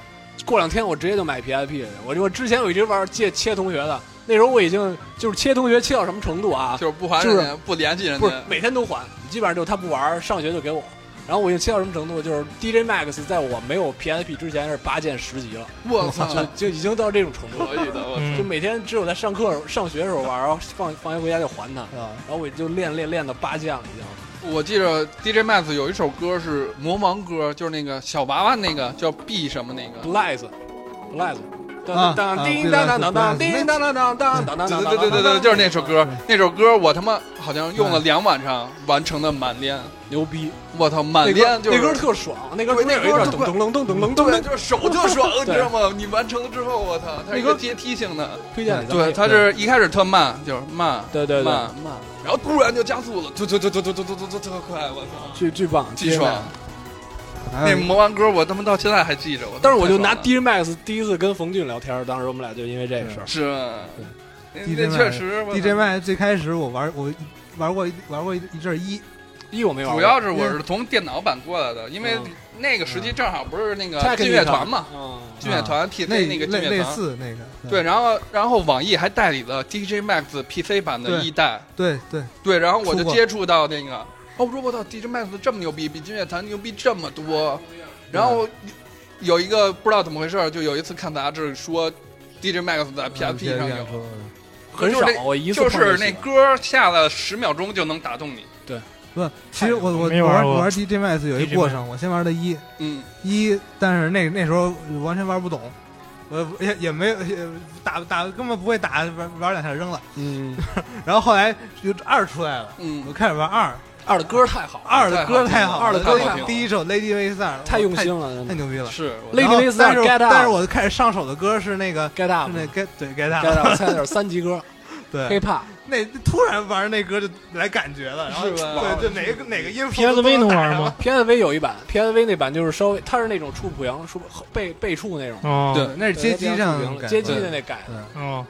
过两天我直接就买 PSP 了。我就我之前我一直玩借切同学的，那时候我已经就是切同学切到什么程度啊？就是不还就是人家，不联系人不是家，每天都还，基本上就是他不玩，上学就给我。然后我已经切到什么程度，就是 DJ Max 在我没有 PSP 之前是八键十级了， 我操！就就已经到这种程度了。可以的，我就嗯，每天只有在上课、上学的时候玩，然后放放学回家就还它，啊，然后我就练练练到八键了，已经。我记着 DJ Max 有一首歌是魔王歌，就是那个小娃娃那个叫 B 什么那个， Bless，Bless，啊当当啊叮对的当当当当对叮当当当当当当对当对对对对，就是那首歌， 那首歌我他妈好像用了两晚上完成的满练，牛逼，我操，满那歌练就是那歌特爽，那歌对中间有一那歌段特咚咚咚咚咚咚对，就咚，是手特爽，你对知道吗？你完成了之后，我操，它是一那个个阶梯性的，推荐你。对，它是一开始特慢，就是慢对对对，慢慢，然后突然就加速了，突突突突突突突突特快，我操，巨巨棒，巨爽！还那有魔王歌我他妈到现在还记着，我但是我就拿第 DJ Max 第一次跟冯俊聊天，当时我们俩就因为这个嗯事儿，是那 DJ 那确实我操 DJ 麦最开始我玩我玩过一玩过一一阵儿一，一我没玩过，主要是我是从电脑版过来的，因为嗯那个时期正好不是那个 Technical 劲乐团嘛，嗯劲乐团 PC 那那个劲类乐类团。似那个，对，然后然后网易还代理了 DJ Max PC 版的对一代，对对，对，然后我出就过接触到那个，哦，我说我操，DJ Max 这么牛逼，比金乐坛牛逼这么多。然后有一个不知道怎么回事儿，就有一次看杂志说，DJ Max 嗯嗯在 PSP 上有，很就是少，那我一次就碰是见那喜欢歌下了十秒钟就能打动你。不，其实我我没玩玩过我玩 DJ Max 有一 DJ 过程，我先玩的一嗯，一，但是那那时候完全玩不懂，我也也没有也打打根本不会打，玩玩两下扔了。嗯， 然后后来就二出来了，嗯我开始玩二，二的歌太好，二的歌太好了，二的歌太好第一第一首 Lady V 三太用心，了，太真的牛逼了。是，我累 Lady V 但三是 Get 但是 Up 我开始上手的歌是那个 Get 是 Up 那 get 对 get Get up， Up，现在是三级歌对， Hip Hop，那突然玩那歌就来感觉了，然后是吧对，就哪个哪个音符 PSV 能玩吗？ PSV 有一版，PSV 那版就是稍微，它是那种触谱扬触背背触那种，哦，对 那是嗯街机上对它比较触屏改街机的那改对的哦，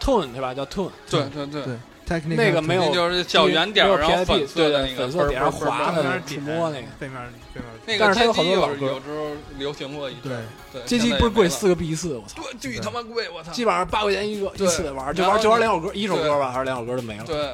tune 对吧？叫 tune，对对对，对 technical 那个没那有就是小圆点儿，没有然后 PSP 粉色的对那对个粉色点儿嘣儿嘣儿滑嘣儿那的触摸那个背面背面那但个是它街有好机多老有歌有时候流行过一阵儿，对，街呃现机在也不贵，没了四个币一次，我操，对，巨他妈贵，我操！基本上八块钱一个一对次玩，就然玩后就玩你两首歌，一首歌吧，还是两首歌就没了。对，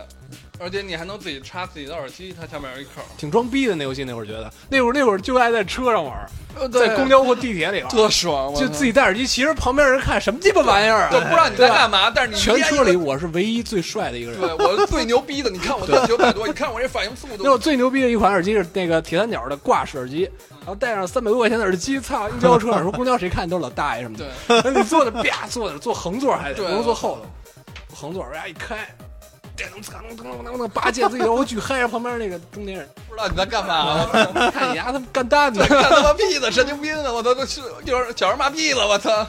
而且你还能自己插自己的耳机，它下面有一口儿。挺装逼的那游戏，那会儿觉得那会儿那会儿就爱在车上玩，呃对在公交或地铁里玩，特爽，我哦就操自己戴耳机，其实旁边人看什么鸡巴玩意儿都不知啊！道你在干嘛，但是你全车里一我是唯一最帅的一个边一人。个，对我是最牛逼的。你看我这九百多，你看我这反应速那度，我最牛逼的一款耳机是那个铁三角的挂式耳机，然后戴上三百多块钱的耳机，操！一飙车上说公交谁看都是老大爷什么的对， 那你坐那啪坐那坐横座还得，对不能坐后头，横座呀一开，电动车噔噔噔噔八戒自己我巨嗨，然后旁边那个中年人不知道你在干嘛，啊我操看你丫他妈干大你，干他妈屁呢，神经病啊！我操，都是就是脚上麻痹了，我操！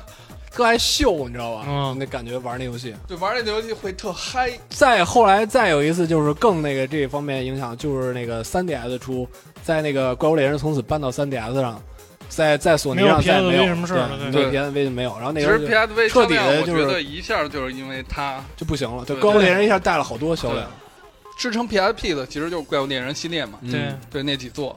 特爱秀，你知道吧？嗯那感觉玩那游戏。对，玩这游戏会特嗨，再后来再有一次就是更那个这方面影响，就是那个 3DS 出，在那个怪物猎人从此搬到 3DS 上，在在索尼上没有再也没 PSV 有什么事儿了对对 PSV 就没有，然后那其时候实就 PSV 彻销底量，的我就觉是得一下就是因为它就不行了。对，对怪物猎人一下带了好多销对量。支撑 PSP 的，其实就是怪物猎人系列嘛。嗯对，对那几座，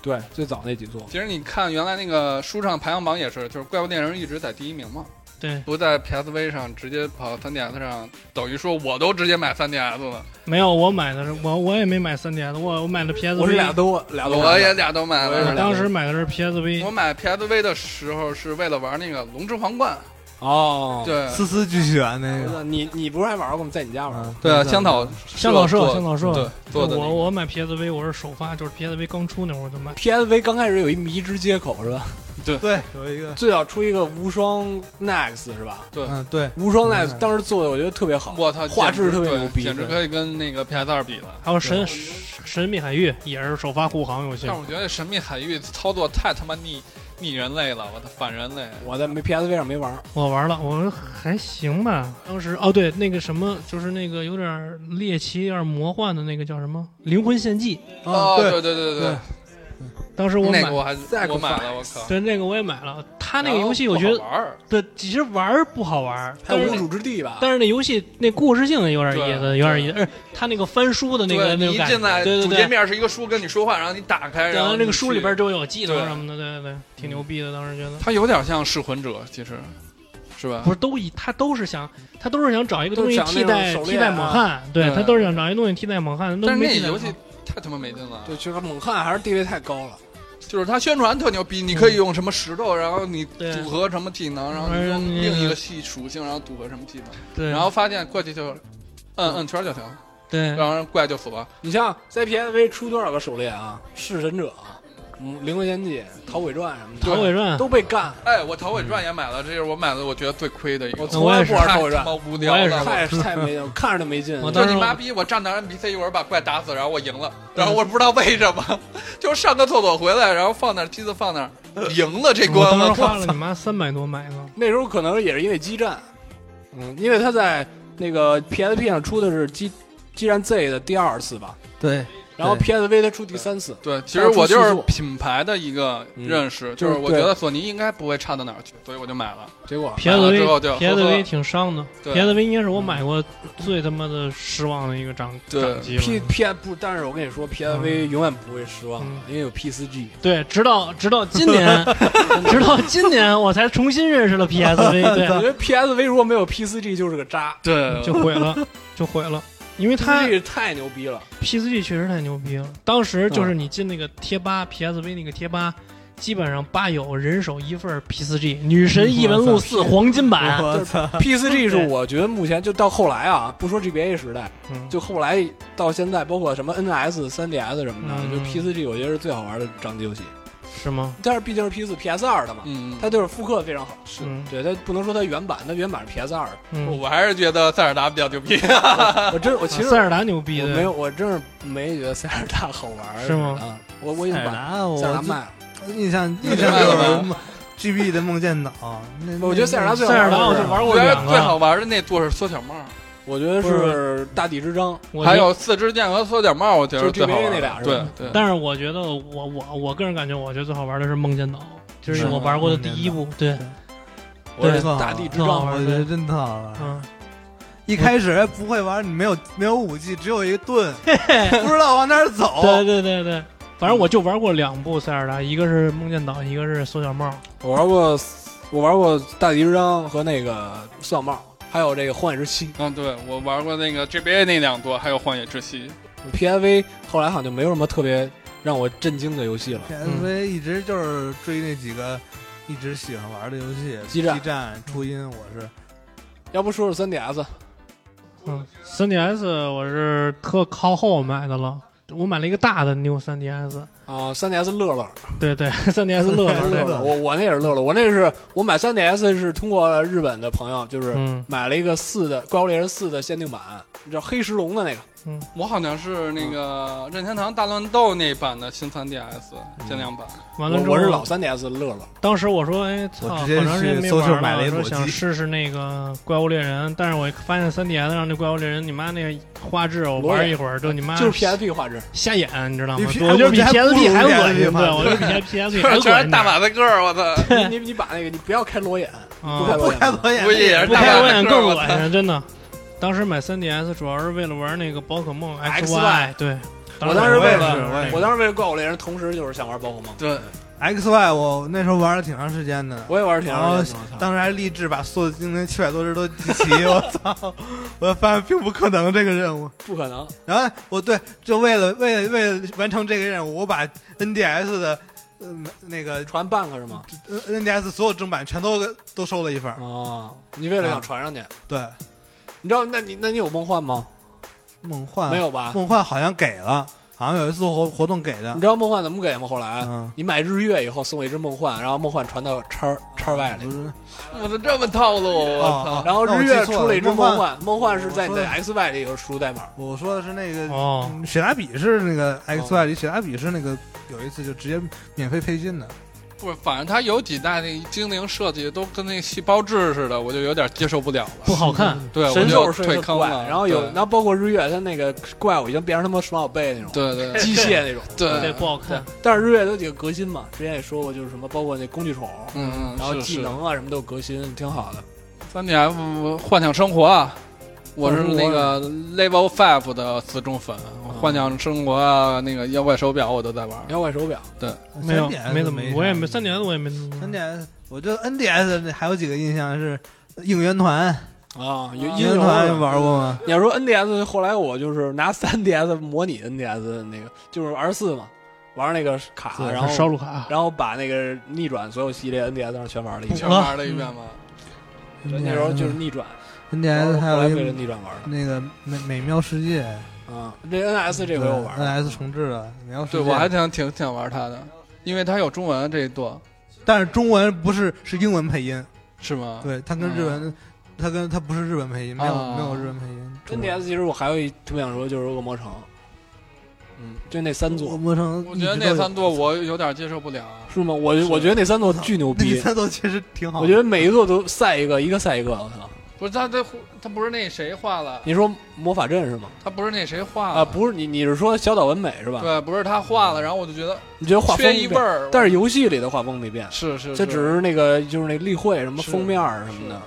对，最早那几座，其实你看原来那个书上排行榜也是，就是怪物猎人一直在第一名嘛。对，不在 PSV 上，直接跑 3DS 上，等于说我都直接买 3DS 了，没有我买的是我我也没买 3DS，我我买的 PSV，我是俩都俩都我也俩都买我也是了。俩当时买的是 PSV，我买 PSV 的时候是为了玩那个《龙之皇冠哦》，。对丝丝俱旋那个，你你不是还玩过吗？在你家玩？嗯对，啊啊香草香草做社，香草社，对做的那我个，我买 PSV，我是首发，就是 PSV 刚出那会儿我就买。 PSV 刚开始有一迷之接口 是吧？对有一个最早出一个无双 Next 是吧？嗯对，无双 Next 嗯当时做的我觉得特别好，我操，画简质直特别对牛逼简直可以跟那个 PS 二比了。还有神神秘海域也是首发护航游戏但，我觉得《神秘海域》操作太他妈逆逆人类了，我操，反人类。我在没 PSV 上没玩儿，我玩了，我说还行吧。当时哦对，那个什么就是那个有点猎奇、有点魔幻的那个叫什么《灵魂献祭》，哦，对对对对对当时我对，买那个我还我买了，我靠。对那个我也买了。他那个游戏然后我觉不得好玩儿对，其实玩儿不好玩儿，还但有是无那主之地吧？但是那游戏那故事性有点意思，啊对有点意思。而他那个翻书的那个对你那个一感觉进来，对主对界对，面是一个书跟你说话，然后你打开，然后后那你个书里去边就有技能对嗯什么的，对对对，挺牛逼的。当时觉得他有点像噬魂者，其实是吧？不是都以他都是想他都是想找一个东西都是想替那种代手替链啊代蒙汉，对对他都是想找一个东西替代蒙汉，都但是没啊那替代游蒙戏汉啊太他妈没劲了。对，确实猛汉还是地位太高了。就是他宣传特牛逼，你可以用什么石头，然后你嗯对组合什么技能，然后而你用那个另一个系属性，然后组合什么技能，对，然后发现过去就摁摁圈就行，了，对，然后怪就死了。你像在 PSV 出多少个手链啊？弑神者啊，嗯，灵魂仙记、逃鬼传什么的，逃鬼传都被干。哎，我《逃鬼传》也买了，这是我买的我觉得最亏的一个。我操从来不玩太逃鬼他传妈，无聊我也是了。太太没劲，看着都没劲。我就当时你妈逼！我站那 NPC 一会儿把怪打死，然后我赢了，然后我不知道为什么， 就上个厕所回来，然后放那儿梯子放那儿，赢了这我关当时花了。了你妈三百多买的，那时候可能也是因为基站，嗯，因为他在那个 PSP 上出的是基基站 Z 的第二次吧，对，然后对 PSV 他出第三次。对，其实我就但是是出续作品牌的一个认识，就就是是我觉得索尼应该不会差到哪儿去，所以我就买了。结果买了 PSV 之后就呵呵 PSV 挺伤的对嗯，PSV 应该是我买过最他妈的失望的一个掌对掌机 P 了。 P 不，但是我跟你说，PSV 永远不会失望嗯，因为有 PSG。对，直到直到今年，直到今年我才重新认识了 PSV，我觉对，得 PSV 如果没有 PSG 就是个渣对就毁了，就毁了，因为它，PSG 太牛逼了。 PSG 确实太牛逼了。当时就是你进那个贴吧 PSV 那个贴吧，基本上吧友人手一份 PSG，女神异闻录四黄金版，我操， PSG 是我觉得目前就到后来啊，不说 GBA 时代，嗯就后来到现在，包括什么 NS、3DS 什么的，嗯就 PSG 我觉得是最好玩的掌机游戏。是吗？但是毕竟是 P 四 PS 二的嘛，嗯，它就是复刻非常好。是嗯对，它不能说它原版，它原版是 PS 二的。嗯，我还是觉得塞尔达比较牛逼。我真我其实塞尔达牛逼我的，没有，我真是没觉得塞尔达好玩儿。是吗啊，我我已经塞尔把达，我塞尔达卖了。印象印象明白了 就是 GB 的梦见岛，那我觉得塞尔达最好塞尔玩儿的达我是就 玩我过觉得两最好个，玩的那座是缩小帽，我觉得不是大地之章。我还觉得有四支箭和缩小帽，我觉得就是最好 GBA 玩那俩的。是对吧对，但是我觉得我我我个人感觉，我觉得最好玩的是梦见岛，就是是我玩过的第一部，对，我对是大地之特好章。玩我觉得真特好玩。嗯，一开始还不会玩，你没有没有武器，只有一个盾，不知道往哪儿走。对对对对，反正我就玩过两部塞尔达，一个是梦见岛，一个是缩小帽，我玩过，我玩过大地之章和那个算帽，还有这个荒野之息。嗯，对我玩过那个 GBA 那两座，还有荒野之息。 PSV 后来好像就没有什么特别让我震惊的游戏了。 PSV 一直就是追那几个一直喜欢玩的游戏，激战初音，我是要不说说 3DS，嗯，3DS 我是特靠后买的了，我买了一个大的 New 3DS，啊，3 DS 乐乐，对对，3DS 乐乐乐，对，乐，我我那也是乐乐，我那是我买 3DS 是通过日本的朋友，就是嗯买了一个四的《怪物猎人四》的限定版，你知道黑石龙的那个，我好像是那嗯个任天堂大乱斗那版的新 3DS 限量版，完了之后我我是老 3DS 乐乐，当时我说，哎，操，我好直接长时间去没搜玩秀买了，了一我说裸想机试试那个怪物猎人，但是我发现 3DS 上那怪物猎人，你妈那画质，我玩一会儿就你妈就是 PSP 画质，瞎眼，你知道吗比？P- 我觉得比我觉得还不如 PSP 还 PSP 吧恶心，对，我觉得比 PSP 全还恶全心是大马赛克，我操！你你你把那个你不要开裸眼，啊不开裸眼开版，左眼我也是不大开我马赛眼克，更我恶操！心，啊真的。当时买 3DS 主要是为了玩那个宝可梦 XY 对，我当时为了我也是我当时为了怪物猎人，同时就是想玩宝可梦，对， XY，我那时候玩了挺长时间的，我也玩挺长时间的，我操哦当时还立志把所有的精灵七百多只都集齐，我操！我发现并不可能这个任务。不可能，然后我对，就为了为了为了完成这个任务，我把 NDS 的。嗯，那个传半个是吗？呃 NDS 所有正版全都都收了一份儿，哦，你为了想传上去，对，你知道那你那你有梦幻吗？梦幻啊没有吧？梦幻好像给了，好像有一次活活动给的你，知道梦幻怎么给吗？后来嗯，你买日月以后送我一只梦幻，然后梦幻传到叉叉 Y 不里，是，哦我操，这么套路，啊啊我操！哦然嗯后啊那我记日月错了出了一只梦梦幻幻，梦幻是在你我的说 XY 里有输入代码。我说的是那个哦，嗯雪达比是那个 XY 里，雪达比是那个有一次就直接免费配信的，不是，反正它有几代那精灵设计都跟那细胞质似的，我就有点接受不了不了。好看，对，我神兽就是退一个坑怪，了。然后有，对然后包括日月，它那个怪物已经变成他妈数码宝贝那种对对机械那种。对对，不好看。但是日月都有几个革新嘛，之前也说过，就是什么包括那工具宠，嗯嗯，然后是技能啊什么都有革新，挺好的。三 D F 幻想生活啊，我是那个 Level Five 的死忠粉，嗯幻想生活啊，那个妖怪手表我都在玩。妖嗯怪手表，没有 3DS，怎么没，啥我也没三年我也没怎么。 NDS，我觉得 NDS 还有几个印象是应援团，啊，有应音援游团玩过吗？你要说 NDS，后来我就是拿 3DS 模拟 NDS 那个，就是 R 四嘛，玩那个卡，对啊然后烧录啊卡，然后把那个逆转所有系列 NDS 全玩了一全圈。玩了一遍吗？嗯对那时候就是逆转，然 NDS 后还后来有为了一逆转玩的那个美美妙世界，啊。这 NS 这回我玩了， NS 重置了美妙世界，对，我还挺挺想玩它的，因为它有中文这一段，但是中文不是是英文配音，是吗？对，它跟日文，它跟它不是日文配音，没有没有日文配音。 NDS 其实我还有一特别想说，就是恶魔城，嗯，就那三我座魔城，我觉得那三座我有点接受不了啊。是吗？我我觉得那三座巨牛 那逼，三座其实挺好。我觉得每一座都赛一个，一个赛一个。我操！不是他他他不是那谁画了，你说魔法阵是吗？他不是那谁画了啊，不是你，你是说小岛文美是吧？对，不是他画了，然后我就觉得你觉得画风缺没一味变，儿。但是游戏里的画风没变，是是，这只是那个就是那例会什么是封面儿什么的。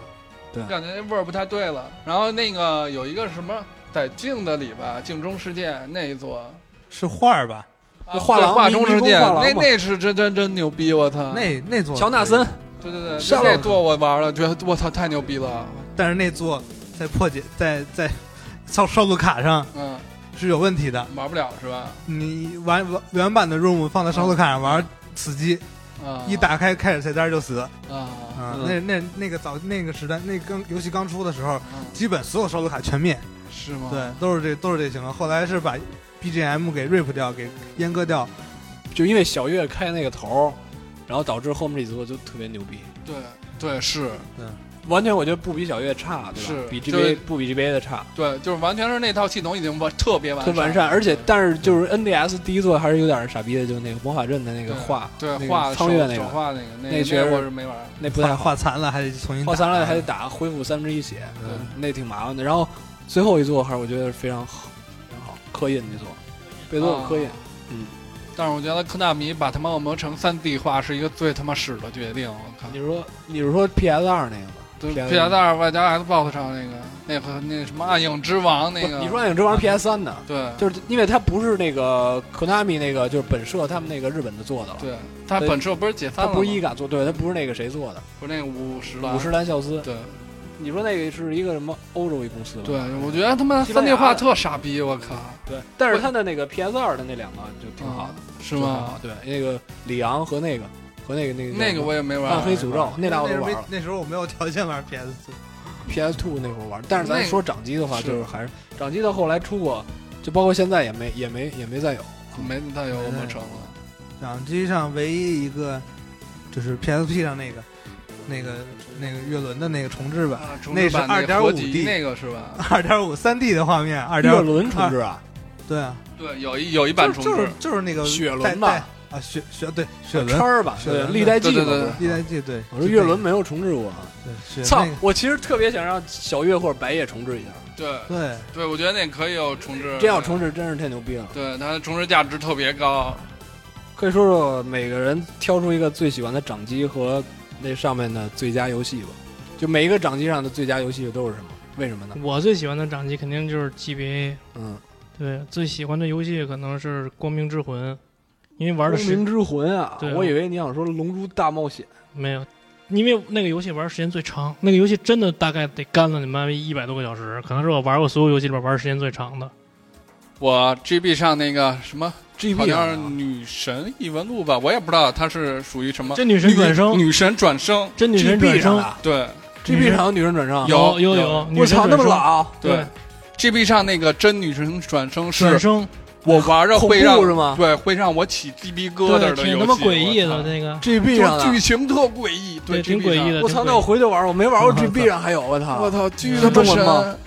感觉那味儿不太对了。然后那个有一个什么在镜的里吧，镜中世界那一座，是画儿吧？啊就画对廊画中世界，迷宫画廊那嘛那是真真真牛逼，我操！那那座乔纳森，对对对，上那座我玩了，觉得我操太牛逼了，啊但是那座在破解在在烧烧录卡上嗯，是有问题的。玩不了是吧？你玩玩原版的 ROM 放在烧录卡上玩死机，啊，一打开开始菜单就死。啊，啊，那嗯那那个早那个时代，那刚游戏刚出的时候，啊基本所有烧录卡全灭，是吗？对，都是这都是这情况。后来是把 BGM 给 rip 掉，给阉割掉，就因为小月开那个头儿，然后导致后面这几座就特别牛逼，对对是完全我觉得不比小月差，对吧是？比就 GBA 不比 GBA 的差，对，就是完全是那套系统已经完特别完特完善。而且但是就是 NDS 第一座还是有点傻逼的，就是那个魔法阵的那个画，对那个画苍月那手个画那个那那那确实我是没玩儿，那不画太好。画残了还得重新画三了打嗯还得打恢复三分之一血，对那挺麻烦的。然后最后一座还是我觉得非常好，非常好，刻印那座，贝哦多有嗯刻印。啊但是我觉得科纳米把他妈恶魔城三 D 化是一个最他妈屎的决定，我靠！你是说你是说 PS 二那个吗？对 PS2 PS 二外加 Xbox 上那个那和那什么暗影之王那不个，是你说那个这玩意儿 PS 三的，对就是因为它不是那个 Konami 那个就是本社他们那个日本的做的了，对，它本社不是解散它了吗，不是伊嘎做，对，它不是那个谁做的，不是那个五十了，五十岚孝司。对你说那个是一个什么欧洲一公司吧？对，我觉得他妈西三班 D 牙化的特傻逼，我靠，对，但是它的那个 PS 二的那两个就挺好的，嗯是挺好吗？的？对，那个里昂和那个和那个那个叫那个我也没玩儿，暗黑诅咒那俩我都玩了。那时候我没有条件玩 PS， PS Two 那会儿玩，但是那咱个说掌机的话，是就是还是掌机到后来出过，就包括现在也没也没也没再有。没太有恶魔城了，掌机上唯一一个就是 PSP 上那个那个那个月轮的那个重置版，啊重那置是版那合集 2.5D 那个是吧？二点五三 D 的画面，二点月轮重置啊，对啊， 对，有一有一版就重就置是，就是那个雪轮带吧，带啊雪雪对雪叉轮儿吧，雪对轮，历代记对嘛对对不是历代记对，我说月轮没有重置过啊，对雪操那个！我其实特别想让小月或者白夜重置一 下，对对。对，我觉得那可以有重置，真要重置真是太牛逼了。对，它的重置价值特别高，可以说说每个人挑出一个最喜欢的掌机和那上面的最佳游戏吧，就每一个掌机上的最佳游戏都是什么？为什么呢？我最喜欢的掌机肯定就是 GBA，嗯，对，最喜欢的游戏可能是《光明之魂》，因为玩的《时明之魂》啊，对啊我以为你想说《龙珠大冒险没有，因为那个游戏玩时间最长，那个游戏真的大概得干了你妈一百多个小时，可能是我玩过所有游戏里边玩时间最长的。我 GB 上那个什么，》好 GB 像是啊女神异闻录吧，我也不知道它是属于什么。真女神转生，女神转生，真女神转 GB 上生哦的，啊对 GB 上有女神转生，有有有女我神操，转那么生，老，对，GB 上那个真女神转生转是生，我玩着会让恐怖是吗对，会让我起鸡皮疙瘩啊对，的游戏，挺他妈诡异我的操那个， GB 上就的剧，情特诡异，对，挺 GB 诡异上。的。我挺操，诡那我异回去玩，我没玩过我操 GB 上还有，我我操，操，巨他是妈中文吗神！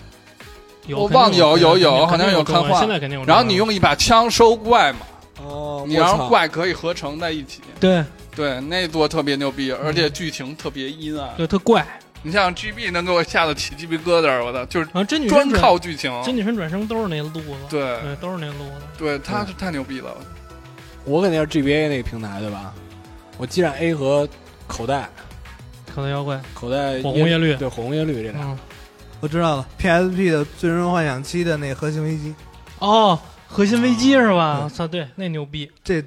有我肯定忘有有有肯定好像有中文看画现在肯定有中文。然后你用一把枪收怪嘛，哦，你我让操，怪可以合成在一起。对对，那座特别牛逼，而且剧情特别阴暗。对特怪，你像 GB 能给我吓得起鸡皮疙瘩，我操，就是然后真女专神转靠剧情。真女神转生都是那路子，对啊对，都是那路子。对，他嗯是太牛逼了。我肯定是 GBA 那个平台对吧？我基站 A 和口袋，可能妖怪，口袋火红叶绿对火红叶绿这俩，嗯，我知道了，PSP 的《最终幻想七》的那个核心危机，哦，核心危机是吧？对我操，对，那牛逼，这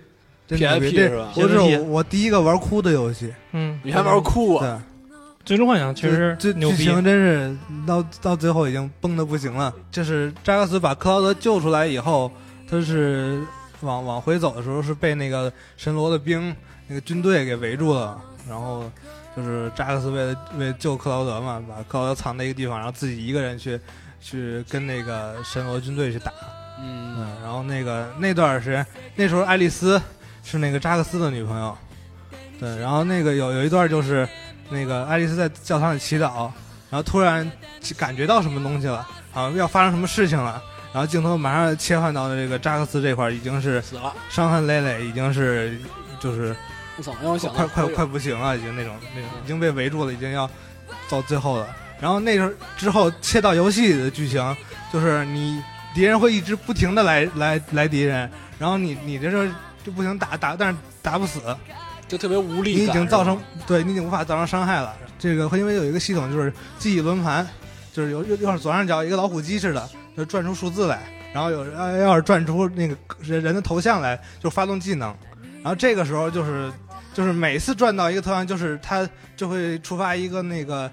真牛逼 PSP 这是吧我这是我 PSP 我第一个玩哭的游戏，嗯，你还玩酷啊？对，最终幻想确实这牛剧逼，情真是到到最后已经崩的不行了。就是扎克斯把克劳德救出来以后，他是往往回走的时候是被那个神罗的兵那个军队给围住了，然后就是扎克斯为了为了救克劳德嘛，把克劳德藏在一个地方，然后自己一个人去去跟那个神罗军队去打。嗯，嗯，然后那个那段时间，那时候爱丽丝是那个扎克斯的女朋友，对，然后那个有有一段就是那个爱丽丝在教堂里祈祷，然后突然感觉到什么东西了，好像要发生什么事情了，然后镜头马上切换到这个扎克斯这块儿，已经是死了，伤痕累累，已经是就是我操！让我想快到快快不行了，已经那种那种已经被围住了，已经要到最后了。然后那时候之后切到游戏里的剧情，就是你敌人会一直不停的来来来敌人，然后你你这时候就不停打打，但是打不死，就特别无力你感。已经造是吧成对你已经无法造成伤害了。这个因为有一个系统就是记忆轮盘，就是有右右手左上角一个老虎机似的，就转出数字来，然后有要要是转出那个人人的头像来，就发动技能。然后这个时候就是就是每次转到一个头像，就是他就会触发一个那个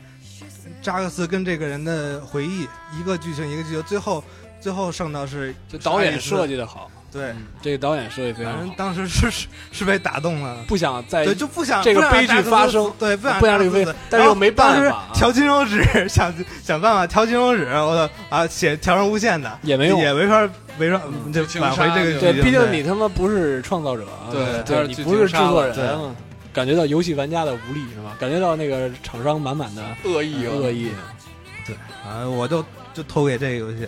扎克斯跟这个人的回忆，一个剧情一个剧情，最后最后剩到是就导演设计的嗯好，对，这个导演设计非反常正好，当时是是是被打动了。不想再对，就不想哎这个不想让悲剧扎克斯发生对，不想不让想这个悲扎克斯但是又然后没办法啊当时 调金手指，想想办法调金手指，我的啊，写调成无限的也 没用也没法没法就情挽回杀这个剧就对，情毕竟你他妈不是创造者啊，对他对是你剧不情是制杀作了人啊，感觉到游戏玩家的无力是吧？感觉到那个厂商满满的恶意恶了，意，啊，我就就投给这个游戏，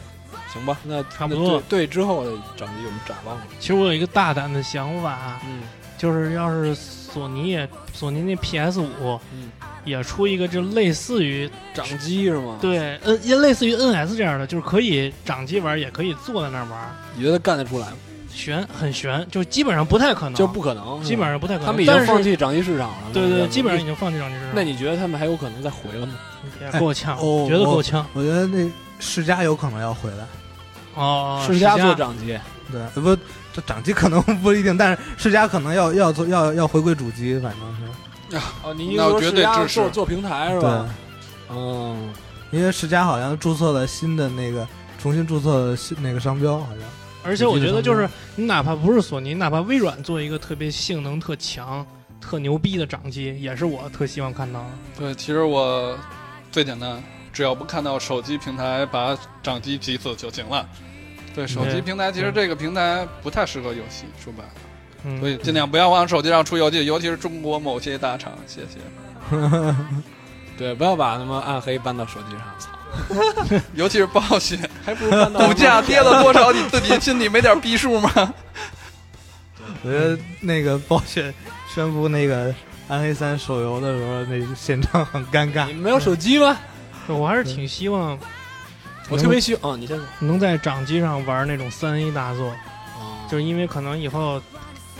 行吧？那差不多那对对之后的掌机我们展望了，其实我有一个大胆的想法，啊嗯就是要是索尼也索尼那 PS 五嗯，也出一个就类似于掌机是吗？，对 N 也类似于 NS 这样的，就是可以掌机玩，也可以坐在那儿玩，你觉得干得出来吗？悬很悬，就基本上不太可能，就不可能，啊基本上不太可能。他们已经放但是弃掌机市场了，对那对，个基本上已经放弃掌机市场。那你觉得他们还有可能再回来吗？你也够呛，哎哦觉得够呛我觉得那世嘉有可能要回来，哦。世嘉嘉做掌机，对，不，这掌机可能 不一定，但是世嘉可能要要做要要回归主机，反正是哦，你那我说绝世对嘉支持做做平台是吧？对，嗯，因为世嘉好像注册了新的那个重新注册了新那个商标，好像。而且我觉得就是你哪怕不是索尼，哪怕微软做一个特别性能特强、特牛逼的掌机，也是我特希望看到的。对，其实我最简单，只要不看到手机平台把掌机挤死就行了。对，手机对平台其实对这个平台不太适合游戏，说白了，嗯，所以尽量不要往手机上出游戏，尤其是中国某些大厂，谢谢。对，不要把他们暗黑搬到手机上，操，尤其是暴 雪，还 不如啊搬到股价跌了多少，你自己心里没点逼数 吗？我觉得那个暴雪宣布那个《暗黑三》手游的时候，那现场很尴尬你。们没有手机吗？我还是挺希望我特别希望，啊你先说，能在掌机上玩那种三 A 大作，啊就是因为可能以后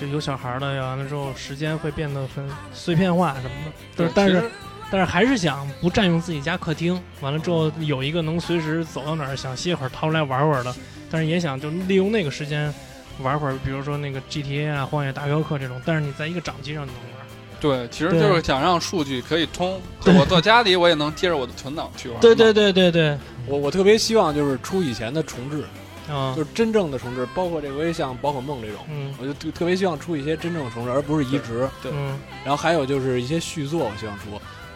就有小孩儿了，完了之后时间会变得很碎片化什么的。就是但其是实但是还是想不占用自己家客厅，完了之后有一个能随时走到哪儿想歇会儿掏出来玩会儿的，但是也想就利用那个时间玩会儿，比如说那个 GTA 啊、荒野大镖客这种，但是你在一个掌机上就能玩。对，其实对就是想让数据可以通，对我坐家里我也能接着我的存档去玩。对对，对对对，我我特别希望就是出以前的重置，啊就，是真正的重置，包括这个我也像宝可梦这种，嗯我就特特别希望出一些真正的重置，而不是移植。对嗯，然后还有就是一些续作，我希望出。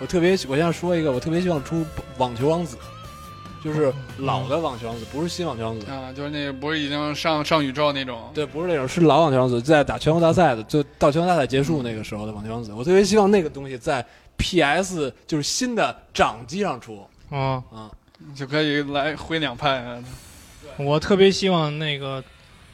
我特别，我想说一个，我特别希望出《网球王子》，就是老的《网球王子》，不是新《网球王子》。啊，就是那个不是已经上上宇宙那种，对，不是那种，是老网球王子在打全国大赛的，就到全国大赛结束那个时候的网球王子。我特别希望那个东西在 PS 就是新的掌机上出哦，啊，就可以来挥两派啊。我特别希望那个，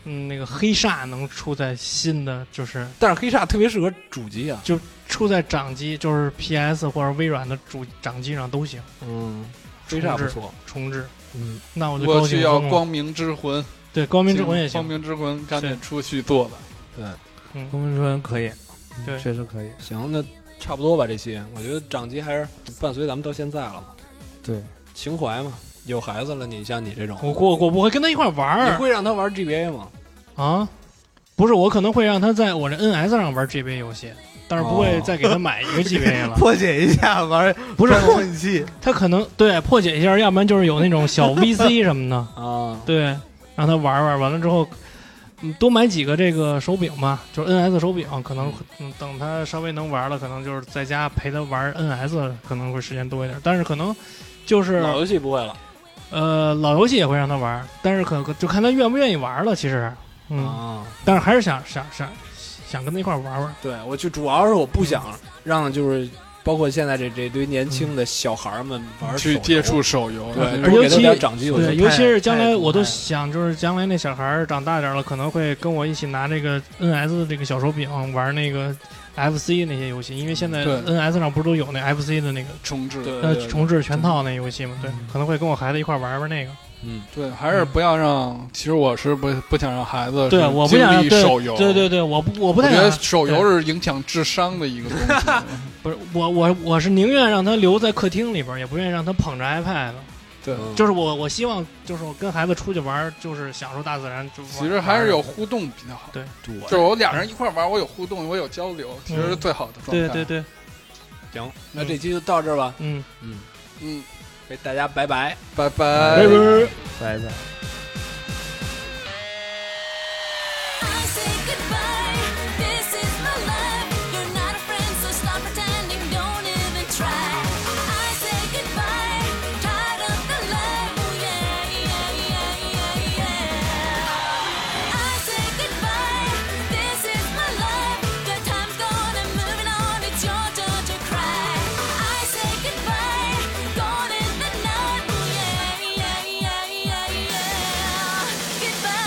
嗯，那个黑煞能出在新的，就是但是黑煞特别适合主机啊，出在掌机，就是 PS 或者微软的主掌机上都行嗯，黑煞重不置错，重置。嗯，那我就啊高我兴去要疯了光明之魂，对光明之魂也光行，嗯明之魂赶紧出续作吧。公民说可以，对确实可以。行，那差不多吧，这期我觉得掌机还是伴随咱们到现在了嘛，对，情怀嘛，有孩子了，你像你这种，我我我不会跟他一块儿玩你儿会让他玩 GBA 吗？啊，不是，我可能会让他在我这 NS 上玩 GB 游戏，但是不会哦再给他买一个 GB 了。破解一下玩儿不是战破模，拟器，他可能对破解一下，要不然就是有那种小 VC 什么的，啊，对，让他玩玩，完了之后。你多买几个这个手柄吧，就是 NS 手柄，可能嗯等他稍微能玩了，可能就是在家陪他玩 NS 可能会时间多一点，但是可能就是老游戏不会了呃老游戏也会让他玩，但是可可就看他愿不愿意玩了，其实嗯，啊。但是还是想想想想跟他一块儿玩玩，对我就主要是我不想让就是包括现在这这堆年轻的小孩儿们玩去手游接，触嗯手游，对，多而给尤他其点掌机游戏对，尤其是将太来，毒我都害了想，就是将来那小孩儿长大点儿了，可能会跟我一起拿这个 NS 的这个小手柄玩那个 FC 那些游戏，因为现在对 NS 上不是都有那 FC 的那个重置。对呃重置嗯全套那游戏嘛？对，可能会跟我孩子一块儿玩玩那个。对，还是不要让。其实我是不不想让孩子对，是我不经想让历对手游，对对对，我不我不我太觉得想，手游是影响智商的一个东西。 不是我我我是宁愿让他留在客厅里边儿，也不愿意让他捧着 iPad 了。对，就是我我希望就是我跟孩子出去玩儿，就是享受大自然。就玩其实还是有互动比较好。对，就是我俩人一块玩，我有互动，我有交流，其实是最好的状态。嗯对对，对，那这期就到这儿吧，嗯。嗯，给大家拜拜。拜拜。拜拜。 I say goodbye. This is my life. You're not a friend, so stop pretending. Don't even try. I say goodbye. Tired of the life. Oh yeah, yeah, yeah, yeah, yeah. I say goodbye. This is my life. Your time's gone and moving on. It's your turn to cry. I say goodbye. Gone in the night. Oh yeah, yeah, yeah, yeah, yeah. Goodbye.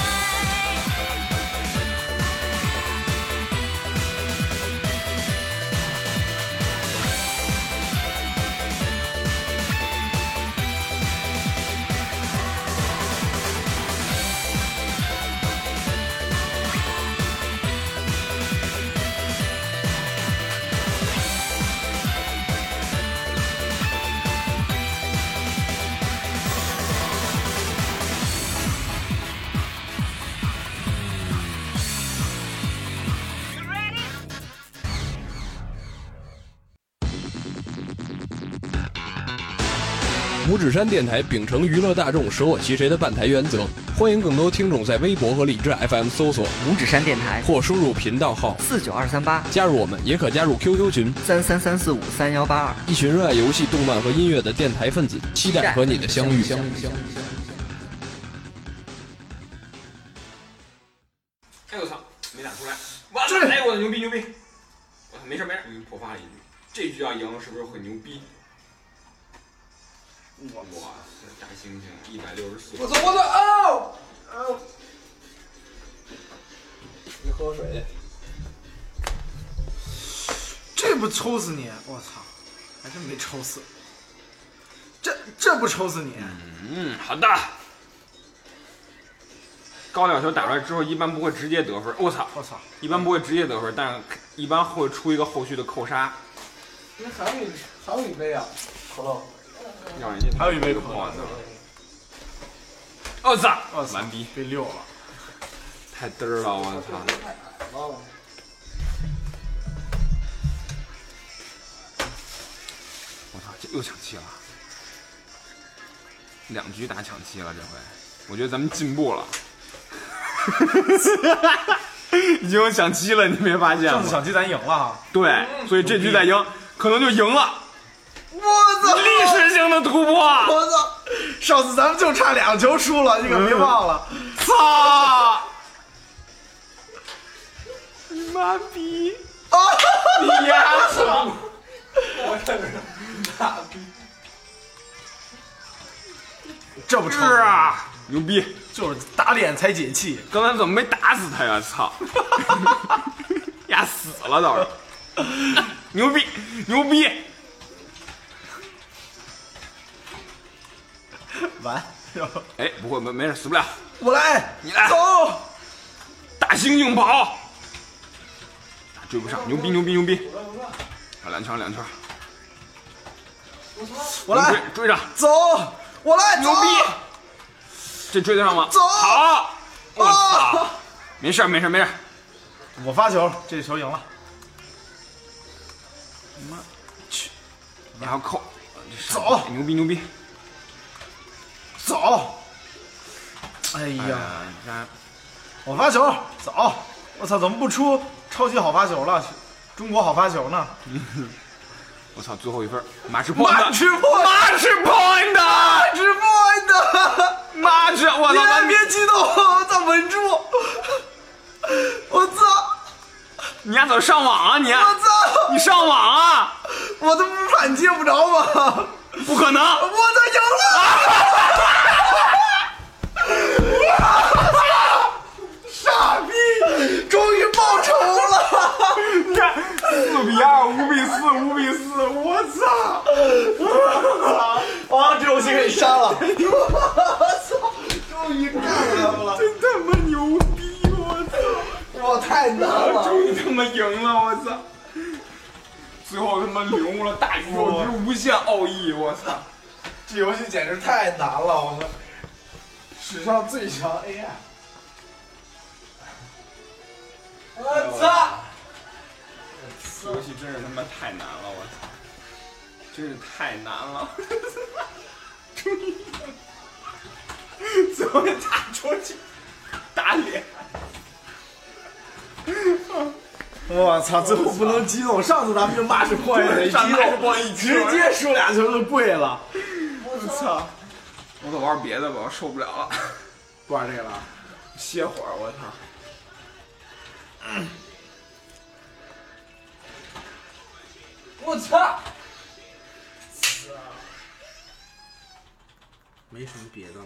拇指山电台秉承娱乐大众，舍我其谁的办台原则，欢迎更多听众在微博和荔枝 FM 搜索拇指山电台或输入频道号四九二三八加入我们，也可加入 QQ 群，三三三四五三幺八二。一群热爱游戏、动漫和音乐的电台分子，期待和你的相遇。哎我操，没打出来！完了，哎我牛逼牛逼！我操，没事没事，我给你破发了一局，这局要赢是不是很牛逼？我我大猩猩一百六十四，我操！我操！哦，你喝水。这不抽死你！我操，还真没抽死。这这不抽死你？嗯，好的。高吊球打出来之后，一般不会直接得分。我操！我操！一般不会直接得分，但是一般会出一个后续的扣杀，那还有一还有一杯啊，可乐。让人家还有一位个朋友 boss。我操！我操完逼，被溜了。太嘚儿了！我操！我操，这又抢七了，两局打抢七了，这回我觉得咱们进 步了。已经有抢七了，你没发现上吗次？小鸡咱赢了哈，对，所以这局再赢，可能就赢了。我操！历史性的突破！我操！上次咱们就差两球输了，你可别忘了。 操！你妈逼！你丫操！这不抽是啊，牛逼！就是打脸才解气。刚才怎么没打死他呀？ 操！丫死了倒是。牛逼，牛逼！完，哎，不会，没没事，死不了。我来，你来，走。大猩猩跑，打追不上，牛逼，牛逼，牛逼！啊，两圈，两圈，我能来，追追上，走，我来，牛逼走！这追得上吗？走好，我操！没事儿，没事儿，没事儿。我发球，这球赢了。然后扣，走牛逼牛逼！走。哎呀，啊，你看，我发球，走！我操，怎么不出超级好发球了？中国好发球呢？我操，最后一分，马吃碰马吃 point，马吃 point，马吃 point， 马吃我操咱你别激动，我操，稳住！我操！你丫怎么上网啊你？我操！你上网啊？我都不是怕你接不着吗？不可能！啊我操，赢了！傻逼，终于报仇了！你看， 四比二，五比四，五比四，我操！王志勇先给杀了！我操，终于干了了！真他妈牛逼！我操！我太难了！终于他妈赢了！我操！最后他妈领悟了大宇宙之无限奥义！我操！这游戏简直太难了！我们史上最强 AI。我操！这游戏真是他妈太难了！我操！真是太难了！ 终于，最后打出去，打脸！我操！最后不能激动，上次咱们就骂是破的，一激上次骂是动破一球直接输俩球就跪了。我操！我得玩别的吧，我受不了了，不玩这个了，歇会儿。我操！我操！没什么别的了。